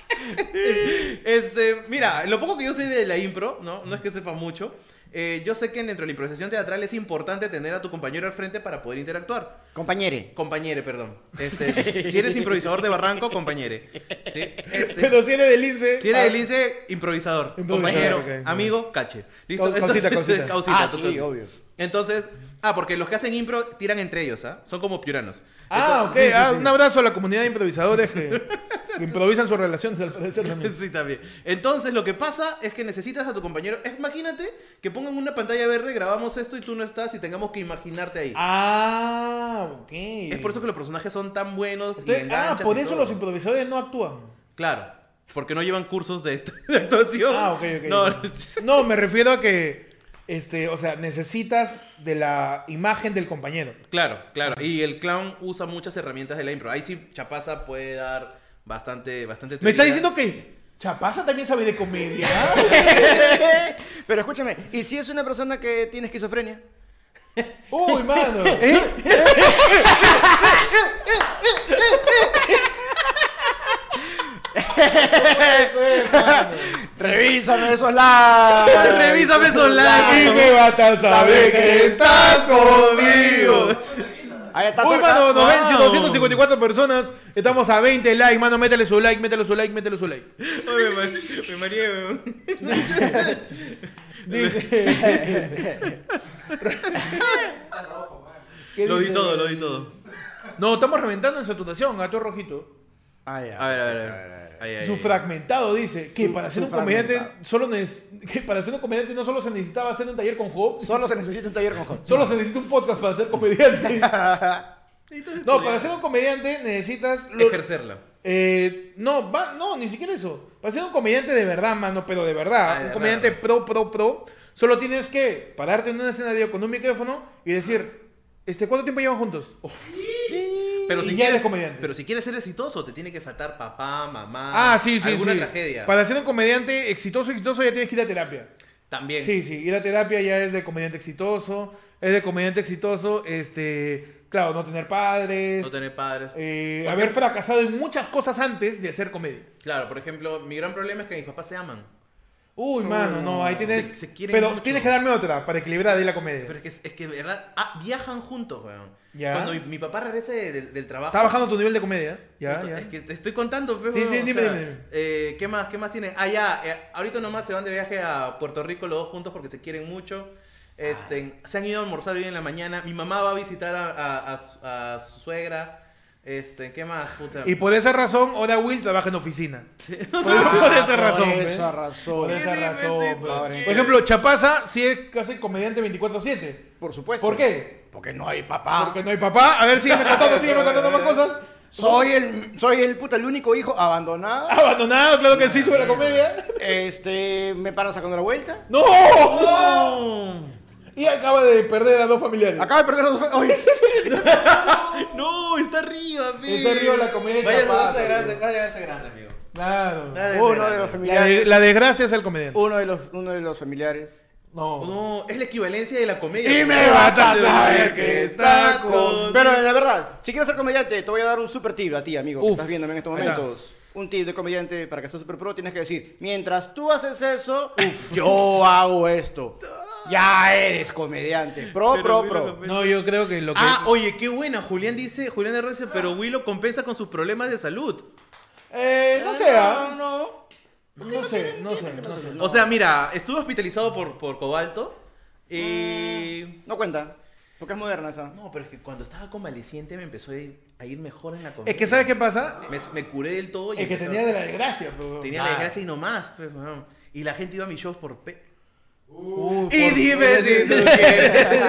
Speaker 3: este, mira, lo poco que yo sé de la impro, ¿no? No es que sepa mucho. eh, yo sé que dentro de la improvisación teatral es importante tener a tu compañero al frente para poder interactuar.
Speaker 2: Compañere.
Speaker 3: Compañere, perdón. Este, si eres improvisador de barranco, compañere. ¿Sí? Este,
Speaker 1: Pero si eres del lince.
Speaker 3: si eres del lince, improvisador.
Speaker 1: Ah. Improvisador,
Speaker 3: compañero,
Speaker 1: ok, ok.
Speaker 3: amigo, cache. ¿Listo?
Speaker 1: Cau- causita, causita.
Speaker 3: causita,
Speaker 2: Ah,
Speaker 3: tu
Speaker 2: sí,
Speaker 3: causita.
Speaker 2: obvio.
Speaker 3: Entonces, ah, porque los que hacen impro tiran entre ellos, ¿ah? Son como piuranos.
Speaker 1: Ah, ok.
Speaker 3: Entonces- sí, sí,
Speaker 1: Ah,
Speaker 3: sí.
Speaker 1: Un abrazo a la comunidad de improvisadores que que improvisan sus relaciones al parecer también.
Speaker 3: Sí, también. Entonces, lo que pasa es que necesitas a tu compañero. Es- Imagínate que pongan una pantalla verde, grabamos esto y tú no estás y tengamos que imaginarte ahí.
Speaker 1: Ah, ok.
Speaker 3: Es por eso que los personajes son tan buenos y
Speaker 1: Entonces- ah,
Speaker 3: enganchas
Speaker 1: por
Speaker 3: y
Speaker 1: eso
Speaker 3: todo.
Speaker 1: los improvisadores no actúan.
Speaker 3: Claro, porque no llevan cursos de, de actuación.
Speaker 1: Ah, ok, ok.
Speaker 3: No,
Speaker 1: No, me refiero a que, este, o sea, necesitas de la imagen del compañero.
Speaker 3: claro, claro. Y el clown usa muchas herramientas de la impro. Ahí sí, Chapaza puede dar bastante, bastante
Speaker 1: Me está
Speaker 3: teoría.
Speaker 1: diciendo que Chapaza también sabe de comedia.
Speaker 2: Pero escúchame, ¿y si es una persona que tiene esquizofrenia?
Speaker 1: Uy, mano.
Speaker 2: ¡Revísame esos likes!
Speaker 3: ¡Revísame esos
Speaker 1: Y
Speaker 3: likes!
Speaker 1: me vas a saber que está conmigo.
Speaker 2: Ahí está.
Speaker 1: Uy,
Speaker 2: cerca.
Speaker 1: mano, nos ven
Speaker 3: Wow.
Speaker 1: 254 personas. Estamos a 20 likes, mano. Métele su like, métele su like, métele su like.
Speaker 3: Oye, me, me mareé, weón. Lo di todo, lo di todo.
Speaker 1: No, estamos reventando en saturación, gato rojito.
Speaker 2: Ah, ya.
Speaker 3: A ver, a ver, a ver. Ahí, ahí,
Speaker 1: Su
Speaker 3: ahí.
Speaker 1: fragmentado dice que
Speaker 2: Su-
Speaker 1: para
Speaker 2: su
Speaker 1: ser un comediante
Speaker 2: fragmentado.
Speaker 1: solo neces- que para ser un comediante no solo se necesitaba hacer un taller con Job,
Speaker 2: Solo se necesita un taller con Hot.
Speaker 1: Solo se necesita un podcast para ser comediante. no, para ser un comediante necesitas. lo-
Speaker 3: Ejercerla.
Speaker 1: eh, no, va- no, ni siquiera eso. Para ser un comediante de verdad, mano, pero de verdad.
Speaker 3: Ah, de
Speaker 1: un
Speaker 3: verdad.
Speaker 1: comediante pro, pro, pro. Solo tienes que pararte en un escenario con un micrófono y decir, este, ¿cuánto tiempo llevan juntos?
Speaker 3: Pero
Speaker 1: Y
Speaker 3: si
Speaker 1: ya
Speaker 3: quieres,
Speaker 1: eres comediante.
Speaker 3: Pero si quieres ser exitoso, te tiene que faltar papá, mamá.
Speaker 1: ah, sí, sí,
Speaker 3: Alguna
Speaker 1: sí.
Speaker 3: tragedia.
Speaker 1: Para ser un comediante exitoso, exitoso, ya tienes que ir a terapia.
Speaker 3: También.
Speaker 1: Sí, sí, ir a terapia ya es de comediante exitoso. Es de comediante exitoso, este, claro, no tener padres.
Speaker 3: No tener padres.
Speaker 1: Eh, haber fracasado en muchas cosas antes de hacer comedia.
Speaker 3: Claro, por ejemplo, mi gran problema es que mis papás se aman.
Speaker 1: Uy, mano, no, ahí tienes.
Speaker 3: se- se quieren
Speaker 1: pero
Speaker 3: mucho.
Speaker 1: tienes que darme otra para equilibrar ahí la comedia.
Speaker 3: Pero es que, es que de verdad, ah, viajan juntos, weón.
Speaker 1: Ya.
Speaker 3: Cuando mi, mi papá regrese del, del trabajo.
Speaker 1: Está bajando tu nivel de comedia. ¿eh? Ya,
Speaker 3: puta,
Speaker 1: ya.
Speaker 3: Es que te estoy contando, pues, pero.
Speaker 1: Di- di- dime, dime, dime.
Speaker 3: ¿Qué más? ¿Qué más tienen? Ah, ya. eh, ahorita nomás se van de viaje a Puerto Rico los dos juntos porque se quieren mucho.
Speaker 1: Ah.
Speaker 3: Este, se han ido a almorzar hoy en la mañana. Mi mamá va a visitar a, a- a su- a su suegra. Este, ¿qué más, puta?
Speaker 1: Y por esa razón, Oda Will trabaja en oficina. Por, por esa razón. ¿eh?
Speaker 2: Por
Speaker 1: ¿ves?
Speaker 2: esa razón.
Speaker 1: Por esa razón,
Speaker 2: pobre.
Speaker 1: Por ejemplo, Chapaza sí es casi comediante 24-7.
Speaker 2: Por supuesto.
Speaker 1: ¿Por qué?
Speaker 2: Porque no hay papá.
Speaker 1: Porque no hay papá. A ver, sígueme contando, sígueme contando más cosas.
Speaker 2: Soy el, soy el puta, el único hijo abandonado.
Speaker 1: Abandonado, claro que sí, sube la comedia.
Speaker 2: Este, me para sacando la vuelta.
Speaker 1: ¡No! Y acaba de perder a dos familiares.
Speaker 2: Acaba de perder los dos. Oye,
Speaker 3: No, está arriba, amigo.
Speaker 1: Está arriba la comedia de
Speaker 3: Vaya a
Speaker 1: Chapaza,
Speaker 3: darse grande,
Speaker 1: amigo.
Speaker 3: vaya a darse grande, amigo.
Speaker 1: Claro.
Speaker 3: Vaya a darse
Speaker 2: uno de los
Speaker 3: grande.
Speaker 1: La, de-
Speaker 2: familiares.
Speaker 1: la desgracia es el comediante.
Speaker 2: Uno de los, uno de los familiares.
Speaker 1: No.
Speaker 3: No, es la equivalencia de la comedia.
Speaker 2: Y me basta saber que está con. Pero la verdad, si quieres ser comediante, te voy a dar un super tip a ti, amigo, que
Speaker 1: Uf,
Speaker 2: estás viéndome en estos
Speaker 1: ahí está.
Speaker 2: momentos. Un tip de comediante para que seas super pro, tienes que decir: mientras tú haces eso, yo hago esto. Ya eres comediante. Pro, pro, pro.
Speaker 1: No, yo creo que lo que.
Speaker 3: Ah, oye, qué buena. Julián dice, Julián R. dice, pero Willow compensa con sus problemas de salud.
Speaker 1: Eh, no sé. ah. No sé, no sé, no sé.
Speaker 3: O sea, mira, estuvo hospitalizado por, por cobalto. Y...
Speaker 2: No cuenta, porque es moderna esa.
Speaker 3: No, pero es que cuando estaba convaleciente me empezó a ir, a ir mejor en la comedia.
Speaker 1: Es que, ¿sabes qué pasa?
Speaker 3: Me, me curé del todo. Y
Speaker 1: Es que
Speaker 3: empecé a-
Speaker 1: tenía de la desgracia, pero. Ah,
Speaker 3: tenía la desgracia y no más. pues, weón. y la gente iba a mis shows por pe...
Speaker 1: Uh,
Speaker 3: Y
Speaker 1: por-
Speaker 3: dime si tú quieres.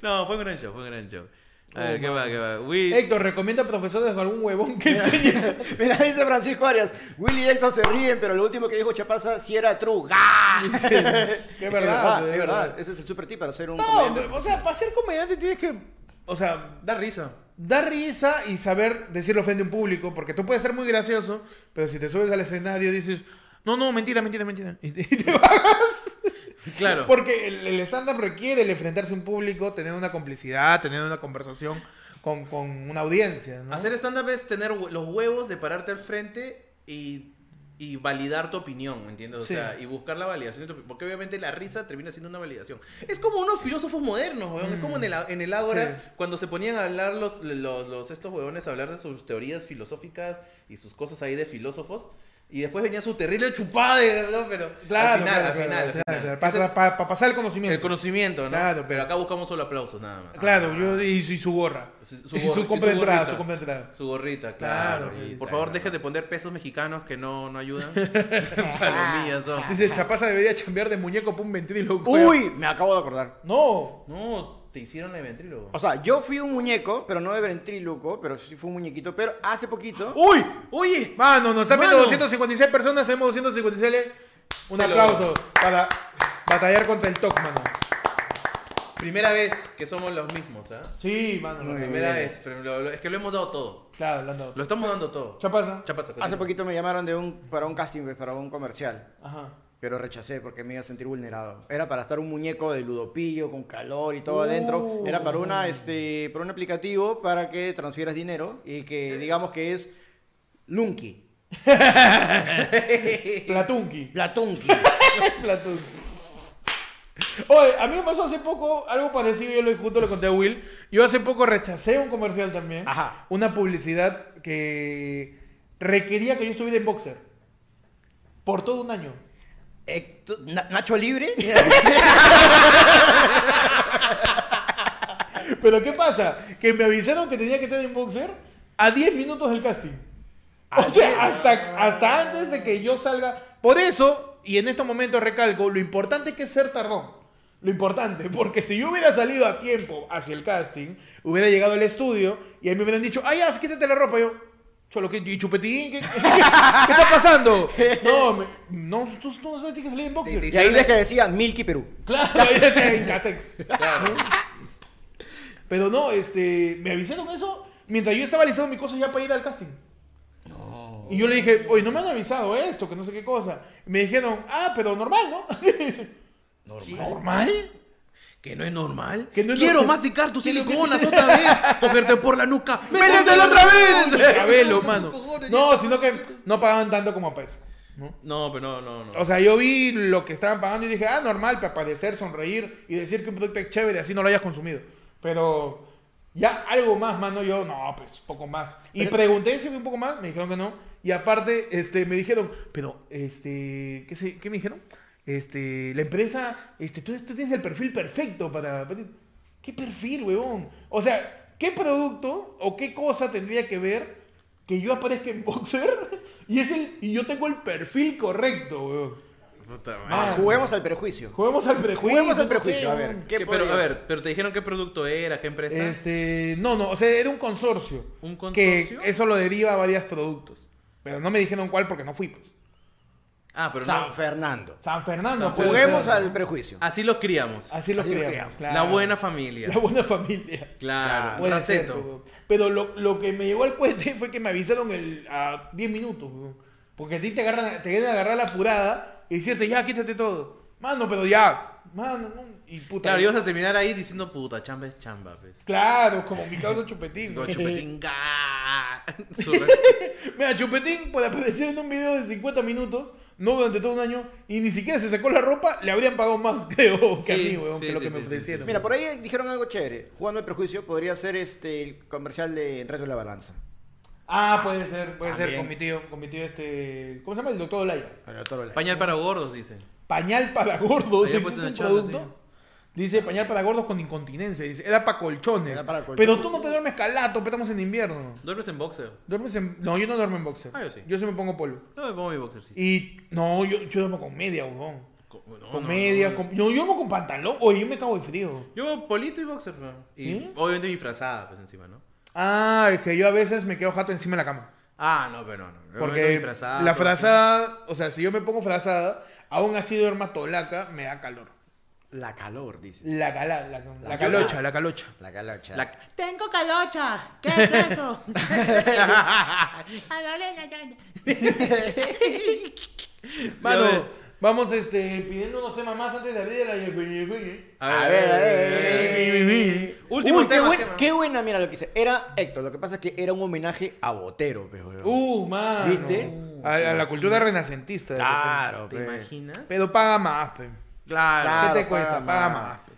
Speaker 3: No, fue un gran show, fue un gran show. A
Speaker 1: Oh,
Speaker 3: ver, ¿qué
Speaker 1: man.
Speaker 3: va, qué va? Will-
Speaker 1: Héctor, recomienda profesores con algún huevón que enseñe.
Speaker 2: Mira, dice Francisco Arias, Willy y Héctor se ríen, pero lo último que dijo Chapaza sí era true. ¡Ga!
Speaker 1: Que
Speaker 2: Es verdad,
Speaker 1: es verdad,
Speaker 2: es verdad.
Speaker 1: es verdad.
Speaker 2: Ese es el super tip para ser un
Speaker 1: No,
Speaker 2: comediante.
Speaker 1: o sea, para ser comediante tienes que. O sea,
Speaker 3: Da risa.
Speaker 1: dar risa y saber decirlo frente a un público, porque tú puedes ser muy gracioso, pero si te subes al escenario dices, no, no, mentira, mentira, mentira. Y te, y te bajas.
Speaker 3: Claro.
Speaker 1: Porque el, el stand-up requiere el enfrentarse a un público, tener una complicidad, tener una conversación con, con una audiencia. ¿no?
Speaker 3: Hacer stand-up es tener hue- los huevos de pararte al frente y, y validar tu opinión, ¿me entiendes? O
Speaker 1: Sí.
Speaker 3: sea, y buscar la validación de tu opinión. Porque obviamente la risa termina siendo una validación. Es como unos filósofos modernos, weón. Es como en el, a- en el Ágora,
Speaker 1: Mm. Sí.
Speaker 3: cuando se ponían a hablar los, los, los- estos huevones a hablar de sus teorías filosóficas y sus cosas ahí de filósofos. Y después venía su terrible chupada, de- ¿no? Pero al final, al final, al final. Ese-
Speaker 1: Para pasar el conocimiento.
Speaker 3: el conocimiento, ¿no?
Speaker 1: Claro,
Speaker 3: pero
Speaker 1: pero-
Speaker 3: acá buscamos solo aplausos, nada más. Ah.
Speaker 1: Claro, yo, y, y su gorra.
Speaker 3: Su- su
Speaker 1: y
Speaker 3: gorra- y
Speaker 1: su
Speaker 3: su
Speaker 1: compra de entrada,
Speaker 3: gorrita.
Speaker 1: su compra de entrada.
Speaker 3: Su gorrita, claro.
Speaker 1: Claro,
Speaker 3: Y,
Speaker 1: y-
Speaker 3: por favor, deje de poner pesos mexicanos que no, no ayudan. Palomillas son.
Speaker 1: Dice, Chapaza debería cambiar de muñeco por un ventríloco.
Speaker 2: Uy, me acabo de acordar.
Speaker 1: ¡No!
Speaker 3: No, te hicieron el ventrílogo.
Speaker 2: O sea, yo fui un muñeco, pero no de ventríloco, pero sí fui un muñequito, pero hace poquito.
Speaker 1: ¡Uy!
Speaker 3: Oye,
Speaker 1: Mano, nos están viendo
Speaker 3: Mano.
Speaker 1: 256 personas, tenemos 256. le- ¿eh? Un
Speaker 3: Se logró.
Speaker 1: aplauso para batallar contra el TOC, mano.
Speaker 3: primera vez que somos los mismos, ¿ah?
Speaker 1: Sí, mano.
Speaker 2: Muy bien.
Speaker 3: Primera vez. pero lo- lo- Es que lo hemos dado todo.
Speaker 1: Claro, hablando.
Speaker 3: Lo estamos dando todo.
Speaker 1: Chapaza.
Speaker 3: Chapaza,
Speaker 2: Hace
Speaker 3: continúa.
Speaker 2: poquito me llamaron de un, para un casting, pues, para un comercial,
Speaker 1: Ajá.
Speaker 2: pero rechacé porque me iba a sentir vulnerado. Era para estar un muñeco de ludopillo, con calor y todo
Speaker 1: Uh.
Speaker 2: adentro. Era para, una, este, para un aplicativo para que transfieras dinero y que digamos que es Lunky,
Speaker 1: Platunki.
Speaker 2: Platunky.
Speaker 1: Platunki. Oye, a mí me pasó hace poco algo parecido, yo lo, justo lo conté a Will. Yo hace poco rechacé un comercial también.
Speaker 2: Ajá.
Speaker 1: Una publicidad que requería que yo estuviera en boxer. Por todo un año.
Speaker 2: Eh, tú- Na- Nacho Libre.
Speaker 1: Pero ¿qué pasa? Que me avisaron que tenía que estar en boxer a 10 minutos del casting. O sea, hasta, hasta antes de que yo salga. Por eso, y en estos momentos recalco, lo importante que es ser tardón. Lo importante, porque si yo hubiera salido a tiempo hacia el casting, hubiera llegado al estudio y ahí me hubieran dicho, ay, ya, quítate la ropa. Yo, cholo, ¿qué, ¿y chupetín? ¿Qué, qué, está pasando? No, me- no, tú, tú no tienes que salir en boxer.
Speaker 2: Y ahí ves que decía Milky Perú.
Speaker 1: Claro, ya sea en Casex. Pero no, este, me avisaron eso mientras yo estaba listando mi cosa ya para ir al casting. Y yo le dije, oye, no me han avisado esto, que no sé qué cosa. Y me dijeron, ah, pero normal, ¿no?
Speaker 3: ¿Normal?
Speaker 1: ¿Normal?
Speaker 3: ¿Que no es normal?
Speaker 1: Que no es
Speaker 3: Quiero
Speaker 1: normal.
Speaker 3: masticar tus siliconas otra vez. Cogerte por la nuca. ¡Métetelo
Speaker 1: ¡Métetelo
Speaker 3: otra
Speaker 1: otra
Speaker 3: vez!
Speaker 1: vez, lo, mano. No, sino que no pagaban tanto como peso. ¿no?
Speaker 3: No, pero no, no, no.
Speaker 1: O sea, yo vi lo que estaban pagando y dije, ah, normal, para padecer, sonreír y decir que un producto es chévere, así no lo hayas consumido. Pero ya algo más, mano, yo, no, pues, poco más. Y pregunté si había un poco más, me dijeron que no. Y aparte, este, me dijeron, pero, este, ¿qué, se- qué me dijeron? Este, la empresa, este, tú, tú tienes el perfil perfecto para... ¿Qué perfil, huevón? O sea, ¿qué producto o qué cosa tendría que ver que yo aparezca en Boxer y, es el, y yo tengo el perfil correcto, weón?
Speaker 3: Puta madre.
Speaker 2: Ah, juguemos al perjuicio.
Speaker 1: Juguemos al prejuicio.
Speaker 2: Juguemos al
Speaker 1: no sé,
Speaker 2: perjuicio, a ver.
Speaker 1: weón.
Speaker 2: ¿qué
Speaker 3: ¿Qué- pero,
Speaker 2: podría-
Speaker 3: a ver, pero te dijeron qué producto era, qué empresa.
Speaker 1: Este, no, no, o sea, era un consorcio.
Speaker 3: ¿Un
Speaker 1: Que
Speaker 3: consorcio?
Speaker 1: eso lo deriva a varios productos. Pero no me dijeron cuál porque no fui. pues.
Speaker 3: Ah, pero
Speaker 2: San
Speaker 3: no.
Speaker 2: Fernando.
Speaker 1: San Fernando. puede
Speaker 2: Juguemos
Speaker 1: ser.
Speaker 2: al perjuicio.
Speaker 3: Así los criamos.
Speaker 1: Así los
Speaker 2: así los
Speaker 1: creamos.
Speaker 2: creamos.
Speaker 1: claro.
Speaker 3: La buena familia.
Speaker 1: La buena familia.
Speaker 3: Claro,
Speaker 1: Puede ser,
Speaker 3: Raceto.
Speaker 1: pero- pero lo, lo que me llegó al cuente fue que me avisaron el, a 10 minutos. weón. Porque a ti te agarran, te quieren agarrar la apurada y decirte, ya, quítate todo. Mano, pero ya. Mano, no. Y puta.
Speaker 3: Claro, ibas a terminar ahí diciendo puta, chamba es chamba, pues.
Speaker 1: Claro, como mi causa Chupetín.
Speaker 3: Como
Speaker 1: ¿no?
Speaker 3: chupetín, ga. Su-
Speaker 1: Mira, Chupetín, por aparecer en un video de 50 minutos, no durante todo un año, y ni siquiera se sacó la ropa, le habrían pagado más, creo, que a
Speaker 3: Sí,
Speaker 1: mí, weón,
Speaker 3: sí,
Speaker 1: que lo
Speaker 3: sí,
Speaker 1: que
Speaker 3: sí,
Speaker 1: me
Speaker 3: sí,
Speaker 1: ofrecieron.
Speaker 2: Mira, por ahí dijeron algo chévere. Jugando al perjuicio podría ser este el comercial de Reto de la Balanza.
Speaker 1: Ah, puede ser, puede ser,
Speaker 2: También.
Speaker 1: con mi tío, con mi tío este... ¿Cómo se llama? El doctor Olaya.
Speaker 2: Pero todo lo-
Speaker 3: Pañal para gordos, dicen.
Speaker 1: Pañal para gordos,
Speaker 3: Había
Speaker 1: existe
Speaker 3: puesto
Speaker 1: un
Speaker 3: en la charla,
Speaker 1: producto.
Speaker 3: sí.
Speaker 1: Dice pañal para gordos con incontinencia, dice, era para colchones.
Speaker 2: Era para colchones.
Speaker 1: Pero tú no te duermes calato, pero estamos en invierno.
Speaker 3: Duermes en boxeo.
Speaker 1: Duermes en... No, yo no duermo en boxer.
Speaker 3: Ah, yo sí.
Speaker 1: Yo sí me pongo polo.
Speaker 3: No me pongo mi boxer, sí.
Speaker 1: Y no, yo, yo duermo con media, weón.
Speaker 3: Co- no, no,
Speaker 1: con media,
Speaker 3: no.
Speaker 1: con... Yo, yo duermo con pantalón, oye, yo me cago de frío.
Speaker 3: Yo polito y boxer, ¿no? Y
Speaker 1: ¿Mm?
Speaker 3: obviamente mi frazada, pues encima, ¿no?
Speaker 1: Ah, es que yo a veces me quedo jato encima de la cama.
Speaker 3: Ah, no, pero no, no. Yo me meto
Speaker 1: Porque
Speaker 3: mi frazada,
Speaker 1: la
Speaker 3: todo
Speaker 1: frazada, o sea, si yo me pongo frazada, aún así duerma tolaca, me da calor.
Speaker 2: La calor, dice.
Speaker 1: La, cala, la, la
Speaker 2: La
Speaker 1: calocha,
Speaker 2: cala.
Speaker 1: la calocha.
Speaker 2: La calocha.
Speaker 3: así. La-
Speaker 7: Tengo calocha. ¿Qué es eso?
Speaker 1: Mano,
Speaker 3: ves.
Speaker 1: vamos este, pidiendo unos temas más antes de abrir la Yefeñefeñe.
Speaker 2: A ver, a ver.
Speaker 3: Último
Speaker 2: Uy, qué,
Speaker 3: tema,
Speaker 2: buen-
Speaker 3: tema.
Speaker 2: qué buena, mira lo que hice. Era Héctor, lo que pasa es que era un homenaje a Botero, pe, weón.
Speaker 1: Uh, mano.
Speaker 2: ¿Viste?
Speaker 1: A, a la cultura renacentista. de
Speaker 2: claro,
Speaker 3: ¿Te
Speaker 2: pe.
Speaker 3: imaginas?
Speaker 1: repente. Pero paga más, pe.
Speaker 3: Claro.
Speaker 2: Claro,
Speaker 1: ¿Qué te cuesta?
Speaker 2: paga
Speaker 1: Paga,
Speaker 2: más.
Speaker 1: más. pe.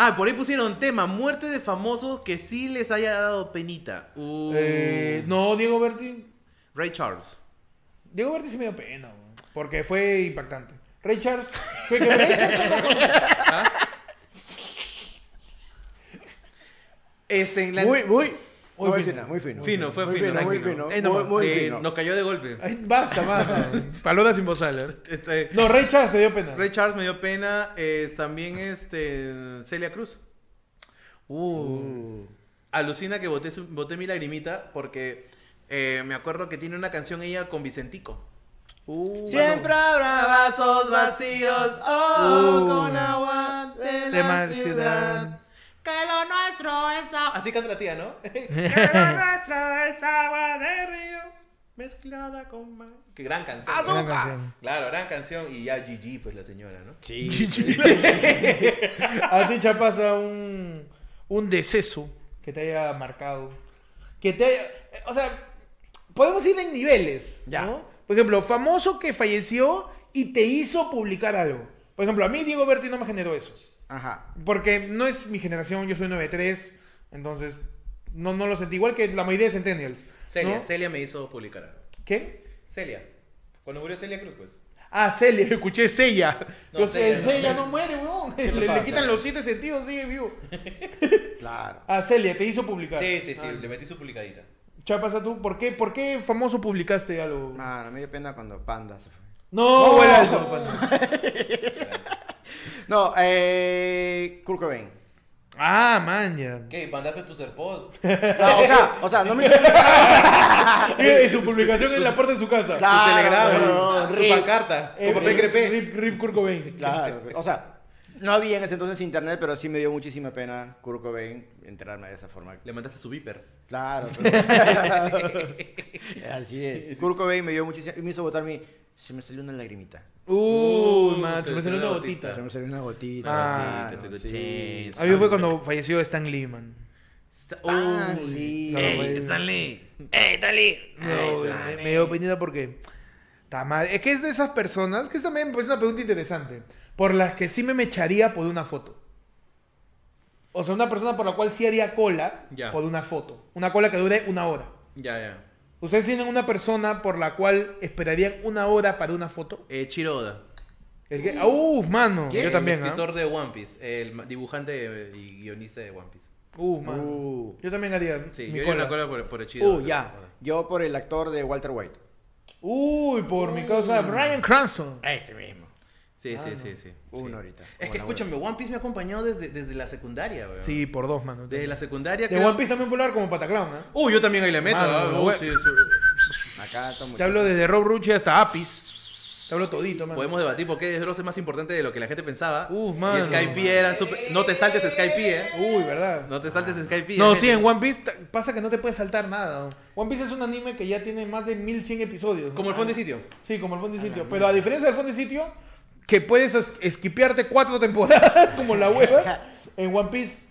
Speaker 3: Ah, por ahí pusieron tema, muerte de famosos que sí les haya dado penita. Uh,
Speaker 1: Eh, no, Diego Berti.
Speaker 3: Ray Charles.
Speaker 1: Diego Berti sí me dio pena, weón, porque fue impactante. Ray Charles, fue que Ray Charles-
Speaker 3: Este, en la-
Speaker 2: Muy, muy.
Speaker 1: Muy
Speaker 2: Muy
Speaker 1: fino.
Speaker 2: fino, muy fino.
Speaker 3: Fino, fue
Speaker 2: Muy
Speaker 3: fino.
Speaker 2: muy
Speaker 3: tranquilo.
Speaker 2: fino.
Speaker 3: Eh, no,
Speaker 2: muy, muy
Speaker 3: eh,
Speaker 2: fino.
Speaker 3: Nos cayó de golpe.
Speaker 1: Ay, Basta, mano. Paloma sin bozal. ¿eh?
Speaker 3: Este,
Speaker 1: No, Ray Charles te dio pena.
Speaker 3: Ray Charles me dio pena. eh, también este, Celia Cruz.
Speaker 2: Uh.
Speaker 3: Uh. Alucina que boté, su- boté mi lagrimita porque eh, me acuerdo que tiene una canción ella con Vicentico.
Speaker 1: Uh,
Speaker 2: Siempre habrá vasos vacíos. Oh,
Speaker 1: Uh.
Speaker 2: con agua de
Speaker 1: De
Speaker 2: la
Speaker 1: más
Speaker 2: ciudad.
Speaker 1: ciudad.
Speaker 7: Que lo nuestro es agua.
Speaker 3: Así canta la tía, ¿no?
Speaker 7: Que lo nuestro es agua de río.
Speaker 3: Mezclada con más. Qué gran canción.
Speaker 1: Gran canción.
Speaker 3: Claro, gran canción. Y ya GG, pues la señora, ¿no?
Speaker 2: Sí.
Speaker 1: A ti ya pasa un, un deceso que te haya marcado. Que te haya- eh, O sea, podemos ir en niveles.
Speaker 2: Ya.
Speaker 1: ¿no? Por ejemplo, famoso que falleció y te hizo publicar algo. Por ejemplo, a mí Diego Berti no me generó eso.
Speaker 2: Ajá.
Speaker 1: Porque no es mi generación, yo soy 93, entonces no, no lo sentí. Igual que la mayoría de Centennials.
Speaker 3: Celia,
Speaker 1: ¿no?
Speaker 3: Celia me hizo publicar. algo.
Speaker 1: ¿Qué?
Speaker 3: Celia. Cuando murió Celia Cruz, pues.
Speaker 1: Ah, Celia, escuché Sella.
Speaker 3: No,
Speaker 1: yo sé,
Speaker 3: Celia, no,
Speaker 1: Sella
Speaker 3: Celia.
Speaker 1: no, muere, weón. Le,
Speaker 3: le
Speaker 1: le
Speaker 3: pasa?
Speaker 1: quitan los siete sentidos, sigue vivo.
Speaker 2: Claro.
Speaker 1: Ah, Celia, te hizo publicar.
Speaker 3: Sí, sí, sí.
Speaker 2: Ah.
Speaker 3: Le metí su publicadita.
Speaker 1: Chapas, ¿a tú? ¿Por qué, ¿Por qué famoso publicaste algo?
Speaker 2: Mano, me dio pena cuando Panda se fue.
Speaker 1: Ah. No, huele a eso, pana.
Speaker 2: No, eh. Kurt Cobain.
Speaker 1: Ah, man, ya.
Speaker 3: ¿Qué? ¿Mandaste tu serpos?
Speaker 2: No, o sea, o sea, no me.
Speaker 1: Eh, Y su publicación en la puerta de su casa.
Speaker 2: Claro,
Speaker 3: su telegrama,
Speaker 2: Ah, no,
Speaker 3: su
Speaker 2: rip.
Speaker 3: pancarta,
Speaker 1: Eh,
Speaker 3: con papel
Speaker 1: rip-
Speaker 3: crepé.
Speaker 1: Rip, rip Kurt Cobain.
Speaker 2: Claro, o sea, no había en ese entonces internet, pero sí me dio muchísima pena Kurt Cobain enterarme de esa forma.
Speaker 3: Le mandaste su viper.
Speaker 2: Claro. pero- Así es. Kurt Cobain me dio muchísima y me hizo botar mi se me salió una lagrimita.
Speaker 1: Uy,
Speaker 3: Uh,
Speaker 1: man, se me salió una gotita.
Speaker 2: Se me salió una gotita.
Speaker 1: Ah,
Speaker 2: gotita,
Speaker 3: sí.
Speaker 2: sí.
Speaker 1: A mí fue cuando falleció Stan Lee, man.
Speaker 2: Stanley.
Speaker 1: Claro,
Speaker 3: ¡Ey,
Speaker 1: güey.
Speaker 3: Stanley!
Speaker 1: No, me, me dio penita porque. ta madre, Es que es de esas personas, que esta también es una pregunta interesante, por las que sí me mecharía por una foto. O sea, una persona por la cual sí haría cola
Speaker 3: Ya.
Speaker 1: por una foto. Una cola que dure una hora.
Speaker 3: Ya, ya.
Speaker 1: ¿Ustedes tienen una persona por la cual esperarían una hora para una foto?
Speaker 3: Eh, Chiroda.
Speaker 1: Es que, ¡Uf, mano! Yo también,
Speaker 3: Uh. El
Speaker 1: ¿ah?
Speaker 3: escritor de One Piece. El ma- dibujante y guionista de One Piece.
Speaker 1: Uh, man. Yo también haría.
Speaker 3: Sí,
Speaker 1: mi
Speaker 3: yo haría una
Speaker 1: cola.
Speaker 3: cola por, por Echido.
Speaker 2: Uh, ya. Yo por el actor de Walter White.
Speaker 1: Uy, por mi causa,
Speaker 3: Uh.
Speaker 1: Brian Cranston.
Speaker 3: Eh.
Speaker 2: Ese mismo.
Speaker 3: Sí, sí, sí, sí.
Speaker 2: Ah, Uh, Una ahorita.
Speaker 8: Es que escúchame, One Piece me ha acompañado desde, desde la secundaria, weón.
Speaker 1: Sí, por dos, mano.
Speaker 8: Desde
Speaker 1: De
Speaker 8: la secundaria.
Speaker 1: One Piece también popular como Pataclown, ¿eh?
Speaker 3: Uh, yo también ahí le meto.
Speaker 1: Mano,
Speaker 3: ah,
Speaker 1: lo
Speaker 3: uh,
Speaker 1: voy-
Speaker 3: sí, sí.
Speaker 2: Acá estamos.
Speaker 1: Te hablo desde Rob Rucci hasta Apis. Te hablo todito, mano.
Speaker 3: Podemos debatir por qué Dross es más importante de lo que la gente pensaba.
Speaker 1: Uf, mano.
Speaker 3: Y Skype era súper. No te saltes Skype, eh.
Speaker 1: Uy, ¿verdad?
Speaker 3: No te saltes Skype. eh.
Speaker 1: No,
Speaker 3: gente.
Speaker 1: sí, en One Piece ta- pasa que no te puedes saltar nada. ¿no? One Piece es un anime que ya tiene más de 1100 episodios. ¿no?
Speaker 8: Como el fondo y sitio.
Speaker 1: Sí, como el fondo y sitio. Pero a diferencia del fondo y sitio, que puedes es- esquipearte cuatro temporadas como la hueva, en One Piece,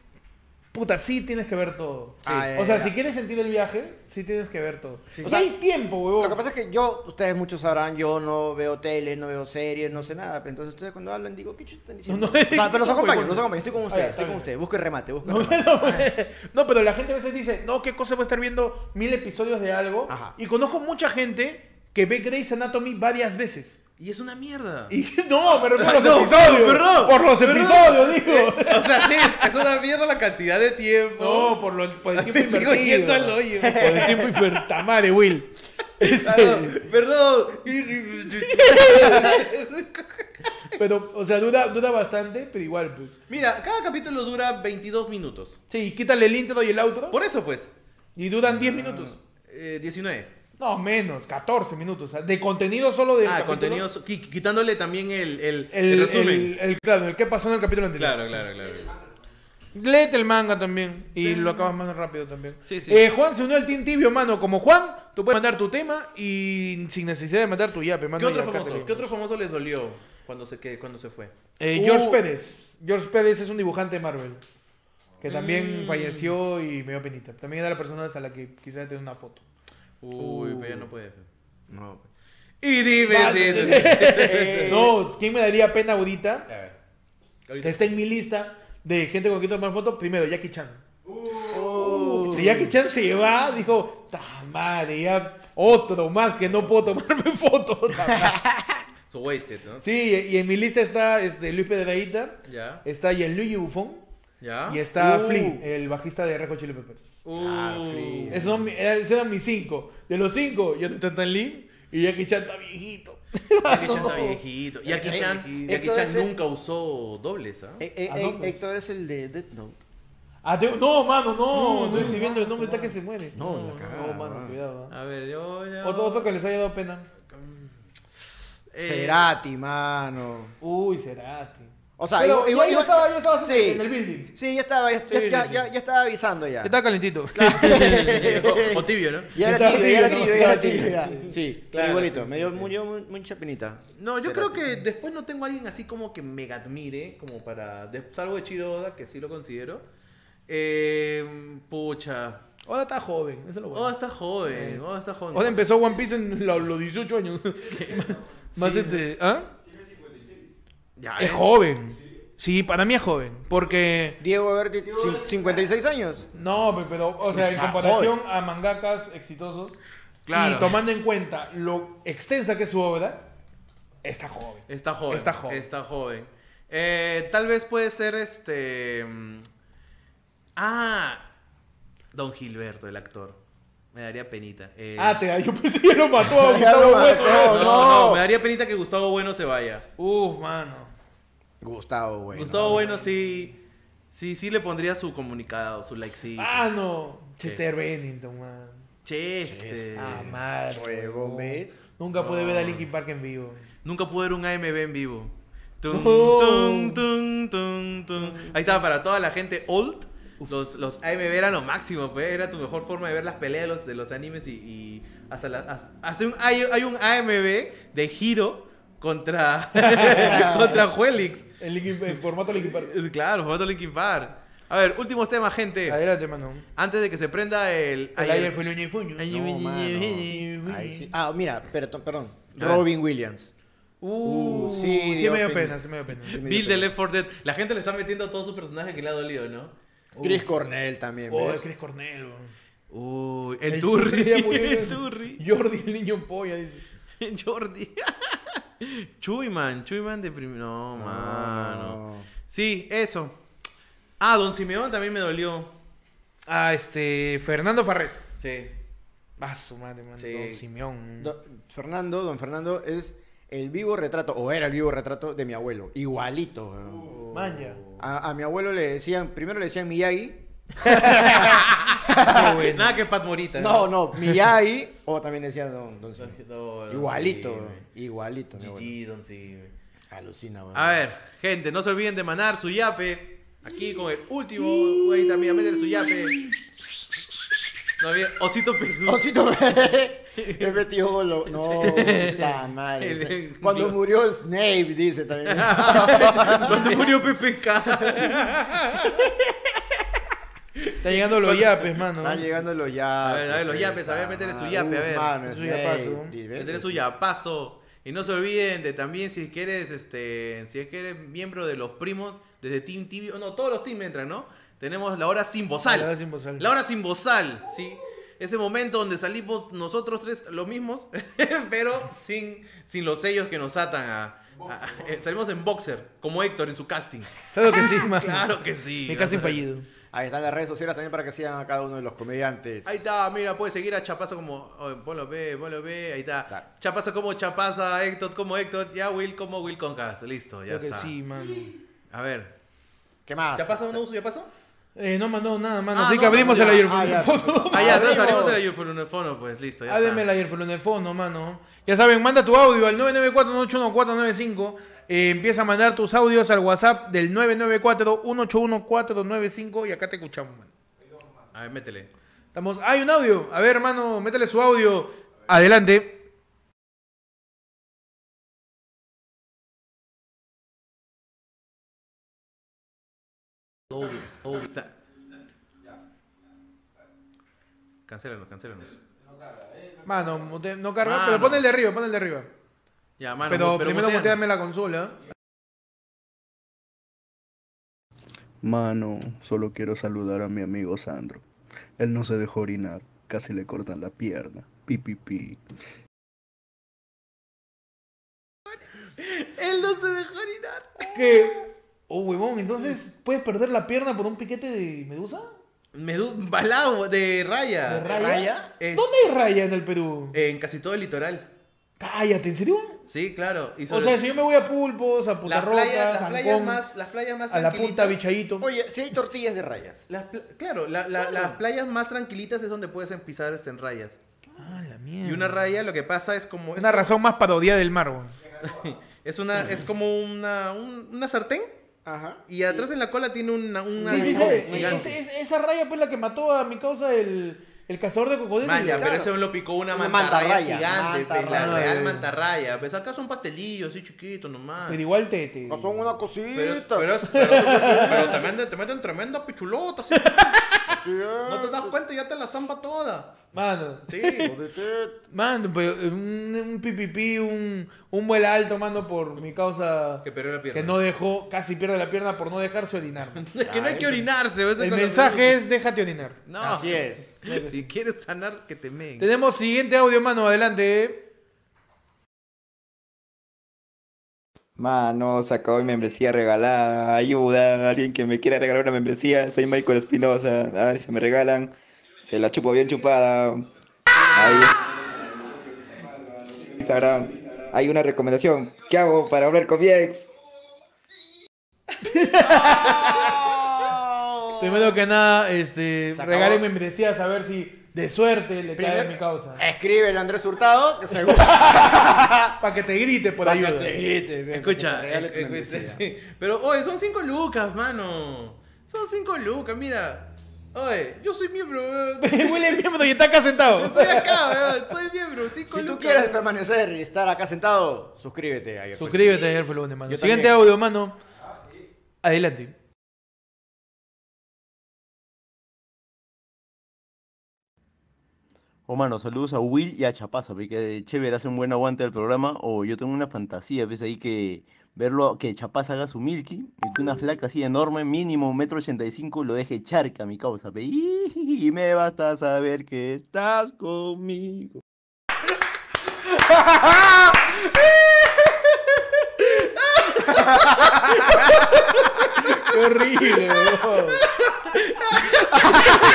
Speaker 1: puta, sí tienes que ver todo.
Speaker 2: Ah, ya,
Speaker 1: o sea,
Speaker 2: ya,
Speaker 1: si
Speaker 2: ya.
Speaker 1: quieres sentir el viaje, sí tienes que ver todo. O
Speaker 2: O
Speaker 1: sea,
Speaker 2: sea,
Speaker 1: hay tiempo, huevón.
Speaker 2: Lo que pasa es que yo, ustedes muchos sabrán, yo no veo tele, no veo series, no sé nada. Pero entonces ustedes cuando hablan digo, ¿qué chucha están diciendo?
Speaker 1: No, no,
Speaker 2: O sea, pero los
Speaker 1: no,
Speaker 2: acompaño,
Speaker 1: pues,
Speaker 2: los acompaño. Estoy con
Speaker 1: Ah, ya,
Speaker 2: ustedes,
Speaker 1: está
Speaker 2: estoy con
Speaker 1: bien.
Speaker 2: ustedes. Busco el remate, busco el
Speaker 1: No,
Speaker 2: remate.
Speaker 1: no, eh. no, pero la gente a veces dice, no, qué cosa voy a estar viendo mil episodios de algo.
Speaker 2: Ajá.
Speaker 1: Y conozco mucha gente que ve Grey's Anatomy varias veces.
Speaker 3: Y es una mierda.
Speaker 1: Y, no, pero por los
Speaker 3: Ah. No,
Speaker 1: episodios.
Speaker 3: perdón, Eh,
Speaker 1: por los episodios, digo.
Speaker 3: O sea, sí, es, es una mierda la cantidad de tiempo.
Speaker 1: No, por, lo, por el tiempo
Speaker 3: Me sigo
Speaker 1: invertido.
Speaker 3: yendo al hoyo.
Speaker 1: Por el tiempo invertido. Tamare, Will. Este,
Speaker 3: Perdón, Perdón.
Speaker 1: pero, o sea, dura, dura bastante, pero igual, pues.
Speaker 8: Mira, cada capítulo dura 22 minutos.
Speaker 1: Sí, quítale el intro y el outro.
Speaker 8: Por eso, pues.
Speaker 1: Y duran 10 minutos.
Speaker 8: eh, 19.
Speaker 1: No, menos, 14 minutos. O sea, de contenido solo de.
Speaker 8: Ah, contenidos. qui- Quitándole también el, el,
Speaker 1: El,
Speaker 8: el resumen.
Speaker 1: El, el- claro, el que pasó en el capítulo anterior.
Speaker 3: Claro, claro, claro.
Speaker 1: Léete el manga también. Y lo acabas más rápido también.
Speaker 3: Sí, sí.
Speaker 1: Eh, Juan se unió al Team Tibio, mano. Como Juan, tú puedes mandar tu tema y sin necesidad de mandar tu yape, mano.
Speaker 8: ¿Qué,
Speaker 1: y
Speaker 8: otro
Speaker 1: acá te
Speaker 8: famoso,
Speaker 1: leemos.
Speaker 8: ¿Qué otro famoso les dolió cuando se, que, cuando se fue?
Speaker 1: Eh,
Speaker 8: Uh.
Speaker 1: George Pérez. George Pérez es un dibujante de Marvel. Que también falleció y me dio penita. También era la persona a la que quizás tenga una foto.
Speaker 8: Uy, pero ya no puede.
Speaker 2: No.
Speaker 3: Y dime, sí, sí.
Speaker 1: Eh, no, ¿quién me daría pena ahorita?
Speaker 8: A ver.
Speaker 1: Que
Speaker 8: Ahorita.
Speaker 1: está en mi lista de gente con quien tomar foto. Primero, Jackie Chan.
Speaker 2: Uh.
Speaker 1: Si Jackie Chan se va, dijo, ta madre, ya otro más que no puedo tomarme fotos. ta madre".
Speaker 3: So wasted, ¿no?
Speaker 1: sí, y en mi lista está este, Luis Pedraíta,
Speaker 3: Ya,
Speaker 1: está Gianluigi Buffon
Speaker 3: ya.
Speaker 1: y está
Speaker 2: Uh.
Speaker 1: Flea, el bajista de Rejo Chili Peppers.
Speaker 2: Claro,
Speaker 3: Uh,
Speaker 2: Flea.
Speaker 1: Esos son mi- eh, esos eran mis cinco. De los cinco, Jonathan Tan Lim y Jackie Chan está viejito.
Speaker 3: Jackie Chan está viejito. Jackie Chan, Jackie
Speaker 2: Esto
Speaker 3: Chan
Speaker 2: es el-
Speaker 3: nunca usó dobles, ¿ah?
Speaker 2: Eh, eh,
Speaker 1: Ah,
Speaker 2: eh,
Speaker 1: no, pues.
Speaker 2: Héctor es el de Death Note.
Speaker 1: Ah, te- no, mano, no. estoy escribiendo el nombre, está que se muere.
Speaker 2: No, la
Speaker 1: No,
Speaker 2: cagada,
Speaker 1: mano,
Speaker 2: man.
Speaker 1: cuidado. ah.
Speaker 3: A ver, yo ya.
Speaker 1: Otro, otro que les haya dado pena.
Speaker 3: Eh,
Speaker 2: Cerati, mano.
Speaker 1: Uy, Cerati.
Speaker 2: O sea,
Speaker 1: Pero
Speaker 2: igual, igual-
Speaker 1: ya,
Speaker 2: igual-
Speaker 1: estaba, ya estaba
Speaker 2: sí.
Speaker 1: en el building.
Speaker 2: Sí, ya estaba, ya, ya-
Speaker 1: Sí,
Speaker 2: ya-
Speaker 1: sí.
Speaker 2: ya- ya estaba avisando ya.
Speaker 1: Estaba calentito.
Speaker 3: o, o tibio, ¿no?
Speaker 2: Ya era
Speaker 1: Estaba
Speaker 2: tibio, ya era
Speaker 1: tibio,
Speaker 2: tibio, ya
Speaker 1: estaba
Speaker 2: era tibio.
Speaker 1: tibio.
Speaker 2: ya. Sí,
Speaker 8: Claro,
Speaker 2: claro, igualito.
Speaker 8: sí,
Speaker 2: me dio mu- dio mu- mucha penita.
Speaker 8: No, yo creo
Speaker 2: Espérate.
Speaker 8: que después no tengo a alguien así como que mega admire, como para... de- Salvo de Chiro Oda, que sí lo considero. Eh, pucha.
Speaker 1: Oda está joven, eso es lo bueno.
Speaker 8: Oda está joven, Oda está joven.
Speaker 1: Oda empezó One Piece en lo- los 18 años. Más
Speaker 8: Sí.
Speaker 1: este. ¿Ah?
Speaker 3: Ya,
Speaker 1: Es
Speaker 3: eh.
Speaker 1: joven. Sí, para mí es joven. Porque.
Speaker 2: Diego Berti, cin- 56
Speaker 1: eh,
Speaker 2: años.
Speaker 1: No, pe- pero, o sea, en comparación a mangakas exitosos
Speaker 3: Claro.
Speaker 1: y tomando en cuenta lo extensa que es su obra, está joven.
Speaker 3: Está joven.
Speaker 1: Está joven.
Speaker 3: Está joven. Eh, tal vez puede ser este. mm, Ah, Don Gilberto, el actor. Me daría penita. Eh,
Speaker 1: Ah, te da, yo pensé que lo mató a
Speaker 2: Ya
Speaker 1: Gustavo
Speaker 2: lo
Speaker 1: Bueno.
Speaker 2: mató.
Speaker 3: no, no,
Speaker 2: no.
Speaker 3: me daría penita que Gustavo Bueno se vaya.
Speaker 1: Uf, mano.
Speaker 2: Gustavo, güey.
Speaker 3: Gustavo Bueno sí. Sí, sí le pondría su comunicado, su likecito.
Speaker 1: Ah, no. Chester Bennington, man.
Speaker 3: Chester.
Speaker 1: Ah, madre.
Speaker 2: Juego,
Speaker 1: no.
Speaker 2: ¿ves?
Speaker 1: Nunca pude
Speaker 3: Eh, No.
Speaker 1: ver a Linkin Park en vivo.
Speaker 3: Nunca pude ver un AMB en vivo. Tum,
Speaker 1: No.
Speaker 3: tum, tum, tum, tum. Ahí estaba para toda la gente old. Los, los AMB eran lo máximo, pues. Era tu mejor forma de ver las peleas de los, de los animes y, y hasta, la- hasta, hasta un, hay, hay un AMB de giro contra contra Huelix.
Speaker 1: En, Linkin- en formato Linkin Park.
Speaker 3: Claro, jugando Linkin Park. A ver, últimos temas, gente.
Speaker 1: Adelante, mano.
Speaker 3: Antes de que se prenda el...
Speaker 1: El aire fue el fuño.
Speaker 3: Ay,
Speaker 2: No, mano. Ahí sí. Ah, mira, pero, perdón.
Speaker 1: Ah.
Speaker 2: Robin Williams.
Speaker 1: Uh,
Speaker 2: Uh,
Speaker 1: sí,
Speaker 2: sí,
Speaker 1: sí
Speaker 2: dio
Speaker 1: me dio
Speaker 2: pena.
Speaker 1: pena, sí me dio pena.
Speaker 2: Sí me dio
Speaker 3: Bill de
Speaker 2: pena.
Speaker 3: Left 4 Dead. La gente le está metiendo a todo su personaje que le ha dolido, ¿no?
Speaker 2: Chris Cornell también.
Speaker 1: Oh,
Speaker 2: ¿ves?
Speaker 1: Chris Cornell, weón.
Speaker 3: Uy, el,
Speaker 1: El
Speaker 3: Turri.
Speaker 1: Turri, ya murió.
Speaker 3: El Turri.
Speaker 1: Jordi, el niño en polla, dice.
Speaker 3: Jordi. Chuyman, Chuyman de prim... No,
Speaker 2: No.
Speaker 3: mano. Sí, eso. Ah, Don Simeón también me dolió.
Speaker 1: a este Fernando Farrés.
Speaker 9: Sí.
Speaker 1: Ah, su madre, mano.
Speaker 9: Sí.
Speaker 1: Don Simeón.
Speaker 2: Do- Fernando, don Fernando, es el vivo retrato, o era el vivo retrato de mi abuelo. Igualito. weón.
Speaker 1: Maña.
Speaker 2: A, a mi abuelo le decían, primero le decían Miyagi.
Speaker 3: Ah,
Speaker 1: Qué bueno.
Speaker 9: Nada que Pat Morita.
Speaker 2: No, no, Miyagi. o también le decían don, don Simón.
Speaker 9: No, no,
Speaker 2: Igualito,
Speaker 9: sí,
Speaker 2: weón, igualito. mi
Speaker 9: güey.
Speaker 2: abuelo.
Speaker 9: GG, Don Simeón.
Speaker 2: Alucina, weón.
Speaker 3: A ver, gente, no se olviden de mandar su yape. Aquí con el último, güey, también a meter su yape. No había- Osito Perú.
Speaker 2: Osito he metido golo. No, puta
Speaker 3: El-
Speaker 2: madre. este.
Speaker 3: el-
Speaker 2: Cuando murió Snape, dice también.
Speaker 3: ¿Dónde murió Pepe K?
Speaker 1: Está llegando los yapes, mano.
Speaker 2: Están llegando los Ah, yapes.
Speaker 3: A ver, a ver, los yapes, a ver, métele su yape, a ver.
Speaker 1: Su yapazo.
Speaker 3: Meter su yapazo. Y no se olviden de también si es que eres este. Si es que eres miembro de los primos, desde Team Tibio. No, todos los teams entran, ¿no? Tenemos la hora sin bozal.
Speaker 1: La hora sin bozal.
Speaker 3: La hora sin bozal, sí. Ese momento donde salimos nosotros tres los mismos, pero sin, sin los sellos que nos atan a. a- a- eh, salimos en boxer, como Héctor en su casting.
Speaker 1: Claro que sí, mano.
Speaker 3: Claro que sí.
Speaker 1: Mi casting fallido.
Speaker 2: Ahí están las redes sociales también para que sigan a cada uno de los comediantes.
Speaker 3: Ahí está, mira, puedes seguir a Chapaza como. oh, ponlo ve, ponlo ve, ahí está.
Speaker 2: Claro.
Speaker 3: Chapaza como Chapaza, Héctor como Héctor, ya Will como Will Concas. Listo, ya
Speaker 1: Creo que
Speaker 3: está.
Speaker 1: sí, Ah, mano.
Speaker 3: A ver.
Speaker 2: ¿Qué más?
Speaker 3: ¿Chapaza no uso Chapaza?
Speaker 1: Eh, no mandó nada, mano.
Speaker 3: Ah,
Speaker 1: Así
Speaker 3: no,
Speaker 1: que abrimos
Speaker 3: no,
Speaker 1: el
Speaker 3: ya.
Speaker 1: ayer.
Speaker 2: Ah, ya.
Speaker 3: Ah, ya, entonces
Speaker 2: Abrimos.
Speaker 3: abrimos el ayurfonofono, pues listo, ya.
Speaker 1: Hábleme el
Speaker 3: está.
Speaker 1: ayer en el fondo, mano. Ya saben, manda tu audio al 994-981-495. Eh, empieza a mandar tus audios al WhatsApp del 994-181-495 y acá te escuchamos, mano.
Speaker 3: A ver, métele.
Speaker 1: Estamos... Hay un audio. A ver, hermano, métele su audio. Adelante. Oh.
Speaker 3: Está. Cancélanos, cancélanos.
Speaker 1: Mano, mute- no carga,
Speaker 3: Mano.
Speaker 1: pero pon el de arriba, pon el de arriba.
Speaker 3: Ya, mano.
Speaker 1: pero, primero
Speaker 3: muteanos.
Speaker 1: muteame la consola.
Speaker 10: Mano, solo quiero saludar a mi amigo Sandro. Él no se dejó orinar, casi le cortan la pierna. Pi, pi, pi.
Speaker 3: Él no se dejó orinar.
Speaker 1: Que. Oh, huevón, entonces, ¿puedes perder la pierna por un piquete de medusa?
Speaker 3: Medu balao de raya.
Speaker 1: ¿De raya?
Speaker 3: Es-
Speaker 1: ¿Dónde hay raya en el Perú?
Speaker 3: En casi todo el litoral.
Speaker 1: Cállate, ¿en serio?
Speaker 3: Sí, claro. y
Speaker 1: O
Speaker 3: sobre-
Speaker 1: sea, si yo me voy a Pulpos, a Punta
Speaker 3: las
Speaker 1: Roca,
Speaker 3: playas, las
Speaker 1: San
Speaker 3: playas
Speaker 1: Juan,
Speaker 3: más, las playas más
Speaker 1: a la punta
Speaker 3: tranquilitas-
Speaker 1: Bichayito.
Speaker 2: Oye, si hay tortillas de rayas.
Speaker 3: las pla- claro, la- la- las playas más tranquilitas es donde puedes pisar este, en rayas.
Speaker 1: Ah, la mierda.
Speaker 3: Y una raya lo que pasa es como... Es,
Speaker 1: Una razón más para odiar el mar, weón.
Speaker 3: es, una, es como una, un- una sartén
Speaker 2: Ajá.
Speaker 3: y atrás en la cola tiene una... una
Speaker 1: Sí, sí, sí.
Speaker 3: una-
Speaker 1: Es-
Speaker 3: gigante.
Speaker 1: es- esa raya fue la que mató a mi causa el, el cazador de cocodrilos.
Speaker 3: Maña,
Speaker 1: Claro.
Speaker 3: pero eso lo picó una,
Speaker 2: Una
Speaker 3: mantarraya,
Speaker 2: mantarraya,
Speaker 3: gigante, pues, la
Speaker 2: mantarraya.
Speaker 3: real mantarraya. Pues acá son pastelillos así chiquitos nomás.
Speaker 1: Pero igual te. te-
Speaker 2: No son una cosita.
Speaker 3: Pero, pero, pero- pero te, meten, te meten tremenda pichulota. así.
Speaker 2: Sí, eh.
Speaker 3: No te das cuenta y ya te la zamba toda.
Speaker 1: Mano,
Speaker 3: Sí.
Speaker 2: Jodete.
Speaker 1: mano, pero un, un pipipí, un, un vuelo alto, mano, por mi causa.
Speaker 3: Que perdió la pierna.
Speaker 1: Que no dejó, casi pierde la pierna por no dejarse orinar.
Speaker 3: Es que no hay que orinarse. eso es
Speaker 1: El
Speaker 3: lo que-
Speaker 1: mensaje es déjate orinar.
Speaker 3: No.
Speaker 2: Así es.
Speaker 3: Si quieres sanar, que te meen.
Speaker 1: Tenemos siguiente audio, mano, adelante.
Speaker 11: Mano, se acabó mi membresía regalada. Ayuda, alguien que me quiera regalar una membresía. Soy Michael Espinosa. Ay, se me regalan. Se la chupo bien chupada. Ahí. Instagram. Hay una recomendación. ¿Qué hago para hablar con mi ex?
Speaker 1: Primero que nada, este,
Speaker 2: Se acabó.
Speaker 1: regalen membresías a ver si de suerte le cae a mi causa.
Speaker 2: Escribe el Andrés Hurtado, que seguro.
Speaker 1: Para que te grite por
Speaker 2: Para que
Speaker 1: ayuda.
Speaker 2: te grite, ven,
Speaker 3: Escucha,
Speaker 2: que te regale
Speaker 3: eh,
Speaker 2: tu
Speaker 3: eh,
Speaker 2: membresía.
Speaker 3: sí. pero oye, son cinco lucas, mano. Son cinco lucas, mira. Oye, yo soy miembro, weón.
Speaker 1: Huele miembro y está acá sentado.
Speaker 3: Estoy acá, weón. Soy miembro, cinco
Speaker 2: Si tú
Speaker 3: lucas.
Speaker 2: quieres permanecer y estar acá sentado, suscríbete. ahí.
Speaker 1: Suscríbete ayer fue lunes, mano.
Speaker 2: Yo
Speaker 1: Siguiente
Speaker 2: también.
Speaker 1: audio, mano. Adelante.
Speaker 12: Oh, mano, saludos a Will y a Chapaza, pe, que chévere, hacen buen aguante del programa. O yo tengo una fantasía, ves ahí que verlo, que Chapaza haga su milky y que una flaca así enorme, mínimo un metro ochenta y cinco, lo deje charca, mi causa, pe. Y me basta saber que estás conmigo.
Speaker 1: Qué horrible, weón.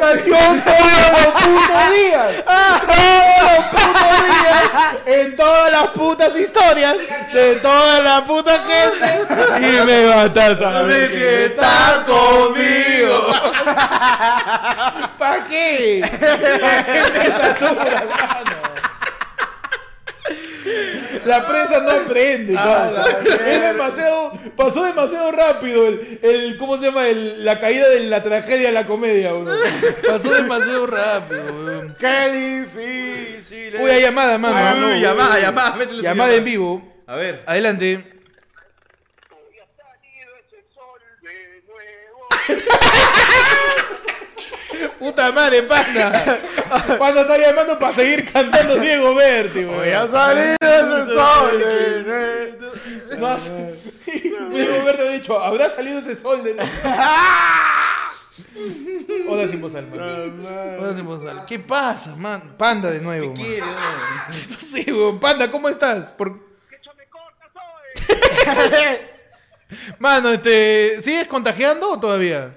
Speaker 1: televisión todos los putos días. Todos los putos días. En todas las putas historias. De toda la puta gente. Y me matas a ver que estás conmigo. ¿Para qué? ¿Para qué me saturas, mano? La prensa no aprende,
Speaker 13: Ah,
Speaker 1: causa. Es demasiado, pasó demasiado rápido el, el- ¿cómo se llama? El- la caída de la tragedia a la comedia, weón. Pasó demasiado rápido, weón.
Speaker 2: ¡Qué difícil!
Speaker 1: Uy, hay llamada, mano.
Speaker 13: Uy,
Speaker 1: Ah, no,
Speaker 13: uy,
Speaker 1: uy,
Speaker 13: llamada,
Speaker 1: uy.
Speaker 13: llamada, métele su
Speaker 1: Llamada en vivo.
Speaker 13: A ver.
Speaker 1: Adelante. Puta madre, pana. Cuando está llamando para seguir cantando Diego Berti, weón.
Speaker 2: salido ese
Speaker 1: No has- Diego Berti ha dicho, ¿habrá salido ese sol de Hola sin voz alma. Hola sin voz alma. ¿Qué pasa, man? Panda de nuevo. man. No sé, weón. Panda, ¿cómo estás? Por... Mano, este, ¿sigues contagiando o todavía?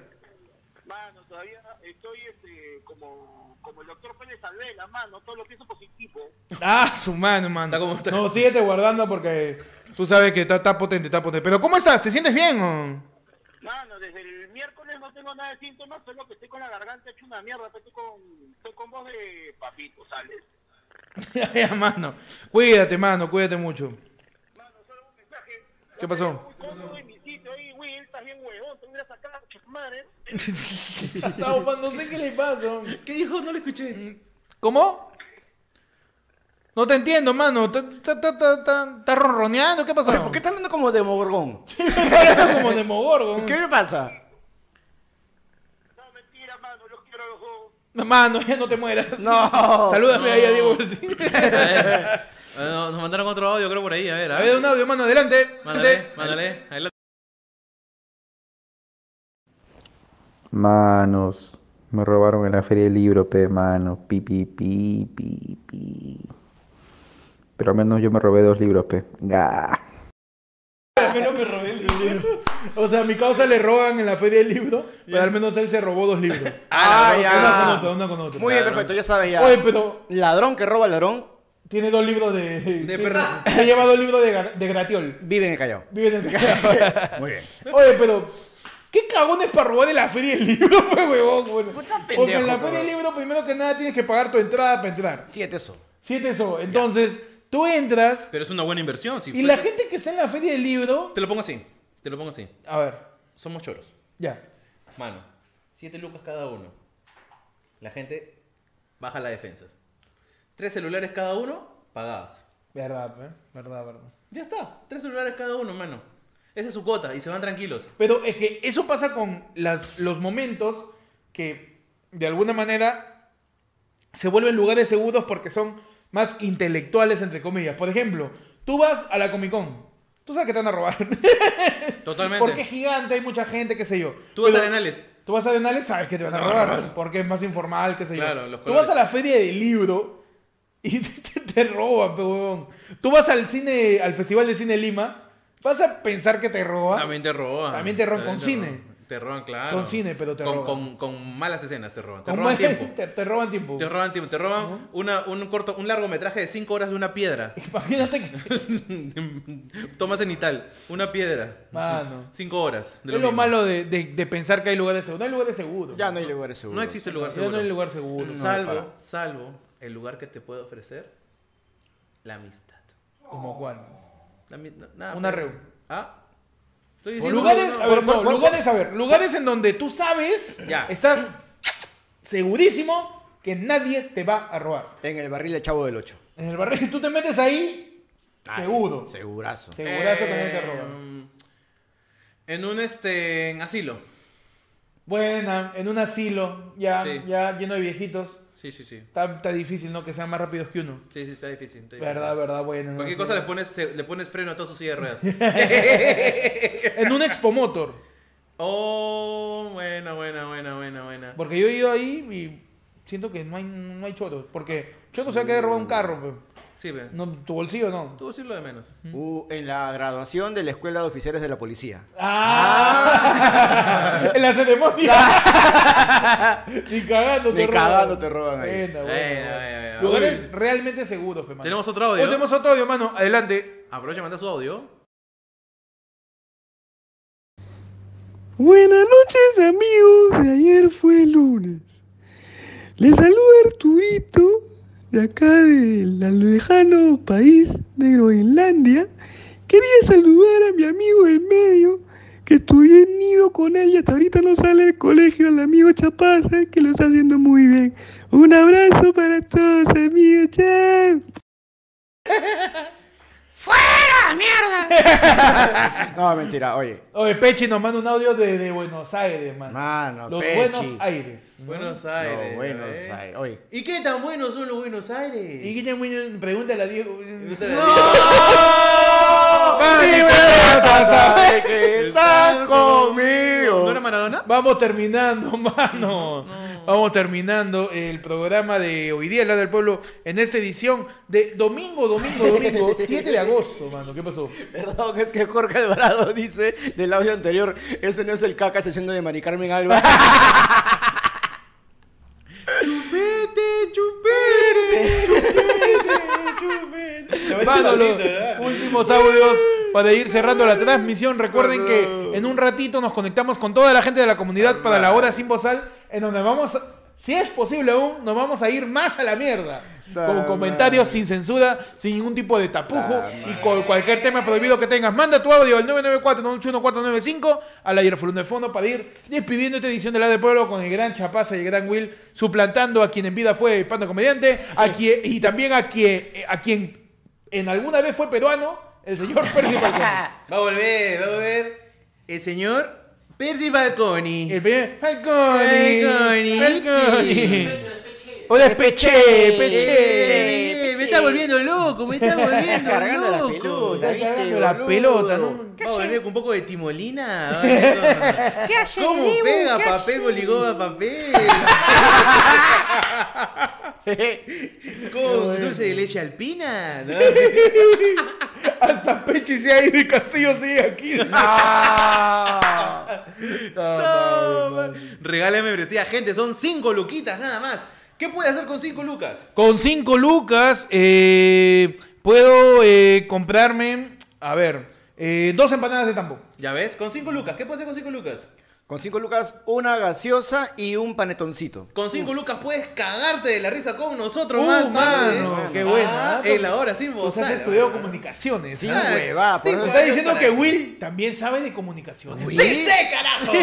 Speaker 14: Mano, todavía estoy este, como, como el doctor Pérez Alvela, mano, todo lo que es positivo.
Speaker 1: Ah, su mano, mano. No, síguete guardando porque tú sabes que está, está potente, está potente. Pero ¿cómo estás? ¿Te sientes bien? o?
Speaker 14: Mano, desde el miércoles no tengo nada de síntomas, solo que estoy con la garganta hecha una mierda, pero estoy con, estoy con voz de papito, ¿sales?
Speaker 1: Ya, ya, mano. Cuídate, mano, cuídate mucho.
Speaker 14: Mano, solo un mensaje.
Speaker 1: ¿Qué pasó?
Speaker 14: Yo en mi sitio ahí, Will, estás bien huevón, te hubieras sacado, madre.
Speaker 1: no sé qué le pasa. ¿Qué dijo? No le escuché. ¿Cómo? No te entiendo, mano. ¿Está- ¿Está está- está- está- está ronroneando? ¿Qué pasó?
Speaker 2: ¿Por qué está hablando como Demogorgón?
Speaker 1: Habla como Demogorgon.
Speaker 2: ¿Qué le pasa?
Speaker 14: No, mentira, mano, los quiero a los dos.
Speaker 1: Mano, ya no te mueras.
Speaker 2: No.
Speaker 1: Salúdame ahí a Diego. Martín.
Speaker 3: Ah, no, nos mandaron otro audio, creo, por ahí. A ver, a
Speaker 1: A ver,
Speaker 3: ver.
Speaker 1: un audio, mano, adelante.
Speaker 3: Mándale,
Speaker 1: Adelante.
Speaker 3: mándale. Adelante.
Speaker 15: Manos, me robaron en la feria del libro, pe, mano, pi, pi, pi, pi, pi. Pero al menos yo me robé dos libros, pe. Ga.
Speaker 1: O sea, a mi causa le roban en la feria del libro, pero al menos él se robó dos libros.
Speaker 2: Ah,
Speaker 1: Una con
Speaker 2: ya.
Speaker 1: otra, una con otra.
Speaker 2: Muy bien, perfecto, ya sabes ya.
Speaker 1: Oye, pero
Speaker 2: Ladrón que roba al ladrón
Speaker 1: tiene dos libros de. De Se lleva dos libros de, Gra- de Gratiol.
Speaker 2: vive en el Callao.
Speaker 1: Vive en el Muy bien. Oye, pero. ¿Qué cagones para robar en la feria del libro, pues, huevón? güey? Porque en la feria del libro, primero que nada, tienes que pagar tu entrada para entrar.
Speaker 2: Siete eso.
Speaker 1: Siete eso. Entonces, tú entras
Speaker 3: Pero es una buena inversión. Si
Speaker 1: y
Speaker 3: fue-
Speaker 1: la gente que está en la feria del libro.
Speaker 3: Te lo pongo así. Te lo pongo así.
Speaker 1: A ver,
Speaker 3: Somos choros.
Speaker 1: ya.
Speaker 3: Mano, siete lucas cada uno. La gente baja las defensas. Tres celulares cada uno, pagadas.
Speaker 1: Verdad, ¿eh? Verdad, verdad.
Speaker 3: Ya está. Tres celulares cada uno, mano. Esa es su cuota y se van tranquilos.
Speaker 1: Pero es que eso pasa con las, los momentos que de alguna manera se vuelven lugares seguros porque son más intelectuales, entre comillas. Por ejemplo, tú vas a la Comic Con. Tú sabes que te van a robar.
Speaker 3: Totalmente.
Speaker 1: porque es gigante, hay mucha gente, qué sé yo.
Speaker 3: Tú vas a
Speaker 1: Pero
Speaker 3: Arenales.
Speaker 1: Tú vas a Arenales, sabes que te van a robar. Porque es más informal, qué sé yo.
Speaker 3: Claro, los
Speaker 1: tú vas
Speaker 3: colores.
Speaker 1: a la feria del libro y te, te- te roban, pe huevón. Tú vas al cine, al Festival de Cine Lima, vas a pensar que te roban.
Speaker 3: También te roban.
Speaker 1: También te roban con cine.
Speaker 3: roban. Te roban, claro.
Speaker 1: Con cine, pero te
Speaker 3: Con-
Speaker 1: roban.
Speaker 3: Con, con malas escenas te roban. Te
Speaker 1: Con
Speaker 3: roban
Speaker 1: mal-
Speaker 3: tiempo.
Speaker 1: Te, te roban tiempo.
Speaker 3: Te roban tiempo. Te roban una, un, corto, un largometraje de cinco horas de una piedra.
Speaker 1: Imagínate que.
Speaker 3: Tomas cenital. Una piedra.
Speaker 1: Mano.
Speaker 3: Cinco horas. de
Speaker 1: es lo
Speaker 3: mismo.
Speaker 1: malo de, de- de pensar que hay lugares seguros. No hay lugares seguros.
Speaker 2: Ya no hay lugares seguros.
Speaker 3: No existe lugar
Speaker 1: Ya
Speaker 3: seguro.
Speaker 1: no hay lugar seguro.
Speaker 3: salvo, salvo el lugar que te puede ofrecer la amistad.
Speaker 1: Como cuál.
Speaker 3: La ami- na- nada,
Speaker 1: Una
Speaker 3: pero-
Speaker 1: reunión.
Speaker 3: Ah. Estoy
Speaker 1: O
Speaker 3: diciendo
Speaker 1: lugares,
Speaker 3: no,
Speaker 1: a ver,
Speaker 3: por-
Speaker 1: no,
Speaker 3: por-
Speaker 1: lugares, a ver, lugares en donde tú sabes,
Speaker 3: Ya.
Speaker 1: estás segurísimo que nadie te va a robar.
Speaker 2: En el barril de Chavo del 8.
Speaker 1: En el barrio, tú te metes ahí, seguro.
Speaker 2: Segurazo.
Speaker 1: Segurazo que nadie te
Speaker 3: Eh,
Speaker 1: roba.
Speaker 3: En un este en asilo.
Speaker 1: Buena, en un asilo, ya,
Speaker 3: Sí.
Speaker 1: ya lleno de viejitos.
Speaker 3: Sí, sí, sí.
Speaker 1: Está, está difícil, ¿no? Que sean más rápidos que uno.
Speaker 3: Sí, sí, está difícil. está difícil.
Speaker 1: Verdad, verdad, bueno.
Speaker 3: Cualquier
Speaker 1: no
Speaker 3: cosa
Speaker 1: sé.
Speaker 3: le pones, se- le pones freno a todos sus silla de ruedas.
Speaker 1: En un expomotor.
Speaker 3: oh, buena, buena, buena, buena, buena.
Speaker 1: Porque yo he ido ahí y siento que no hay, no hay chotos. Porque chotos se va a querer robar un carro. pe.
Speaker 3: Sí, ve.
Speaker 1: No, ¿Tu bolsillo no?
Speaker 3: Tú sí lo de menos.
Speaker 2: Uh, en la graduación de la Escuela de Oficiales de la Policía.
Speaker 1: ¡Ah! en la ceremonia. Ni cagando te
Speaker 2: Ni
Speaker 1: roban.
Speaker 2: cagando te roban ahí.
Speaker 1: Buena, buena,
Speaker 3: Bueno,
Speaker 1: buena.
Speaker 3: bueno, bueno.
Speaker 1: Lugares realmente seguros, hermano.
Speaker 3: Tenemos otro audio.
Speaker 1: tenemos otro audio, mano. Adelante.
Speaker 3: Aprovecha y manda su audio.
Speaker 16: Buenas noches amigos de ayer fue lunes. Les saluda Arturito de acá del lejano país de Groenlandia. Quería saludar a mi amigo el medio que estudié en nido con él y hasta ahorita no sale del colegio, el amigo Chapaza que lo está haciendo muy bien. Un abrazo para todos amigos, chao.
Speaker 1: ¡Fuera, mierda!
Speaker 2: No, mentira, oye.
Speaker 1: Oye, Pechi nos manda un audio de, de Buenos Aires, mano.
Speaker 2: Mano,
Speaker 1: Los
Speaker 2: Pechi.
Speaker 1: Buenos Aires. ¿no?
Speaker 3: Buenos
Speaker 2: No,
Speaker 3: Aires.
Speaker 2: Buenos
Speaker 3: ¿eh?
Speaker 2: Aires. Oye,
Speaker 3: ¿Y qué tan buenos son los Buenos Aires?
Speaker 1: Y Guillermo Muñoz, pregúntale a Diego.
Speaker 3: Pregúntale a ¿No era Maradona?
Speaker 1: Vamos terminando, mano. Vamos terminando el programa de hoy día, La del Pueblo, en esta edición de domingo, domingo, domingo, 7 de agosto, mano. ¿Qué pasó?
Speaker 2: perdón, es que Jorge Alvarado dice del audio anterior, ese no es el caca haciendo de Mari Carmen Alba.
Speaker 3: Chupete, chupete, chupete, chupete.
Speaker 1: Mano, los últimos audios para ir cerrando la transmisión. Recuerden que en un ratito nos conectamos con toda la gente de la comunidad para la hora sin bozal, en donde vamos, a- si es posible aún, nos vamos a ir más a la mierda. Con comentarios sin censura, sin ningún tipo de tapujo y con cualquier tema prohibido que tengas. Manda tu audio al 994-981-495 al Ayerfulón de Fondo para ir despidiendo esta edición de La del Pueblo con el gran Chapaza y el gran Will, suplantando a quien en vida fue el panda comediante a quien, y también a quien, eh, a quien en alguna vez fue peruano, el señor Percy Falcone.
Speaker 3: Va a volver, va a volver el señor Percy Falconi.
Speaker 1: El primer Falcone.
Speaker 3: Falcone.
Speaker 1: Falcone. Hola, Peche, Peche.
Speaker 3: Eh, me está volviendo loco, me está volviendo
Speaker 2: Cargando la
Speaker 3: loco.
Speaker 2: pelota,
Speaker 1: Está
Speaker 2: ¿viste,
Speaker 1: cargando la
Speaker 2: boludo?
Speaker 1: pelota, ¿no?
Speaker 3: Va a volver con un poco de timolina. va a volver con-
Speaker 7: ¿Qué hace?
Speaker 3: ¿Cómo
Speaker 7: Dibu?
Speaker 3: pega
Speaker 7: ¿Qué
Speaker 3: papel,
Speaker 7: hace?
Speaker 3: boligoba, papel? ¿Cómo dulce de leche alpina? ¿No?
Speaker 1: Hasta Peche se ha ido y Castillo sigue aquí.
Speaker 3: Ah. No, man. Regálame membresía, gente. Son 5 luquitas nada más. ¿Qué puede hacer con 5 lucas?
Speaker 1: Con 5 lucas eh, puedo eh, comprarme, a ver, eh, dos empanadas de tambo.
Speaker 3: Ya ves, con 5 lucas. ¿Qué puede hacer con 5 lucas?
Speaker 2: Con cinco lucas, una gaseosa y un panetoncito.
Speaker 3: Con 5 lucas puedes cagarte de la risa con nosotros
Speaker 1: Uh,
Speaker 3: más tarde.
Speaker 1: mano, qué
Speaker 3: Ah,
Speaker 1: bueno, ¿ah?
Speaker 3: En la hora sin
Speaker 1: O
Speaker 3: vos.
Speaker 1: sea, has estudiado comunicaciones.
Speaker 2: Sí,
Speaker 1: ¿ah?
Speaker 3: Ah,
Speaker 2: hueva, por
Speaker 3: sí,
Speaker 2: eso-
Speaker 1: Me está
Speaker 3: claro,
Speaker 1: diciendo
Speaker 3: para
Speaker 1: que
Speaker 3: eso.
Speaker 1: Will también sabe de comunicaciones.
Speaker 3: ¡Sí, sé, carajo!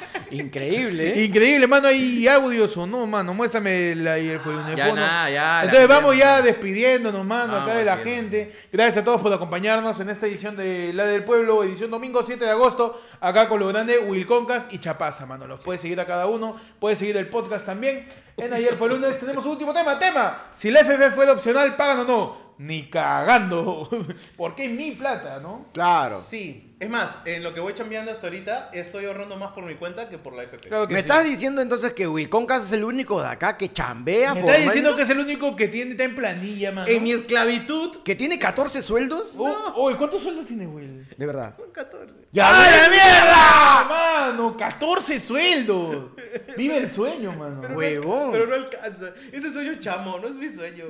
Speaker 2: Increíble, ¿eh?
Speaker 1: Increíble, mano, hay audios o no, mano. Muéstrame el ayer fue un
Speaker 3: Ah, Ya,
Speaker 1: teléfono.
Speaker 3: nada, ya, Ah, la
Speaker 1: Entonces vamos
Speaker 3: gente-
Speaker 1: ya despidiéndonos, mano, acá
Speaker 3: Vamos
Speaker 1: de la
Speaker 3: despidiendo.
Speaker 1: gente. Gracias a todos por acompañarnos en esta edición de La del Pueblo, edición domingo 7 de agosto, acá con lo grande Wilconcas y Chapaza, mano. Los puedes seguir a cada uno, puedes seguir el podcast también. En ayer fue lunes, tenemos un último tema, tema. Si la FF fue de opcional, pagan o no. Ni cagando. Porque es mi plata, ¿no?
Speaker 2: Claro.
Speaker 3: Sí, es más, en lo que voy chambeando hasta ahorita, estoy ahorrando más por mi cuenta que por la FP.
Speaker 1: Claro que
Speaker 2: ¿Me
Speaker 1: sí.
Speaker 2: estás diciendo entonces que Wilconcas es el único de acá que chambea?
Speaker 1: Me estás
Speaker 2: formal?
Speaker 1: diciendo que es el único que tiene, está en planilla, mano.
Speaker 3: En mi esclavitud,
Speaker 2: que tiene 14 sueldos?
Speaker 1: Oh, Uy, ¿cuántos sueldos tiene Will? Ah,
Speaker 2: De verdad.
Speaker 3: 14.
Speaker 2: ¡Ya!
Speaker 1: mierda! Mano, 14 sueldos. Vive el sueño, mano.
Speaker 2: ¡Huevón!
Speaker 3: Pero no alcanza. Ese sueño chamo, no es mi sueño.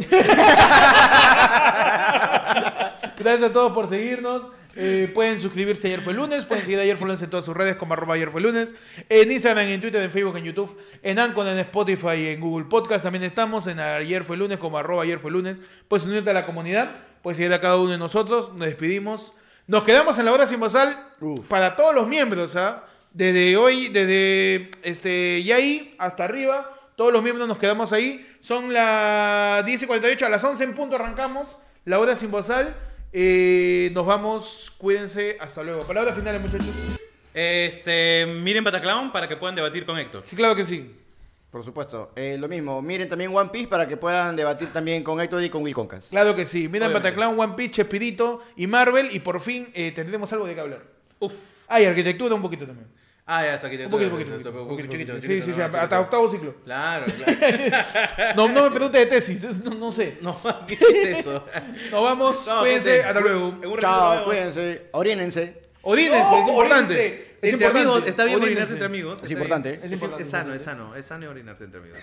Speaker 1: Gracias a todos por seguirnos. Eh, pueden suscribirse a ayer fue lunes, pueden seguir a ayer fue lunes en todas sus redes como arroba ayer fue lunes, en Instagram, en Twitter, en Facebook, en YouTube, en Anchor, en Spotify, y en Google Podcast también estamos, en ayer fue lunes como arroba ayer fue lunes, puedes unirte a la comunidad, puedes seguir a cada uno de nosotros, nos despedimos, nos quedamos en la hora sin basal para todos los miembros, ¿ah? Desde hoy, desde este Yaí hasta arriba, todos los miembros nos quedamos ahí. Son las 10 y 48, a las 11 en punto arrancamos. La hora sin bozal. Eh, nos vamos, cuídense, hasta luego. Palabras finales, muchachos.
Speaker 17: Este, miren Bataclown para que puedan debatir con Héctor.
Speaker 1: Sí, claro que sí.
Speaker 2: Por supuesto. Eh, lo mismo. Miren también One Piece para que puedan debatir también con Héctor y con Wilconcas.
Speaker 1: Claro que sí. Miren
Speaker 17: Obviamente.
Speaker 1: Bataclan, One Piece, Chespirito y Marvel. Y por fin eh, tendremos algo de qué hablar.
Speaker 17: Uf.
Speaker 1: Hay arquitectura un poquito también.
Speaker 3: Ah, ya, saquito.
Speaker 1: Un poquito, poquito,
Speaker 3: poquito,
Speaker 1: poquito,
Speaker 3: chiquito,
Speaker 1: poquito.
Speaker 3: chiquito,
Speaker 1: Sí, sí,
Speaker 3: no,
Speaker 1: sí, hasta
Speaker 3: chiquito.
Speaker 1: octavo ciclo.
Speaker 3: Claro, claro.
Speaker 1: No, no me pregunte de tesis, es- no, no sé.
Speaker 3: No, ¿qué es eso?
Speaker 1: Nos vamos,
Speaker 3: No,
Speaker 1: cuídense,
Speaker 3: entonces,
Speaker 1: hasta luego.
Speaker 3: en un ratito nos
Speaker 2: Chao,
Speaker 3: vemos.
Speaker 2: cuídense, orínense.
Speaker 1: Orínense, es importante. Es
Speaker 3: Oh, Entre
Speaker 1: importante.
Speaker 3: amigos, está bien
Speaker 1: Orínense.
Speaker 3: orinarse entre amigos.
Speaker 2: Es
Speaker 3: está
Speaker 2: importante.
Speaker 3: bien.
Speaker 2: Es
Speaker 3: Es,
Speaker 2: importante.
Speaker 3: es sano, es sano. Es sano orinarse entre amigos.